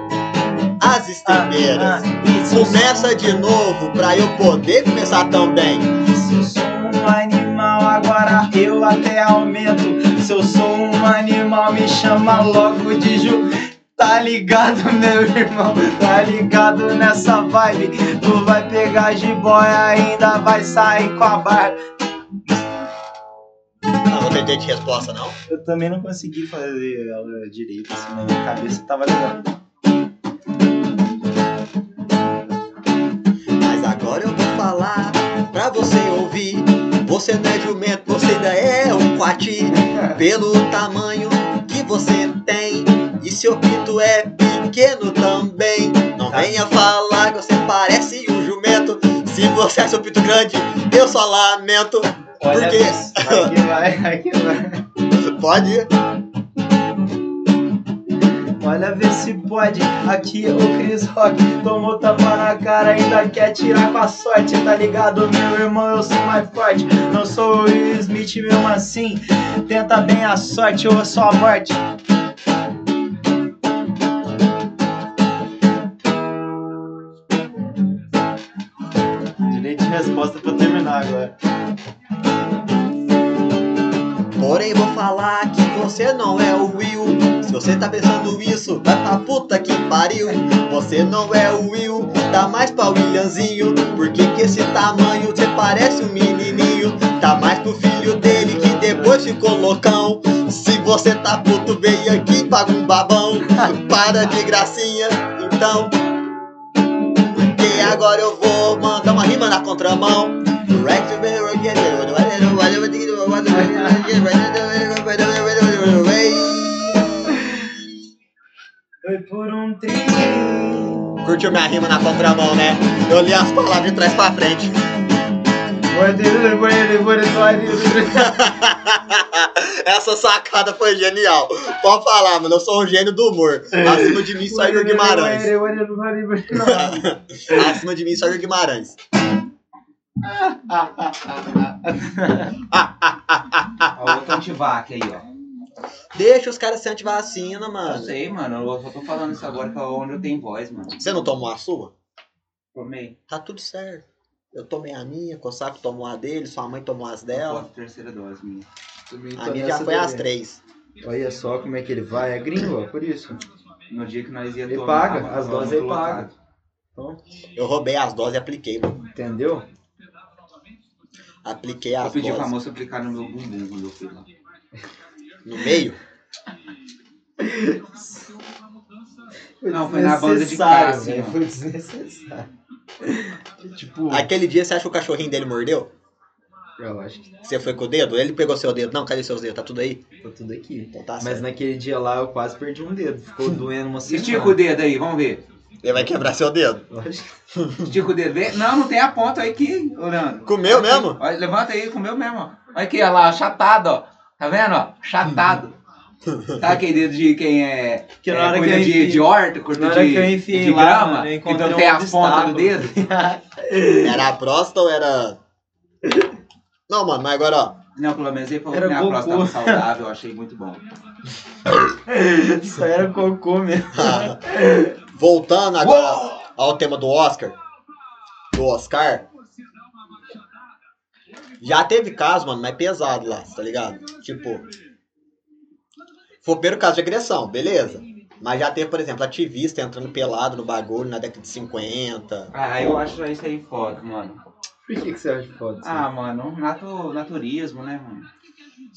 Speaker 2: as
Speaker 3: Ah,
Speaker 2: estribeiras.
Speaker 3: ah, isso,
Speaker 2: Começa de novo pra eu poder começar também.
Speaker 3: Se eu sou um animal, agora eu até aumento. Se eu sou um animal, me chama logo de Ju. Tá ligado, meu irmão? Tá ligado nessa vibe? Tu vai pegar jiboia, ainda vai sair com a barba.
Speaker 2: Não vou ter jeito de resposta, não.
Speaker 3: Eu também não consegui fazer ela direito, assim, na minha cabeça tava ligado.
Speaker 2: Mas agora eu vou falar pra você ouvir. Você não é jumento, você ainda é um coati. Pelo tamanho que você tem. E seu pinto é pequeno também. Não venha falar que você parece um jumento. Se você acha o pinto grande, eu só lamento.
Speaker 3: Olha,
Speaker 2: Por quê?
Speaker 3: aqui vai, aqui vai.
Speaker 2: Pode ir.
Speaker 3: Olha ver se pode, aqui é o Chris Rock Tomou tapa na cara, ainda quer tirar com a sorte Tá ligado, meu irmão, eu sou mais forte Não sou o Will Smith mesmo assim Tenta bem a sorte ou só a morte Direito de resposta pra terminar agora
Speaker 2: Porém vou falar que você não é o Will Se você tá pensando isso, vai pra puta que pariu Você não é o Will, dá mais pra Williamzinho Porque que esse tamanho você parece um menininho Tá mais pro filho dele que depois ficou loucão Se você tá puto, vem aqui e paga um babão Para de gracinha, então Porque agora eu vou mandar uma rima na contramão
Speaker 3: Foi por um tri
Speaker 2: Curtiu minha rima na contramão, né? Eu li as palavras de trás pra frente.
Speaker 3: Mordeu, mordeu, mordeu
Speaker 2: Essa sacada foi genial. Pode falar, mano. Eu sou um gênio do humor. Acima de mim só Igor Guimarães. Acima de mim só Igor Guimarães.
Speaker 1: Ó, o Tontivac aí, ó.
Speaker 2: Deixa os caras ser antivacina,
Speaker 1: Eu
Speaker 2: mano.
Speaker 1: sei, mano. Eu só tô falando isso agora pra onde eu tenho voz, mano.
Speaker 2: Você não tomou a sua?
Speaker 1: Tomei.
Speaker 2: Tá tudo certo. Eu tomei a minha, Cossaco tomou a dele, sua mãe tomou as
Speaker 1: Ela.
Speaker 2: dela.
Speaker 1: terceira dose, minha.
Speaker 3: Também
Speaker 2: A
Speaker 3: tô
Speaker 2: minha já
Speaker 3: nessa
Speaker 2: foi às
Speaker 3: também.
Speaker 2: três.
Speaker 3: Olha só como é que ele vai. É gringo, ó, por isso.
Speaker 1: No dia que nós ia
Speaker 3: Ele
Speaker 1: tomar.
Speaker 3: paga,
Speaker 1: tava-
Speaker 3: as
Speaker 1: tava
Speaker 3: doses ele
Speaker 1: muito
Speaker 3: paga.
Speaker 1: lotado.
Speaker 2: Eu roubei as doses e apliquei, mano.
Speaker 3: Entendeu?
Speaker 2: Apliquei
Speaker 1: Eu
Speaker 2: as
Speaker 1: pedi pra
Speaker 2: doses.
Speaker 1: moça aplicar no meu bumbum quando eu fui lá.
Speaker 2: No meio?
Speaker 1: Não, foi na banda de
Speaker 3: Desnecessário,
Speaker 1: casa,
Speaker 3: velho,
Speaker 1: mano.
Speaker 3: Foi desnecessário. assim, tipo,
Speaker 2: Aquele dia você acha que o cachorrinho dele mordeu?
Speaker 3: eu acho que
Speaker 2: Você foi com o dedo? Ele pegou seu dedo. Não, cadê seus dedos? Tá tudo aí?
Speaker 3: tá tudo aqui.
Speaker 2: Então tá
Speaker 3: Mas
Speaker 2: certo.
Speaker 3: naquele dia lá eu quase perdi um dedo. Ficou doendo uma semana.
Speaker 1: Estica o dedo aí, vamos ver.
Speaker 2: Ele vai quebrar seu dedo.
Speaker 3: Lógico.
Speaker 1: Estica o dedo. Vê? Não, não tem a ponta aí que, ô Leandro.
Speaker 2: Comeu mesmo?
Speaker 1: Olha, levanta aí, comeu mesmo, ó. Olha aqui, olha lá, achatado, ó. Tá vendo, ó? Achatado. Tá aquele dedo de quem é.
Speaker 3: Que na
Speaker 1: é,
Speaker 3: hora que
Speaker 1: cuida
Speaker 3: eu
Speaker 1: de,
Speaker 3: enfiei-
Speaker 1: de horta, cuida
Speaker 3: na hora
Speaker 1: de,
Speaker 3: que eu enfiei
Speaker 1: de
Speaker 3: lá,
Speaker 1: grama,
Speaker 3: mano, eu encontrei
Speaker 1: então
Speaker 3: um
Speaker 1: tem a ponta do
Speaker 3: obstáculo.
Speaker 1: dedo.
Speaker 2: Era a próstata ou era. Não, mano, mas agora, ó.
Speaker 1: Não, pelo menos ele falou
Speaker 3: Era
Speaker 1: que minha
Speaker 3: Goku.
Speaker 1: próstata saudável, eu achei muito bom.
Speaker 3: Isso aí era cocô mesmo.
Speaker 2: Voltando agora ao tema do Oscar. Do Oscar. Já teve caso, mano, mas pesado lá, tá ligado? Tipo. Foi o primeiro caso de agressão, beleza. Mas já teve, por exemplo, ativista entrando pelado no bagulho na década de 50.
Speaker 1: Ah, eu acho isso aí foda, mano.
Speaker 3: Por que, que você acha foda?
Speaker 1: Ah, mano, natu, naturismo, né, mano?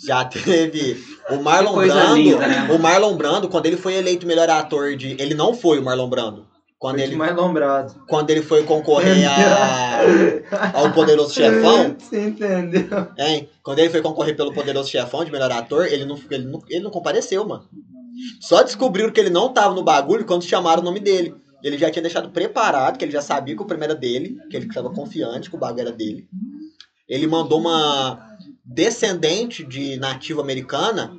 Speaker 2: Já teve o Marlon
Speaker 1: Que coisa
Speaker 2: Brando.
Speaker 1: linda, né?
Speaker 2: O Marlon Brando, quando ele foi eleito melhor ator de. Ele não foi o Marlon Brando. Quando
Speaker 3: Foi
Speaker 2: ele,
Speaker 3: de mais lombrado.
Speaker 2: quando ele foi concorrer a- ao Poderoso Chefão,
Speaker 3: Você entendeu?
Speaker 2: Hein? Quando ele foi concorrer pelo Poderoso Chefão de melhor ator, ele não, ele não, ele não compareceu, mano. Só descobriram que ele não tava no bagulho quando chamaram o nome dele. Ele já tinha deixado preparado, que ele já sabia que o primeiro era dele, que ele estava confiante que o bagulho era dele. Ele mandou uma descendente de nativa americana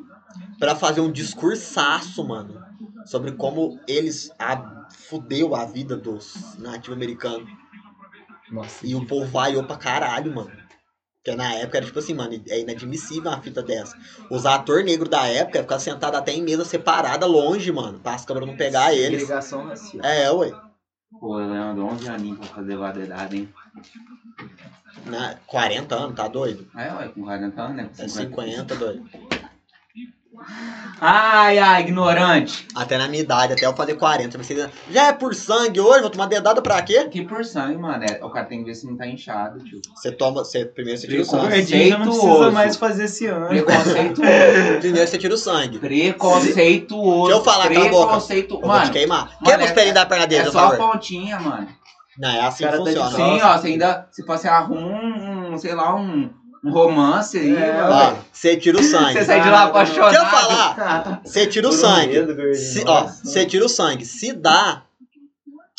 Speaker 2: pra fazer um discursaço, mano, sobre como eles a, fudeu a vida dos nativos americanos.
Speaker 3: Nossa.
Speaker 2: E o povo vaiou pra caralho, mano. Porque na época era tipo assim, mano, é inadmissível uma fita dessa. Os atores negros da época ficavam sentados até em mesa separada, longe, mano, pra as câmeras não pegar eles.
Speaker 3: Segregação racial.
Speaker 2: É, ué.
Speaker 1: Pô, Leandro, 11 aninhos pra fazer validade, hein?
Speaker 2: Na, 40 né? anos, tá doido?
Speaker 1: É, ué, com 40 anos, né? Com
Speaker 2: É
Speaker 1: 50.
Speaker 2: 50, doido.
Speaker 1: Ai, ai, ignorante.
Speaker 2: Até na minha idade, até eu fazer 40. Você já é por sangue hoje, vou tomar dedada pra quê?
Speaker 1: Que por sangue, mano, é- o cara tem que ver se não tá inchado, tio.
Speaker 2: Você toma, você, primeiro você tira o
Speaker 1: Isso,
Speaker 2: sangue.
Speaker 1: né?
Speaker 3: Gordinho já não precisa
Speaker 1: Conceituoso.
Speaker 3: mais fazer esse ano.
Speaker 1: Preconceituoso.
Speaker 2: Primeiro você tira o sangue.
Speaker 1: Preconceituoso.
Speaker 2: Deixa eu falar, cala a boca.
Speaker 1: Preconceito.
Speaker 2: Eu vou te
Speaker 1: Mano,
Speaker 2: queimar.
Speaker 1: mano,
Speaker 2: Quebra os
Speaker 1: é-
Speaker 2: pelinhos da perna dele,
Speaker 1: é
Speaker 2: por
Speaker 1: só a
Speaker 2: favor.
Speaker 1: pontinha, mano.
Speaker 2: Não, é assim que
Speaker 3: Cara, tá de
Speaker 2: funciona.
Speaker 3: Nossa.
Speaker 1: Sim, ó, você ainda. Se você arruma um, um, sei lá, um, um romance aí,
Speaker 3: É,
Speaker 1: mano.
Speaker 2: Ó, você tira o sangue.
Speaker 1: Você Tá, sai de lá apaixonado.
Speaker 2: Deixa eu falar. Você tira o
Speaker 3: Por um
Speaker 2: sangue.
Speaker 3: dedo, gordinho,
Speaker 2: Se, ó,
Speaker 3: nossa.
Speaker 2: você tira o sangue. Se dá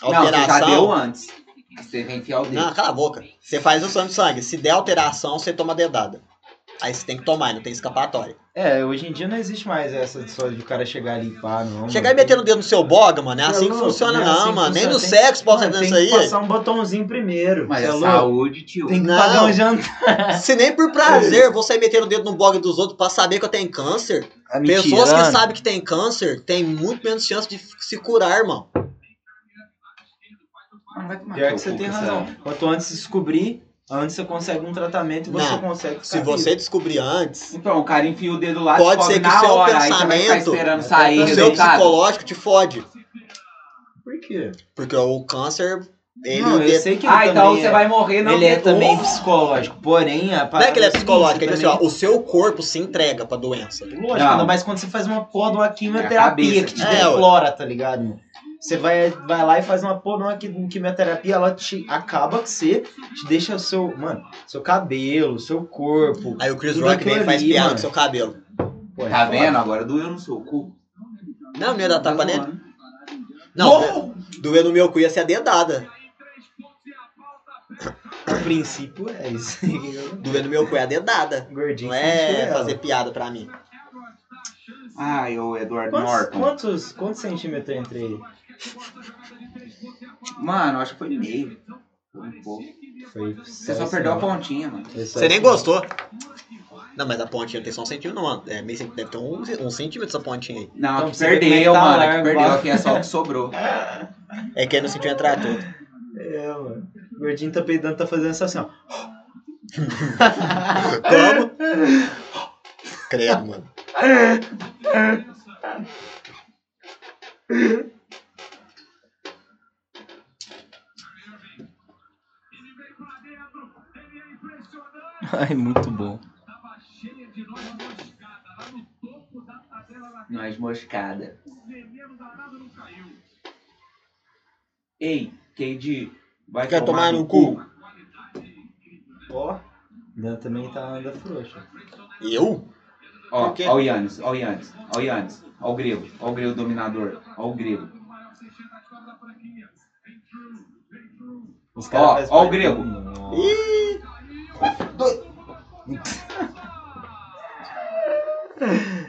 Speaker 1: Não, você já deu
Speaker 2: alteração. Ah,
Speaker 1: antes. Você vem enfiar o dedo.
Speaker 2: Não, cala a boca. Você faz o sangue sangue. Se der alteração, você toma dedada. Aí você tem que tomar, não tem escapatória.
Speaker 3: É, hoje em dia não existe mais essa de só de o cara chegar a limpar, não.
Speaker 2: Chegar e
Speaker 3: mano.
Speaker 2: meter o dedo no seu boga, mano, é
Speaker 3: Você é
Speaker 2: assim que
Speaker 3: louco,
Speaker 2: funciona,
Speaker 3: né?
Speaker 2: não,
Speaker 3: Assim que
Speaker 2: mano. Nem
Speaker 3: funciona.
Speaker 2: no
Speaker 3: Tem-
Speaker 2: sexo posso
Speaker 3: Mano,
Speaker 2: fazer
Speaker 3: Tem
Speaker 2: isso
Speaker 3: que
Speaker 2: aí.
Speaker 3: passar um botãozinho primeiro.
Speaker 1: Mas
Speaker 3: cê é
Speaker 1: é
Speaker 3: louco?
Speaker 1: saúde, tio.
Speaker 3: Tem que
Speaker 2: Não.
Speaker 3: pagar um jantar.
Speaker 2: Se nem por prazer vou sair metendo o dedo no boga dos outros pra saber que eu tenho câncer. Pessoas que sabem que tem câncer têm muito menos chance de se curar, irmão.
Speaker 1: Não vai tomar
Speaker 3: Pior
Speaker 1: teu
Speaker 3: que você
Speaker 1: cu
Speaker 3: tem
Speaker 1: com
Speaker 3: razão.
Speaker 1: essa-
Speaker 3: Quanto antes descobrir, antes você consegue um tratamento e você
Speaker 2: Não.
Speaker 3: consegue ficar
Speaker 2: Se
Speaker 3: vivo.
Speaker 2: você descobrir antes,
Speaker 1: Então, o cara enfia o dedo lá,
Speaker 2: Pode
Speaker 1: descobre
Speaker 2: ser que
Speaker 1: na
Speaker 2: seu
Speaker 1: hora, aí você vai ficar
Speaker 2: pensamento-
Speaker 1: esperando sair
Speaker 2: o
Speaker 3: Tem
Speaker 2: seu
Speaker 1: resultado.
Speaker 2: psicológico te fode.
Speaker 3: Por quê?
Speaker 2: Porque o câncer, ele
Speaker 3: não, eu
Speaker 2: de-
Speaker 3: sei que ele
Speaker 1: Ah, então
Speaker 3: também
Speaker 1: você
Speaker 3: é-
Speaker 1: vai morrer, não.
Speaker 3: Ele é
Speaker 1: tem-
Speaker 3: também
Speaker 1: Oh!
Speaker 3: psicológico, porém... A
Speaker 2: Não é que ele é psicológico, é
Speaker 3: ele
Speaker 2: que assim, ó, o seu corpo se entrega pra doença.
Speaker 3: Lógico,
Speaker 1: Não.
Speaker 3: ainda mais quando você faz uma porra de uma
Speaker 1: É a
Speaker 3: quimioterapia
Speaker 1: cabeça,
Speaker 3: que te
Speaker 2: né?
Speaker 3: deflora, tá ligado? mano? Você vai, vai lá e faz uma porra de uma qui- quimioterapia, ela te acaba com você, te deixa o seu, mano, seu cabelo, seu corpo.
Speaker 2: Aí o Chris
Speaker 3: Tudo
Speaker 2: Rock vem e
Speaker 3: aquilo
Speaker 2: faz
Speaker 3: ali,
Speaker 2: piada
Speaker 3: mano.
Speaker 2: com seu cabelo.
Speaker 3: Pô, é
Speaker 1: Tá
Speaker 3: foda.
Speaker 1: vendo? Agora doeu no seu cu.
Speaker 2: Não, não ia dar tapa nele.
Speaker 1: Mano.
Speaker 2: Não, doer doeu no meu cu ia ser a dedada.
Speaker 3: O princípio é isso.
Speaker 2: Doer no meu cu é a dedada.
Speaker 3: Gordinho.
Speaker 2: Não é
Speaker 3: sentido,
Speaker 2: fazer piada pra mim.
Speaker 1: Ai, ô Eduardo
Speaker 3: Quantos,
Speaker 1: Norton.
Speaker 3: quantos, quantos centímetros é entre ele?
Speaker 1: Mano, acho que foi meio. Foi um pouco.
Speaker 3: Foi assim, é
Speaker 1: Você só perdeu a pontinha, mano.
Speaker 2: Você nem gostou. Não, mas a pontinha tem só um centímetro, não. É meio centímetro, deve ter um, um centímetro essa pontinha aí.
Speaker 1: Não,
Speaker 3: Então,
Speaker 1: que
Speaker 3: você vê como é que
Speaker 1: perdeu,
Speaker 3: tá
Speaker 1: mano.
Speaker 3: largo,
Speaker 1: que perdeu
Speaker 3: ó.
Speaker 1: aqui é só o que sobrou.
Speaker 2: É que aí não sentiu entrar todo.
Speaker 3: É, mano. O gordinho tá peidando, tá fazendo isso assim, ó.
Speaker 2: Como? Credo, mano.
Speaker 5: Ai, muito bom.
Speaker 1: Nós moscada. Ei, KD, vai
Speaker 2: Quer tomar no cu?
Speaker 3: Ó. Dan também tá anda frouxa.
Speaker 2: Eu?
Speaker 1: Ó,
Speaker 2: Por quê?
Speaker 1: ó o Yannis, ó o Yannis, ó o Yannis, ó o grego, ó o grego dominador, ó o grego.
Speaker 3: Os
Speaker 1: Ó,
Speaker 3: fazem
Speaker 1: ó o
Speaker 3: parte
Speaker 1: grego.
Speaker 3: do mundo, ó.
Speaker 2: Ih,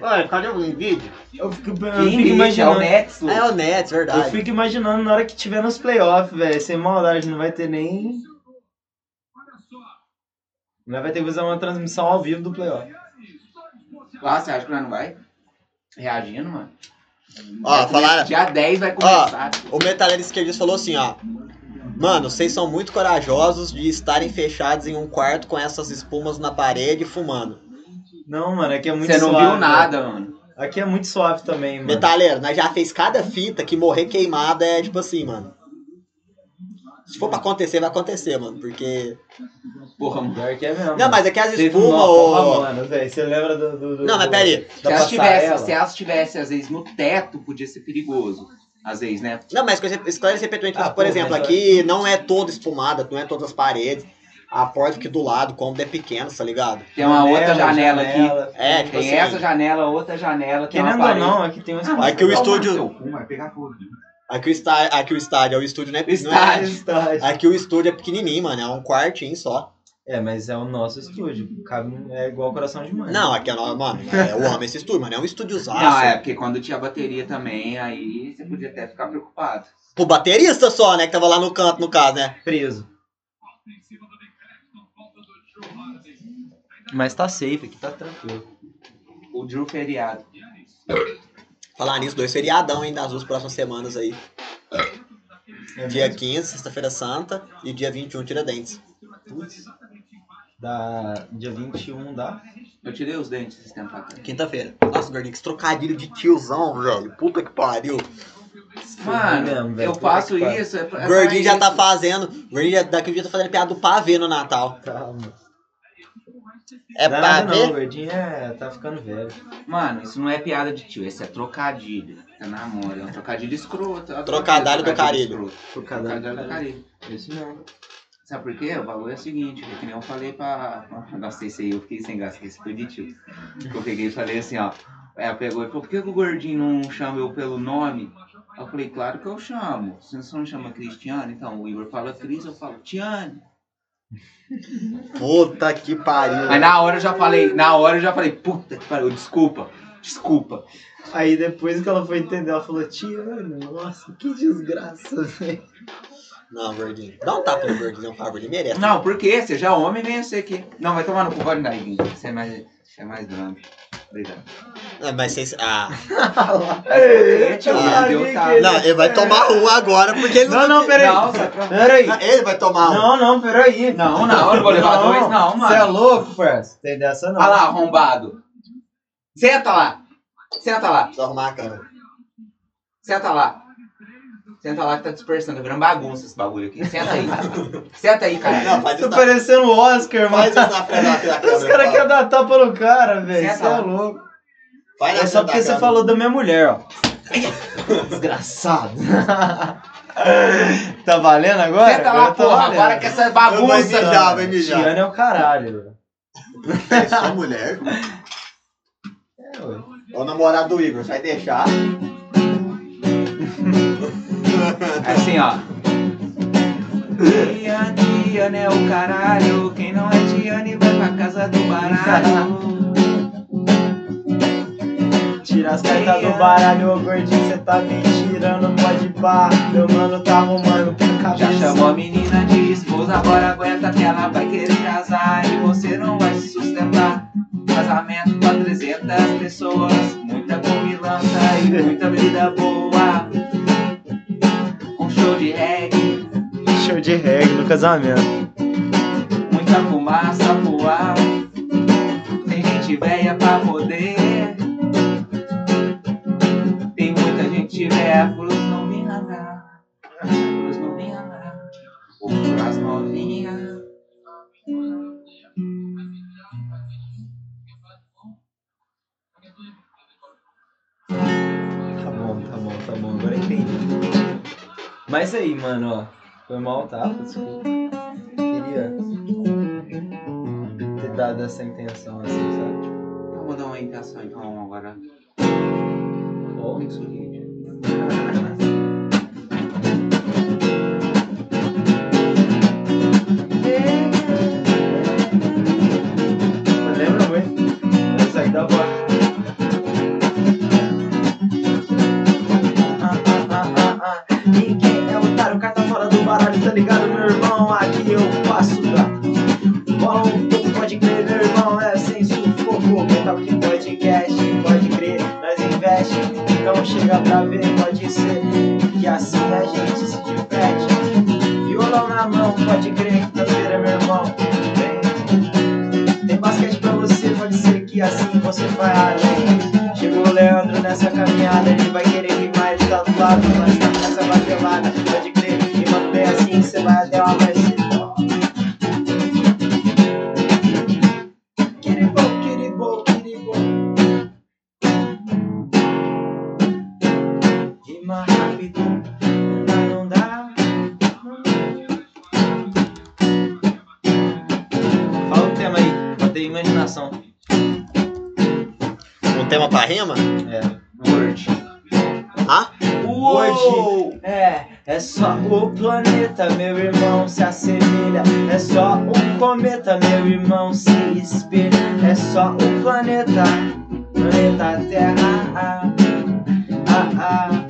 Speaker 2: Olha, cadê o vídeo?
Speaker 3: Eu fico, eu
Speaker 2: Ah,
Speaker 1: Quem
Speaker 3: fico
Speaker 1: lixa é o
Speaker 3: imaginando.
Speaker 1: Netsu.
Speaker 2: É o Nets,
Speaker 3: Eu
Speaker 2: verdade.
Speaker 3: fico imaginando na hora que tiver nos playoffs, velho. Sem maldade, não vai ter nem. Nós vai ter que usar uma transmissão ao vivo do playoff.
Speaker 1: Lá, Ah, você acha que nós não vai? Reagindo, mano.
Speaker 2: Ó, falaram.
Speaker 1: Dia 10 vai começar.
Speaker 2: O metaleiro esquerdista falou assim, ó. Mano, vocês são muito corajosos de estarem fechados em um quarto com essas espumas na parede e fumando.
Speaker 3: Não, mano, aqui é muito
Speaker 1: Você não
Speaker 3: suave.
Speaker 1: viu nada, tá- mano.
Speaker 3: velho. Aqui é muito suave também, mano.
Speaker 2: Metaleiro, nós já fez cada fita que morrer queimada é tipo assim, mano. Se for pra acontecer, vai acontecer, mano, porque...
Speaker 1: Porra, mano.
Speaker 3: Pior que é mesmo.
Speaker 2: Não, mas é que as
Speaker 3: Teve
Speaker 2: espumas...
Speaker 3: uma-
Speaker 2: ô-
Speaker 3: mano, velho. Você lembra do. do, do
Speaker 2: Não, mas
Speaker 3: do-
Speaker 2: peraí.
Speaker 1: Se
Speaker 3: Da
Speaker 1: elas, tivessem,
Speaker 3: passarela?
Speaker 1: se elas tivessem, às vezes, no teto, podia ser perigoso. Às vezes, né?
Speaker 2: Não, mas esclarecer perfeitamente,
Speaker 3: Ah,
Speaker 2: por
Speaker 3: pô,
Speaker 2: exemplo,
Speaker 3: mas-
Speaker 2: aqui não é toda espumada, não é todas as paredes. A porta aqui do lado, o cômodo é pequeno, tá ligado?
Speaker 1: Tem uma outra janela, aqui.
Speaker 2: É, tipo
Speaker 1: Tem
Speaker 2: assim,
Speaker 1: essa janela, outra janela, tem
Speaker 3: Querendo
Speaker 1: uma
Speaker 3: ou
Speaker 1: parede. Ah, é
Speaker 3: não, aqui tem um espaço.
Speaker 1: mas
Speaker 2: Aqui o
Speaker 1: vai tomar
Speaker 2: estúdio-
Speaker 1: no seu cu, vai pegar fogo.
Speaker 2: aqui o, está, aqui o estádio, o estúdio não é, não é-
Speaker 1: Estádio.
Speaker 3: Estádio.
Speaker 2: Aqui o estúdio é pequenininho, mano, é um quartinho só.
Speaker 3: É, mas é o nosso estúdio. Cabe, é igual coração de mãe.
Speaker 2: Não, aqui é, no- mano, é, eu amo esse estúdio, mano, é um estúdiozaço.
Speaker 1: Não, é porque quando tinha bateria também, aí você podia até ficar preocupado.
Speaker 2: Pro baterista só, né, que tava lá no canto, no caso, né?
Speaker 3: Preso. Mas tá safe aqui, tá tranquilo.
Speaker 1: O Drew feriado.
Speaker 2: Falar nisso, dois feriadão, hein, nas duas próximas semanas aí.
Speaker 3: É
Speaker 2: Dia 15, sexta-feira santa, e dia 21, Tiradentes.
Speaker 3: Da, dia 21 da.
Speaker 1: Eu tirei os dentes esse tempo atrás.
Speaker 2: Quinta-feira. Nossa, gordinho, que trocadilho de tiozão, velho. Puta que pariu.
Speaker 1: Mano,
Speaker 3: Mesmo, velho,
Speaker 1: eu
Speaker 3: puta
Speaker 1: faço
Speaker 3: que pariu.
Speaker 1: isso. É pra, é pra
Speaker 2: Gordinho já
Speaker 1: isso.
Speaker 2: tá fazendo. Gordinho já, daqui a dia tá fazendo piada do pavê no Natal.
Speaker 3: Calma.
Speaker 2: É
Speaker 3: Dá nada não, o
Speaker 2: pavê?
Speaker 3: gordinho é, tá ficando velho.
Speaker 1: Mano, isso não é piada de tio, isso é trocadilho. Tá namoro, é um trocadilho escroto. é um
Speaker 2: Trocadalho do carilho.
Speaker 1: escroto.
Speaker 3: Por cada
Speaker 1: Trocadalho do carilho.
Speaker 3: Isso mesmo.
Speaker 1: Sabe por quê? O bagulho é o seguinte, que nem eu falei pra. pra- Nossa, esse aí eu fiquei sem graça, esse foi de tio. Que Eu peguei e falei assim, ó. Ela pegou e falou, por que que o gordinho não chama eu pelo nome? Eu falei, claro que eu chamo. Se você não chama Cristiano, então o Igor fala Cris, eu falo Tiane.
Speaker 2: Puta que pariu.
Speaker 1: Aí na hora eu já falei, na hora eu já falei, puta que pariu, desculpa, desculpa.
Speaker 3: Aí depois que ela foi entender, ela falou: Tiana, nossa, que desgraça, velho.
Speaker 2: Não, gordinho. Dá um tapa no gordinho, por favor. Ele merece.
Speaker 1: Não, por quê? Você já é homem, vem você aqui. Não, vai tomar no cu, vai me dar aí, Você é mais, você é mais brando. Obrigado.
Speaker 2: Ah, Mas vocês. Ah.
Speaker 1: É, tio,
Speaker 2: Ah,
Speaker 1: deu tá.
Speaker 3: Ele-
Speaker 2: Não, ele vai tomar um agora, porque ele
Speaker 3: Não, não, peraí.
Speaker 1: Não, sai pra-
Speaker 3: Peraí.
Speaker 2: Ah, Ele vai tomar um.
Speaker 3: Não, não, peraí.
Speaker 1: Não, não, eu não vou levar dois, não, mano.
Speaker 3: Você é louco, parça. Tem dessa não.
Speaker 1: Olha lá, arrombado. Senta lá. Senta lá.
Speaker 2: Preciso arrumar a câmera.
Speaker 1: Senta lá. Senta lá que tá dispersando. Tá virando bagunça esse bagulho aqui. Senta aí. Senta aí,
Speaker 2: Não,
Speaker 1: cara.
Speaker 2: faz
Speaker 3: Tô
Speaker 2: isso na,
Speaker 3: parecendo o Oscar,
Speaker 2: faz
Speaker 3: mano.
Speaker 2: isso na frente da- da câmera.
Speaker 3: Os caras querem dar tapa no cara, velho.
Speaker 1: Senta
Speaker 3: Você é
Speaker 1: lá.
Speaker 3: louco.
Speaker 2: Vai na
Speaker 3: É só
Speaker 2: frente da
Speaker 3: porque você
Speaker 2: câmera.
Speaker 3: falou da minha mulher, ó. Desgraçado. tá valendo agora?
Speaker 1: Senta lá,
Speaker 3: Agora tá
Speaker 1: porra.
Speaker 3: valendo.
Speaker 1: Agora que essa
Speaker 2: Eu vou
Speaker 1: bagunça.
Speaker 2: mijar, vai mijar.
Speaker 3: Tiana é o caralho, velho.
Speaker 2: É só mulher.
Speaker 3: É, ué.
Speaker 2: É o namorado do Igor, você vai deixar.
Speaker 1: Assim, ó. Tiane, Tiane é o caralho. Quem não é Tiane vai pra casa do baralho.
Speaker 3: Tira as cartas do baralho, ô gordinho, cê tá me tirando, pode pá. Meu mano tá arrumando com
Speaker 1: Já
Speaker 3: cabeça.
Speaker 1: chamou a menina de esposa, agora aguenta que ela vai querer casar e você não vai se sustentar. Casamento pra 300 pessoas. Muita comilança e muita bebida boa. Com show de reggae,
Speaker 6: Show de reggae no casamento.
Speaker 1: muita fumaça pro ar. Tem gente velha pra poder. Tem muita gente velha pros não me andar. Pros não me andar. Ou pras novinhas.
Speaker 3: Tá bom, tá bom, tá bom. Agora entendi. Mas aí, mano, ó. Foi mal, tá? Desculpa. Queria ter dado essa intenção assim, sabe? Tipo,
Speaker 1: Vou mandar uma intenção então agora. é
Speaker 3: ó,
Speaker 1: Muito sorrindo.
Speaker 3: mas lembra muito. Mas isso aí dá boa. Ah, ah, ah, ah, ah. E quem é otário, cai tá fora do baralho, tá ligado, meu irmão? Aqui eu faço da. Bola um pouco, pode crer, meu irmão, é sem sufoco. Quem tá aqui podcast, pode crer, nós investe. Então chega pra ver, pode ser que assim a gente se diverte. Violão na mão, pode crer, na feira, meu irmão. Vem. Tem basquete pra você, pode ser que assim você vai além. Chegou o Leandro nessa caminhada, ele vai querer rimar, ele tá do lado, mas tá nessa batelada, pode crer. Rimando bem assim, você vai até uma mais. Kiribô, kiribô, kiribô. Rima rápido, mas não dá. Fala o tema aí, pra ter imaginação.
Speaker 2: Um tema pra rima?
Speaker 3: É, Word.
Speaker 2: Ah?
Speaker 3: Word. É, é só o planeta, meu irmão, se assemelha. É só o cometa, meu irmão, se espelha. É só o planeta, planeta Terra. Ah, ah, ah, ah.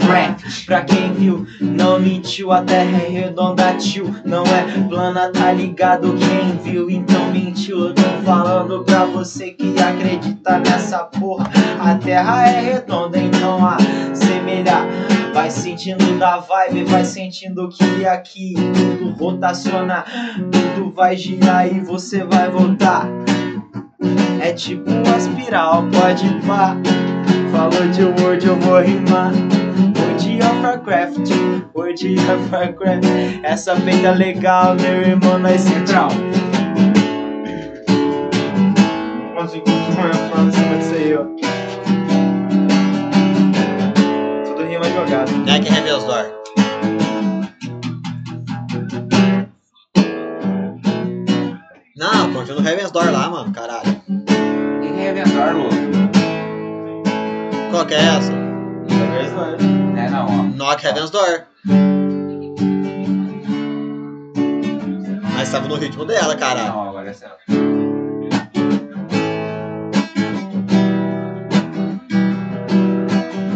Speaker 3: Pra quem viu, não mentiu, a terra é redonda, tio. Não é plana, tá ligado? Quem viu, então mentiu. Eu tô falando pra você que acredita nessa porra. A terra é redonda, então a semelhar. Vai sentindo da vibe, vai sentindo que aqui tudo rotaciona, tudo vai girar e você vai voltar. É tipo uma espiral, pode pá. Falou de Word, eu vou rimar. Word of Warcraft, Word of Warcraft. Essa feita legal, meu irmão, nós é central. Mas enquanto eu falo, você vai sair, ó. Tudo rima jogado.
Speaker 2: Jack Reversor. Não, continua o Revensdor lá, mano, caralho.
Speaker 1: E revendar, louco.
Speaker 2: Qual que é essa?
Speaker 1: É, não, ó.
Speaker 2: Knock Heaven's Door. Mas tava no ritmo dela, caralho.
Speaker 1: Não, agora é sério.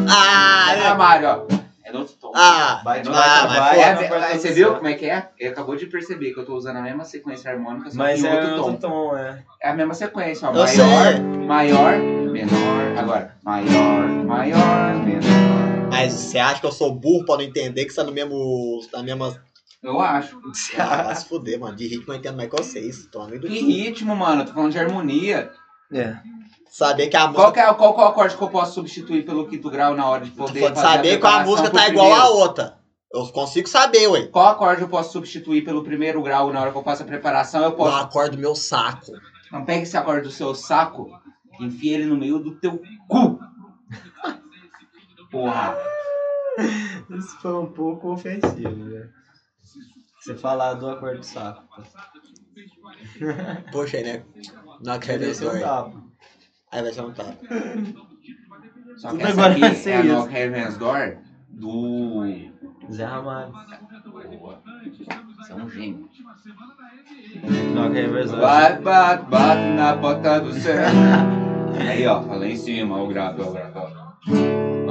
Speaker 2: Ah,
Speaker 1: É
Speaker 2: é.
Speaker 1: trabalho, ó. É do outro tom.
Speaker 2: Ah,
Speaker 3: Vai,
Speaker 1: Não
Speaker 3: vai,
Speaker 2: ah,
Speaker 3: vai,
Speaker 2: mas
Speaker 1: É,
Speaker 3: vai,
Speaker 1: é,
Speaker 3: vai, vai,
Speaker 1: você viu como é que é? Ele acabou de perceber que eu tô usando a mesma sequência harmônica, só
Speaker 3: Mas
Speaker 1: que em
Speaker 3: é
Speaker 1: outro tom.
Speaker 3: outro tom, é.
Speaker 1: É a mesma sequência, ó.
Speaker 2: eu sei.
Speaker 1: Maior, maior, menor. Agora, maior, maior, menor.
Speaker 2: Mas você acha que eu sou burro pra não entender que você tá no mesmo. na mesma.
Speaker 1: Eu acho.
Speaker 2: Ah, vai se fuder, mano. De ritmo eu entendo mais que vocês. Tô amigo do
Speaker 1: Que
Speaker 2: cu.
Speaker 1: ritmo, mano. Tô falando de harmonia. É.
Speaker 2: Saber que a
Speaker 1: Qual,
Speaker 2: música.
Speaker 1: que é, qual, qual acorde que eu posso substituir pelo quinto grau na hora de poder
Speaker 2: Pode
Speaker 1: fazer a
Speaker 2: tipo, saber qual a
Speaker 1: preparação
Speaker 2: música
Speaker 1: pro
Speaker 2: tá igual
Speaker 1: primeiro?
Speaker 2: a outra. Eu consigo saber, ué.
Speaker 1: Qual acorde eu posso substituir pelo primeiro grau na hora que eu faço a preparação? Eu
Speaker 2: O
Speaker 1: posso.
Speaker 2: acorde do meu saco.
Speaker 1: Não pega esse acorde do seu saco, enfia ele no meio do teu cu. Porra.
Speaker 3: Isso foi um pouco ofensivo, né? Você falar do acorde do saco.
Speaker 2: Poxa, aí, né? Knock
Speaker 1: É
Speaker 3: Queria
Speaker 2: Heaven's
Speaker 3: ser um
Speaker 1: tá.
Speaker 2: Door.
Speaker 3: tapa.
Speaker 2: Aí vai ser um tapa.
Speaker 1: Só
Speaker 3: Tudo
Speaker 1: que essa
Speaker 3: agora
Speaker 1: aqui
Speaker 3: vai ser
Speaker 1: é a
Speaker 3: isso.
Speaker 1: Knock Heaven's Door do.
Speaker 3: Zé Ramalho.
Speaker 1: Boa. Você é um gênio.
Speaker 3: Knock Reverse
Speaker 1: Vai, bate, bate na bota do céu. Aí, ó, tá lá em cima, o grave, o grave. ó.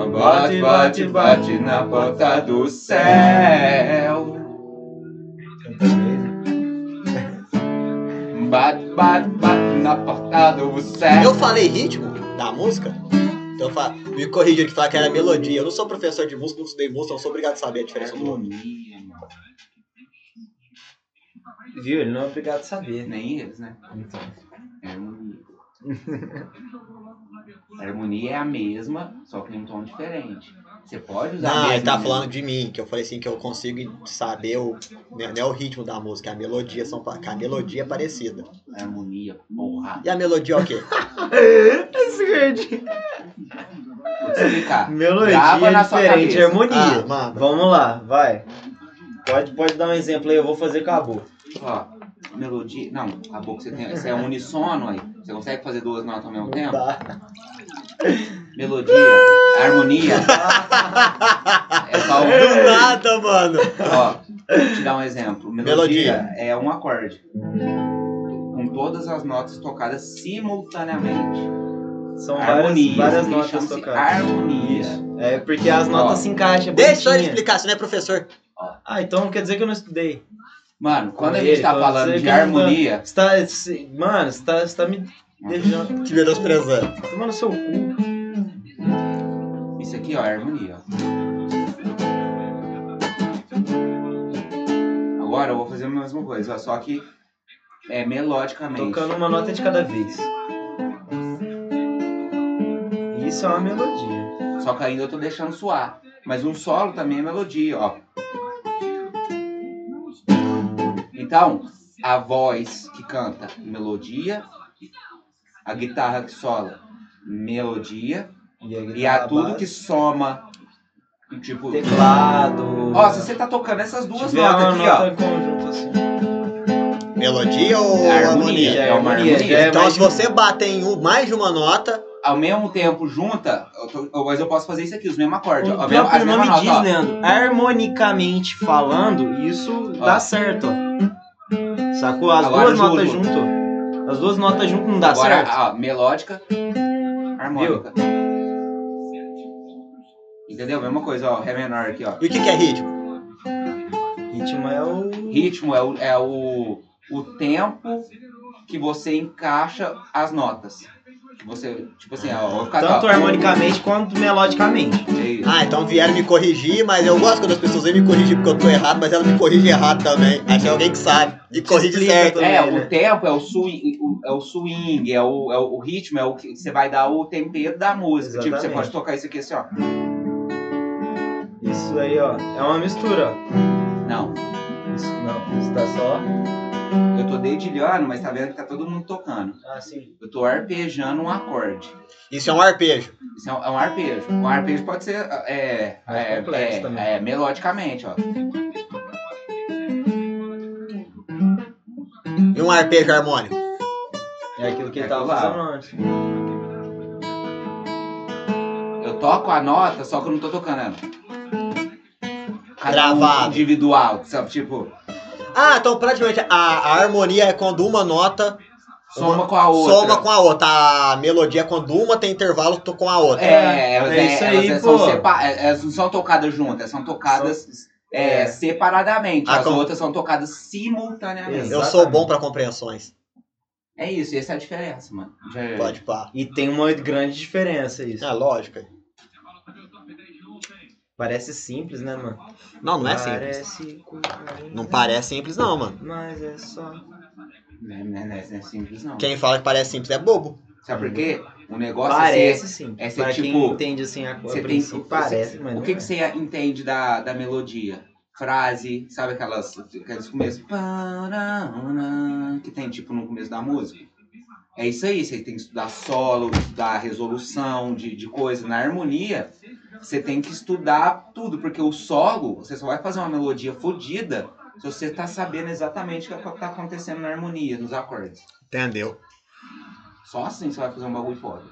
Speaker 1: Bate, bate, bate na bota do céu. Bate, bate, bate na porta do céu.
Speaker 2: Eu falei ritmo da música. Então eu falo, me corrija que fala que era melodia. Eu não sou professor de música, não estudei música, eu não sou obrigado a saber a diferença
Speaker 1: É um
Speaker 2: do outro.
Speaker 1: Harmonia, mano.
Speaker 3: Viu? Ele não é obrigado a saber.
Speaker 1: Nem eles, né?
Speaker 3: Então.
Speaker 1: Harmonia. Harmonia é a mesma, só que em um tom diferente. Você pode usar a
Speaker 2: Não, ele
Speaker 1: mesma,
Speaker 2: tá
Speaker 1: né?
Speaker 2: falando de mim, que eu falei assim, que eu consigo saber o. Não é o ritmo da música, é a melodia, são, pa- que a melodia é parecida.
Speaker 1: Harmonia, porra.
Speaker 2: E a melodia é o quê?
Speaker 1: Vou te explicar.
Speaker 3: Melodia é
Speaker 1: Grava na sua
Speaker 3: diferente,
Speaker 1: cabeça.
Speaker 2: Ah,
Speaker 3: harmonia.
Speaker 2: mano.
Speaker 3: Vamos lá, vai. Pode, pode dar um exemplo aí, eu vou fazer com a boca.
Speaker 1: Ó, melodia. Não, a boca você tem. Você é unissono aí. Você consegue fazer duas notas ao mesmo tempo?
Speaker 3: Tá.
Speaker 1: Melodia, harmonia. é só um.
Speaker 2: Do nada, mano.
Speaker 1: Ó, vou te dar um exemplo. Melodia,
Speaker 2: Melodia.
Speaker 1: é um acorde com todas as notas tocadas simultaneamente.
Speaker 3: São
Speaker 1: harmonia.
Speaker 3: várias, Então, várias
Speaker 1: isso
Speaker 3: notas
Speaker 1: chama-se
Speaker 3: tocadas.
Speaker 1: Harmonia.
Speaker 3: É porque as notas
Speaker 1: Ó.
Speaker 3: se encaixam.
Speaker 2: Deixa ele
Speaker 3: bonitinha.
Speaker 2: explicar, você não é professor.
Speaker 3: Ah, então quer dizer que eu não estudei.
Speaker 1: Mano, quando a
Speaker 3: Ei,
Speaker 1: gente tá
Speaker 3: tô
Speaker 1: falando
Speaker 3: dizendo
Speaker 1: de
Speaker 3: que não dá.
Speaker 1: harmonia,
Speaker 3: Você tá. se- mano, você tá, você tá me deixando.
Speaker 2: Te menosprezando.
Speaker 3: Tomando seu cu.
Speaker 1: isso aqui ó, é harmonia. ó. Agora eu vou fazer a mesma coisa, ó, só que é melodicamente.
Speaker 3: Tocando uma nota de cada vez. Isso é uma melodia.
Speaker 1: Só que ainda eu tô deixando suar. Mas um solo também é melodia, ó. Então, a voz que canta melodia, a guitarra que sola melodia, e a
Speaker 3: guitarra
Speaker 1: tudo
Speaker 3: base,
Speaker 1: que soma, tipo...
Speaker 3: Teclado.
Speaker 1: Ó, se você tá tocando essas duas
Speaker 3: tiver
Speaker 1: notas
Speaker 3: uma
Speaker 1: aqui,
Speaker 3: nota
Speaker 1: ó.
Speaker 3: em conjunto assim.
Speaker 2: Melodia ou
Speaker 1: Harmonia.
Speaker 2: harmonia?
Speaker 1: é uma harmonia.
Speaker 3: já é
Speaker 2: Então,
Speaker 3: mais
Speaker 2: se
Speaker 3: um-
Speaker 2: você bater em um- mais de uma nota,
Speaker 1: Ao mesmo tempo, junta, eu tô- eu- mas eu posso fazer isso aqui, os mesmos acordes. ó,
Speaker 3: O
Speaker 1: a mesma-
Speaker 3: próprio
Speaker 1: as mesmas
Speaker 3: nome
Speaker 1: notas,
Speaker 3: diz, né?
Speaker 1: ó.
Speaker 3: Leandro, harmonicamente falando, isso
Speaker 1: Ó.
Speaker 3: dá certo, ó. Sacou? As
Speaker 1: Agora
Speaker 3: duas
Speaker 1: junto.
Speaker 3: notas junto, ó. as duas notas junto não dá
Speaker 1: Agora,
Speaker 3: Tá certo.
Speaker 1: ó, melódica, harmônica. Entendeu? Mesma coisa, ó, Ré menor aqui, ó.
Speaker 2: e o que, que é ritmo?
Speaker 3: Ritmo é o...
Speaker 1: Ritmo é o, é o, o tempo que você encaixa as notas. Que Você, tipo assim, ó, eu vou ficar
Speaker 3: Tanto
Speaker 1: ó,
Speaker 3: harmonicamente quanto melodicamente.
Speaker 1: é isso.
Speaker 2: Ah, então vieram me corrigir, mas eu gosto quando as pessoas vêm me corrigir porque eu tô errado, mas elas me corrigem errado também. Aí tem alguém que sabe e corrige
Speaker 3: explica
Speaker 2: certo.
Speaker 1: É,
Speaker 3: também, né?
Speaker 1: o tempo é o swing, o- é o, swing é, o, é o o ritmo, é o que você vai dar o tempero da música. Tipo, você
Speaker 3: Exatamente.
Speaker 1: pode tocar isso aqui assim, ó.
Speaker 3: Isso aí, ó, é uma mistura. ó.
Speaker 1: Não,
Speaker 3: Isso não, isso tá só...
Speaker 1: eu tô dedilhando, mas tá vendo que tá todo mundo tocando.
Speaker 3: Ah, sim.
Speaker 1: Eu tô arpejando um acorde.
Speaker 2: Isso é um arpejo.
Speaker 1: Isso é um, é um arpejo. Um arpejo pode ser é,
Speaker 3: Mais
Speaker 1: é,
Speaker 3: complexo
Speaker 1: é,
Speaker 3: também.
Speaker 1: é, melodicamente, ó.
Speaker 2: E um arpejo harmônico.
Speaker 3: É aquilo que
Speaker 1: É
Speaker 3: ele tava
Speaker 1: aquilo lá,
Speaker 3: fazendo antes.
Speaker 1: Eu toco a nota, só que eu não tô tocando ela. Cada um
Speaker 2: Gravado.
Speaker 1: Individual, sabe? Tipo,
Speaker 2: Ah, então praticamente a, a harmonia é quando uma nota
Speaker 1: soma com a outra.
Speaker 2: soma com a outra. A melodia é quando uma tem intervalo to- com a outra.
Speaker 1: É, elas,
Speaker 3: É
Speaker 1: é,
Speaker 3: isso
Speaker 1: elas
Speaker 3: aí,
Speaker 1: é- são
Speaker 3: pô.
Speaker 1: sepa- é- elas não são tocadas juntas, elas são tocadas é,
Speaker 3: é.
Speaker 1: separadamente.
Speaker 2: Ah,
Speaker 1: as
Speaker 2: como-
Speaker 1: outras são tocadas simultaneamente.
Speaker 2: eu
Speaker 3: Exatamente.
Speaker 2: sou bom pra compreensões.
Speaker 1: É isso, essa é a diferença, mano. Já- é-
Speaker 2: Pode pá.
Speaker 3: E tem uma grande diferença isso.
Speaker 2: É lógica.
Speaker 3: Parece simples, né, mano?
Speaker 2: Não, não é simples.
Speaker 3: Parece...
Speaker 2: Não parece simples, não, mano.
Speaker 3: Mas é só...
Speaker 1: Não é, não é- não é simples, não.
Speaker 2: Quem fala que parece simples é bobo.
Speaker 1: Sabe por quê? O negócio é ser-
Speaker 3: Parece sim.
Speaker 1: é ser
Speaker 3: pra
Speaker 1: tipo-
Speaker 3: quem entende assim a coisa,
Speaker 1: Você tem
Speaker 3: a princípio, parece,
Speaker 1: você-
Speaker 3: mas
Speaker 1: O
Speaker 3: não
Speaker 1: que,
Speaker 3: é.
Speaker 1: que você entende da, da melodia? Frase, sabe aquelas. aqueles começos. parará, Que tem tipo no começo da música. É isso aí, você tem que estudar solo, estudar resolução de, de coisa. Na harmonia, você tem que estudar tudo, porque o solo, você só vai fazer uma melodia fodida se você tá sabendo exatamente o que tá acontecendo na harmonia, nos acordes.
Speaker 2: Entendeu?
Speaker 1: Só assim você vai fazer um bagulho foda.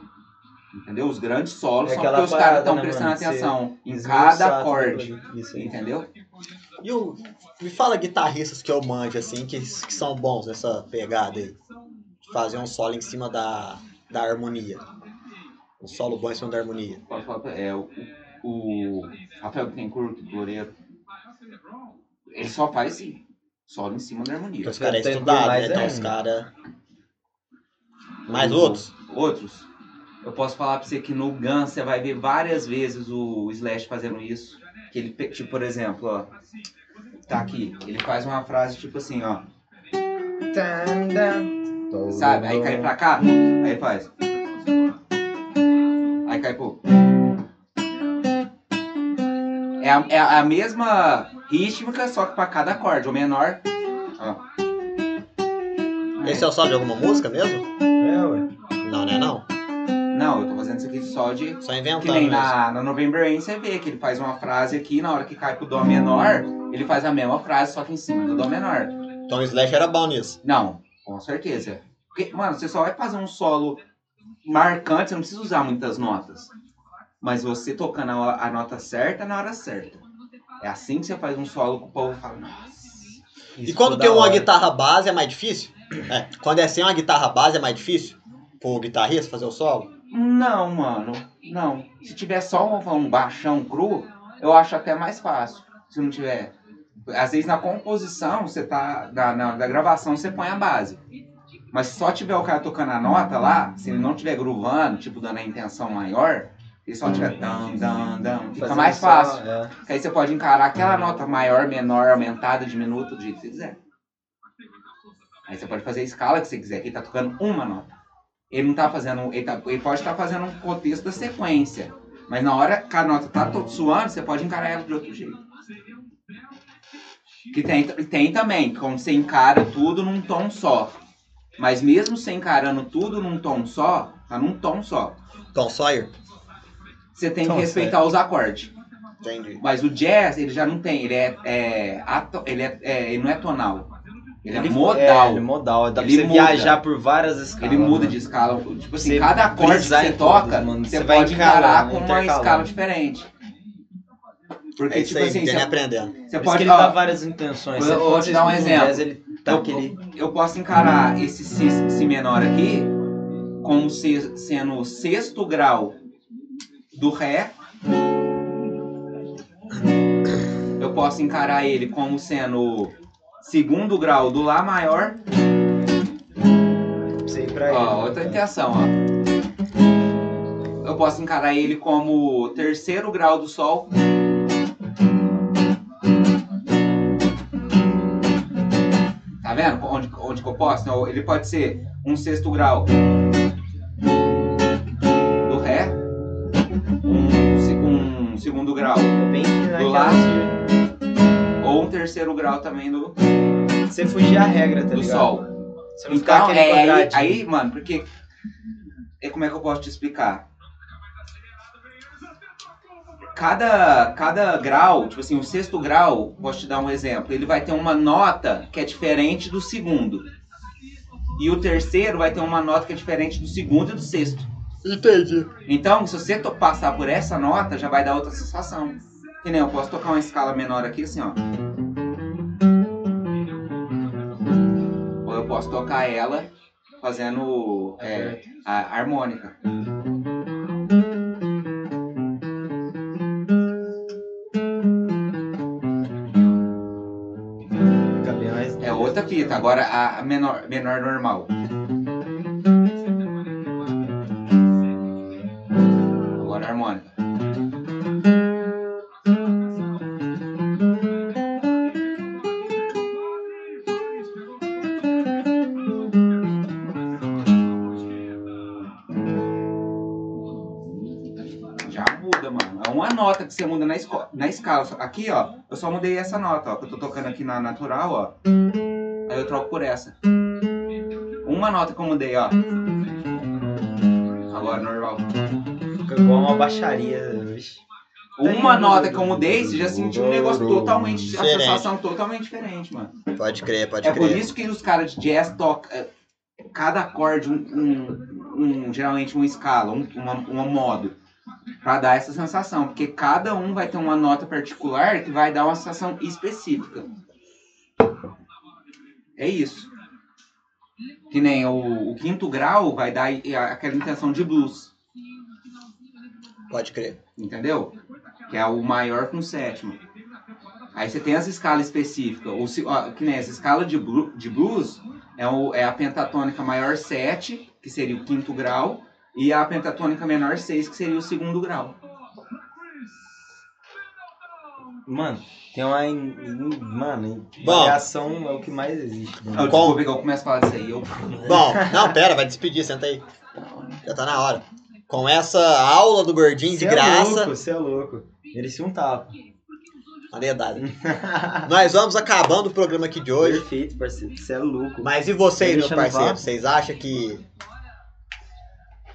Speaker 1: Entendeu? Os grandes solos
Speaker 3: É
Speaker 1: são
Speaker 3: aquela
Speaker 1: porque os caras
Speaker 3: parada,
Speaker 1: estão
Speaker 3: né,
Speaker 1: prestando
Speaker 3: mano? Você
Speaker 1: atenção em
Speaker 3: Esmiuçar tudo
Speaker 1: cada acorde.
Speaker 3: ali. Isso aí.
Speaker 1: Entendeu?
Speaker 2: E o, me fala guitarristas que eu manjo, assim, que, que são bons nessa pegada aí. De Fazer um solo em cima da, da harmonia. Um solo bom em cima da harmonia.
Speaker 1: Pode falar pra- É, o, o Rafael Bittencourt, Loureiro, ele só faz assim, solo em cima da
Speaker 2: Porque
Speaker 1: harmonia.
Speaker 2: os caras é
Speaker 3: Tem que
Speaker 2: estudado, né?
Speaker 3: mais
Speaker 2: Então
Speaker 3: ainda.
Speaker 2: os caras. Mais outros?
Speaker 1: Outros? Eu posso falar pra você que no Gun você vai ver várias vezes o Slash fazendo isso. Que ele, pe- tipo, por exemplo, ó. Tá aqui. Ele faz uma frase tipo assim, ó. Sabe? Aí cai pra cá, aí ele faz. Aí cai pro. É a, é a mesma rítmica, só que pra cada acorde. O menor. Ó.
Speaker 2: Esse é o sol de alguma música mesmo?
Speaker 3: É, ué.
Speaker 2: Não, né? Não.
Speaker 1: É. Não, eu tô fazendo isso aqui só de.
Speaker 2: Só
Speaker 1: Que
Speaker 2: inventando
Speaker 1: nem
Speaker 2: tá mesmo.
Speaker 1: na, na November Rain você vê que ele faz uma frase aqui, na hora que cai pro Dó menor, ele faz a mesma frase, só que em cima do Dó menor.
Speaker 2: Então o Slash era bom nisso.
Speaker 1: Não, com certeza. Porque, mano, você só vai fazer um solo marcante, você não precisa usar muitas notas. Mas você tocando a, a nota certa na hora certa. É assim que você faz um solo que o povo fala, nossa.
Speaker 2: e quando
Speaker 3: ficou
Speaker 2: tem
Speaker 3: da
Speaker 2: uma
Speaker 3: hora.
Speaker 2: guitarra base é mais difícil? É. Quando é sem uma guitarra base é mais difícil? Pro guitarrista fazer o solo?
Speaker 1: Não, mano, não. Se tiver só um, um baixão cru, eu acho até mais fácil. Se não tiver. Às vezes na composição, você tá. Na, na, na gravação, você põe a base. Mas se só tiver o cara tocando a nota lá, se ele não tiver groovando, tipo, dando a intenção maior, ele só tiver dam, dam, dam, fica
Speaker 3: Fazer
Speaker 1: mais
Speaker 3: um
Speaker 1: fácil.
Speaker 3: só, é.
Speaker 1: Porque aí você pode encarar aquela nota maior, menor, aumentada, diminuta, do jeito que você quiser. Aí você pode fazer a escala que você quiser, que ele tá tocando uma nota. Ele não tá fazendo. Ele, tá- ele pode estar fazendo um contexto da sequência. Mas na hora que a nota tá to- suando, você pode encarar ela de outro jeito. Que tem, tem também, como você encara tudo num tom só. Mas mesmo você encarando tudo num tom só, tá num tom só.
Speaker 2: Tom Sawyer?
Speaker 1: Você tem
Speaker 5: Tom
Speaker 1: que
Speaker 5: só.
Speaker 1: respeitar os acordes.
Speaker 2: Entendi.
Speaker 1: Mas o jazz, ele já não tem, ele é, é, ato- ele, é, é, ele não é tonal. Ele é
Speaker 3: É,
Speaker 1: modal.
Speaker 3: ele é modal. Dá
Speaker 1: Ele
Speaker 3: pra você
Speaker 1: muda.
Speaker 3: viajar por várias escalas.
Speaker 1: ele muda
Speaker 3: mano.
Speaker 1: de escala. Tipo assim,
Speaker 3: né? Você
Speaker 1: cada acorde que
Speaker 3: brisar
Speaker 1: você
Speaker 3: em todos,
Speaker 1: toca,
Speaker 3: mano.
Speaker 1: você,
Speaker 3: Você vai né?
Speaker 1: pode encarar
Speaker 3: encalar,
Speaker 1: com uma
Speaker 3: intercalar.
Speaker 1: escala diferente. Porque,
Speaker 2: É isso
Speaker 1: tipo
Speaker 2: aí,
Speaker 1: assim,
Speaker 2: ninguém
Speaker 1: você, você
Speaker 2: aprendendo.
Speaker 3: Por é isso que
Speaker 1: pode.
Speaker 3: ele tá
Speaker 1: ó,
Speaker 3: dá várias intenções.
Speaker 1: eu
Speaker 3: Você
Speaker 1: vou
Speaker 3: pode
Speaker 1: te dar um
Speaker 3: no
Speaker 1: exemplo.
Speaker 3: jazz, ele tá
Speaker 1: eu,
Speaker 3: aquele...
Speaker 1: eu posso encarar esse si, si menor aqui como se- sendo o sexto grau do Ré. Eu posso encarar ele como sendo o segundo grau do Lá maior.
Speaker 3: Você ir pra
Speaker 1: Ó,
Speaker 3: ele.
Speaker 1: outra intenção, ó. Eu posso encarar ele como o terceiro grau do Sol. Tá vendo onde, onde que eu posso? Então, ele pode ser um sexto grau do Ré, um, se- um segundo grau
Speaker 3: É bem
Speaker 1: do Lá, ou um terceiro grau também do,
Speaker 3: Você fugir a regra, tá
Speaker 1: do
Speaker 3: ligado?
Speaker 1: Sol.
Speaker 3: Você não ficar
Speaker 1: Então,
Speaker 3: aquele
Speaker 1: é, aí,
Speaker 3: quadradinho.
Speaker 1: aí, mano, porque. É como é que eu posso te explicar? Cada, cada grau, tipo assim, o sexto grau, posso te dar um exemplo, ele vai ter uma nota que é diferente do segundo. E o terceiro vai ter uma nota que é diferente do segundo e do sexto.
Speaker 2: Entendi.
Speaker 1: Então, se você to- passar por essa nota, já vai dar outra sensação. Que nem eu posso tocar uma escala menor aqui, assim, ó. Ou eu posso tocar ela fazendo é, a harmônica.
Speaker 3: Cabe mais-
Speaker 1: É outra fita, agora a menor, menor normal. Agora a harmônica. Já muda, mano. É uma nota que você muda na, esco- na escala. Aqui, ó, eu só mudei essa nota, ó, que eu tô tocando aqui na natural, ó. Aí eu troco por essa. Uma nota que eu mudei, ó. Agora normal.
Speaker 3: Fica igual uma baixaria. vixe.
Speaker 1: Uma nota que eu mudei, você já sentiu um negócio totalmente. A
Speaker 2: Diferente.
Speaker 1: sensação totalmente diferente, mano.
Speaker 2: Pode crer, pode
Speaker 1: É por
Speaker 2: crer.
Speaker 1: isso que os caras de jazz tocam. eh, Cada acorde, um, um- um- geralmente uma escala, um, uma, um modo. Pra dar essa sensação. Porque cada um vai ter uma nota particular que vai dar uma sensação específica. É isso. Que nem o, o quinto grau vai dar eh, aquela intenção de blues.
Speaker 2: Pode crer.
Speaker 1: Entendeu? Que é o maior com o sétimo. Aí você tem as escalas específicas. Ou se, ó, que nem essa escala de, bru- de blues é, o- é a pentatônica maior 7, que seria o quinto grau, E a pentatônica menor 6, que seria o segundo grau.
Speaker 3: Mano, tem uma. in- in- Mano, in-
Speaker 2: Bom.
Speaker 3: variação é o que mais existe. mano.
Speaker 1: Não, desculpa que eu começo a falar disso aí. Eu...
Speaker 2: Bom, não, pera, vai despedir, senta aí. Já tá na hora. Com essa aula do gordinho de
Speaker 3: Cê É
Speaker 2: graça,
Speaker 3: louco, você é louco. Merecia um tapa.
Speaker 2: na verdade, nós vamos acabando o programa aqui de hoje.
Speaker 3: Perfeito, parceiro. Você é louco.
Speaker 2: Mas e vocês,
Speaker 3: Tá
Speaker 2: meu
Speaker 3: deixando
Speaker 2: parceiro?
Speaker 3: vago?
Speaker 2: Vocês acham que.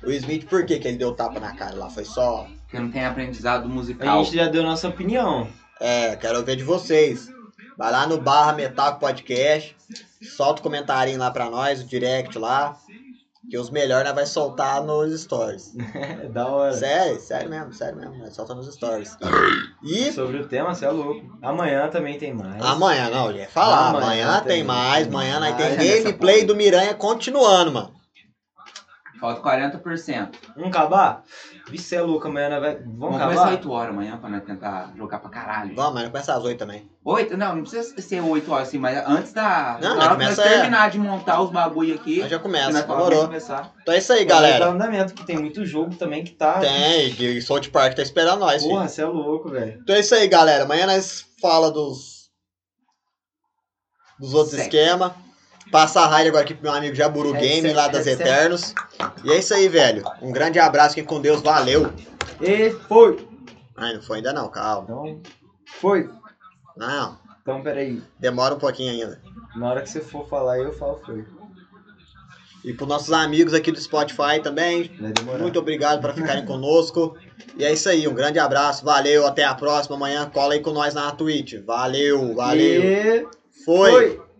Speaker 2: O Smith, por que, que ele deu tapa na cara lá? Foi só.
Speaker 1: Porque não tem aprendizado
Speaker 3: A
Speaker 1: musical.
Speaker 3: gente já deu nossa opinião.
Speaker 2: É, quero ver de vocês. Vai lá no barra Metal Podcast. Solta o comentarinho lá pra nós, o direct lá. Que os melhores nós vai soltar nos stories.
Speaker 3: É da hora.
Speaker 2: Sério, sério mesmo, sério mesmo. Nós solta nos stories. E
Speaker 3: Sobre o tema, você é louco. Amanhã também tem mais.
Speaker 2: amanhã, não, ele ia falar.
Speaker 3: Amanhã
Speaker 2: Amanhã, tem,
Speaker 3: tem.
Speaker 2: mais, amanhã nós tem
Speaker 1: Amanhã nessa
Speaker 2: gameplay do Miranha continuando, mano.
Speaker 1: Falta 40%.
Speaker 3: Vamos acabar? Vixe, você é louco. Amanhã nós vai... vamos,
Speaker 1: Vamos começar
Speaker 3: acabar?
Speaker 1: 8 horas amanhã pra nós tentar jogar pra caralho.
Speaker 2: Vamos, mas não começa às oito também.
Speaker 1: Oito? Não, não precisa ser 8 horas assim, mas antes da.
Speaker 2: Não,
Speaker 1: na hora
Speaker 2: mas
Speaker 1: que nós
Speaker 2: começa-
Speaker 1: terminar de montar os bagulho aqui.
Speaker 2: Nós já
Speaker 1: que
Speaker 2: começa,
Speaker 1: nós falar, vamos
Speaker 2: demorou.
Speaker 1: começar.
Speaker 2: Então é isso aí,
Speaker 3: Vai dar
Speaker 2: galera.
Speaker 3: andamento, que tem muito jogo também que tá.
Speaker 2: Tem, que o South Park tá esperando nós, filho.
Speaker 3: Porra, você é louco, velho.
Speaker 2: Então é isso aí, galera. Amanhã nós fala dos dos outros
Speaker 1: Certo.
Speaker 2: esquemas. Passa a raid agora aqui pro meu amigo Jaburu
Speaker 3: É,
Speaker 2: Game
Speaker 3: certo,
Speaker 2: lá das
Speaker 3: certo,
Speaker 2: Eternos. E é isso aí, velho. Um grande abraço, fiquem com Deus, valeu.
Speaker 3: E foi.
Speaker 2: Ai, não foi ainda não, calma.
Speaker 3: Então, foi.
Speaker 2: Não,
Speaker 3: Então, peraí.
Speaker 2: demora um pouquinho ainda.
Speaker 3: Na hora que você for falar, eu falo foi.
Speaker 2: E pros nossos amigos aqui do Spotify também,
Speaker 3: Vai demorar.
Speaker 2: muito obrigado por ficarem conosco. E é isso aí, um grande abraço, valeu, até a próxima. Amanhã cola aí com nós na Twitch. Valeu, valeu.
Speaker 3: E
Speaker 2: Foi.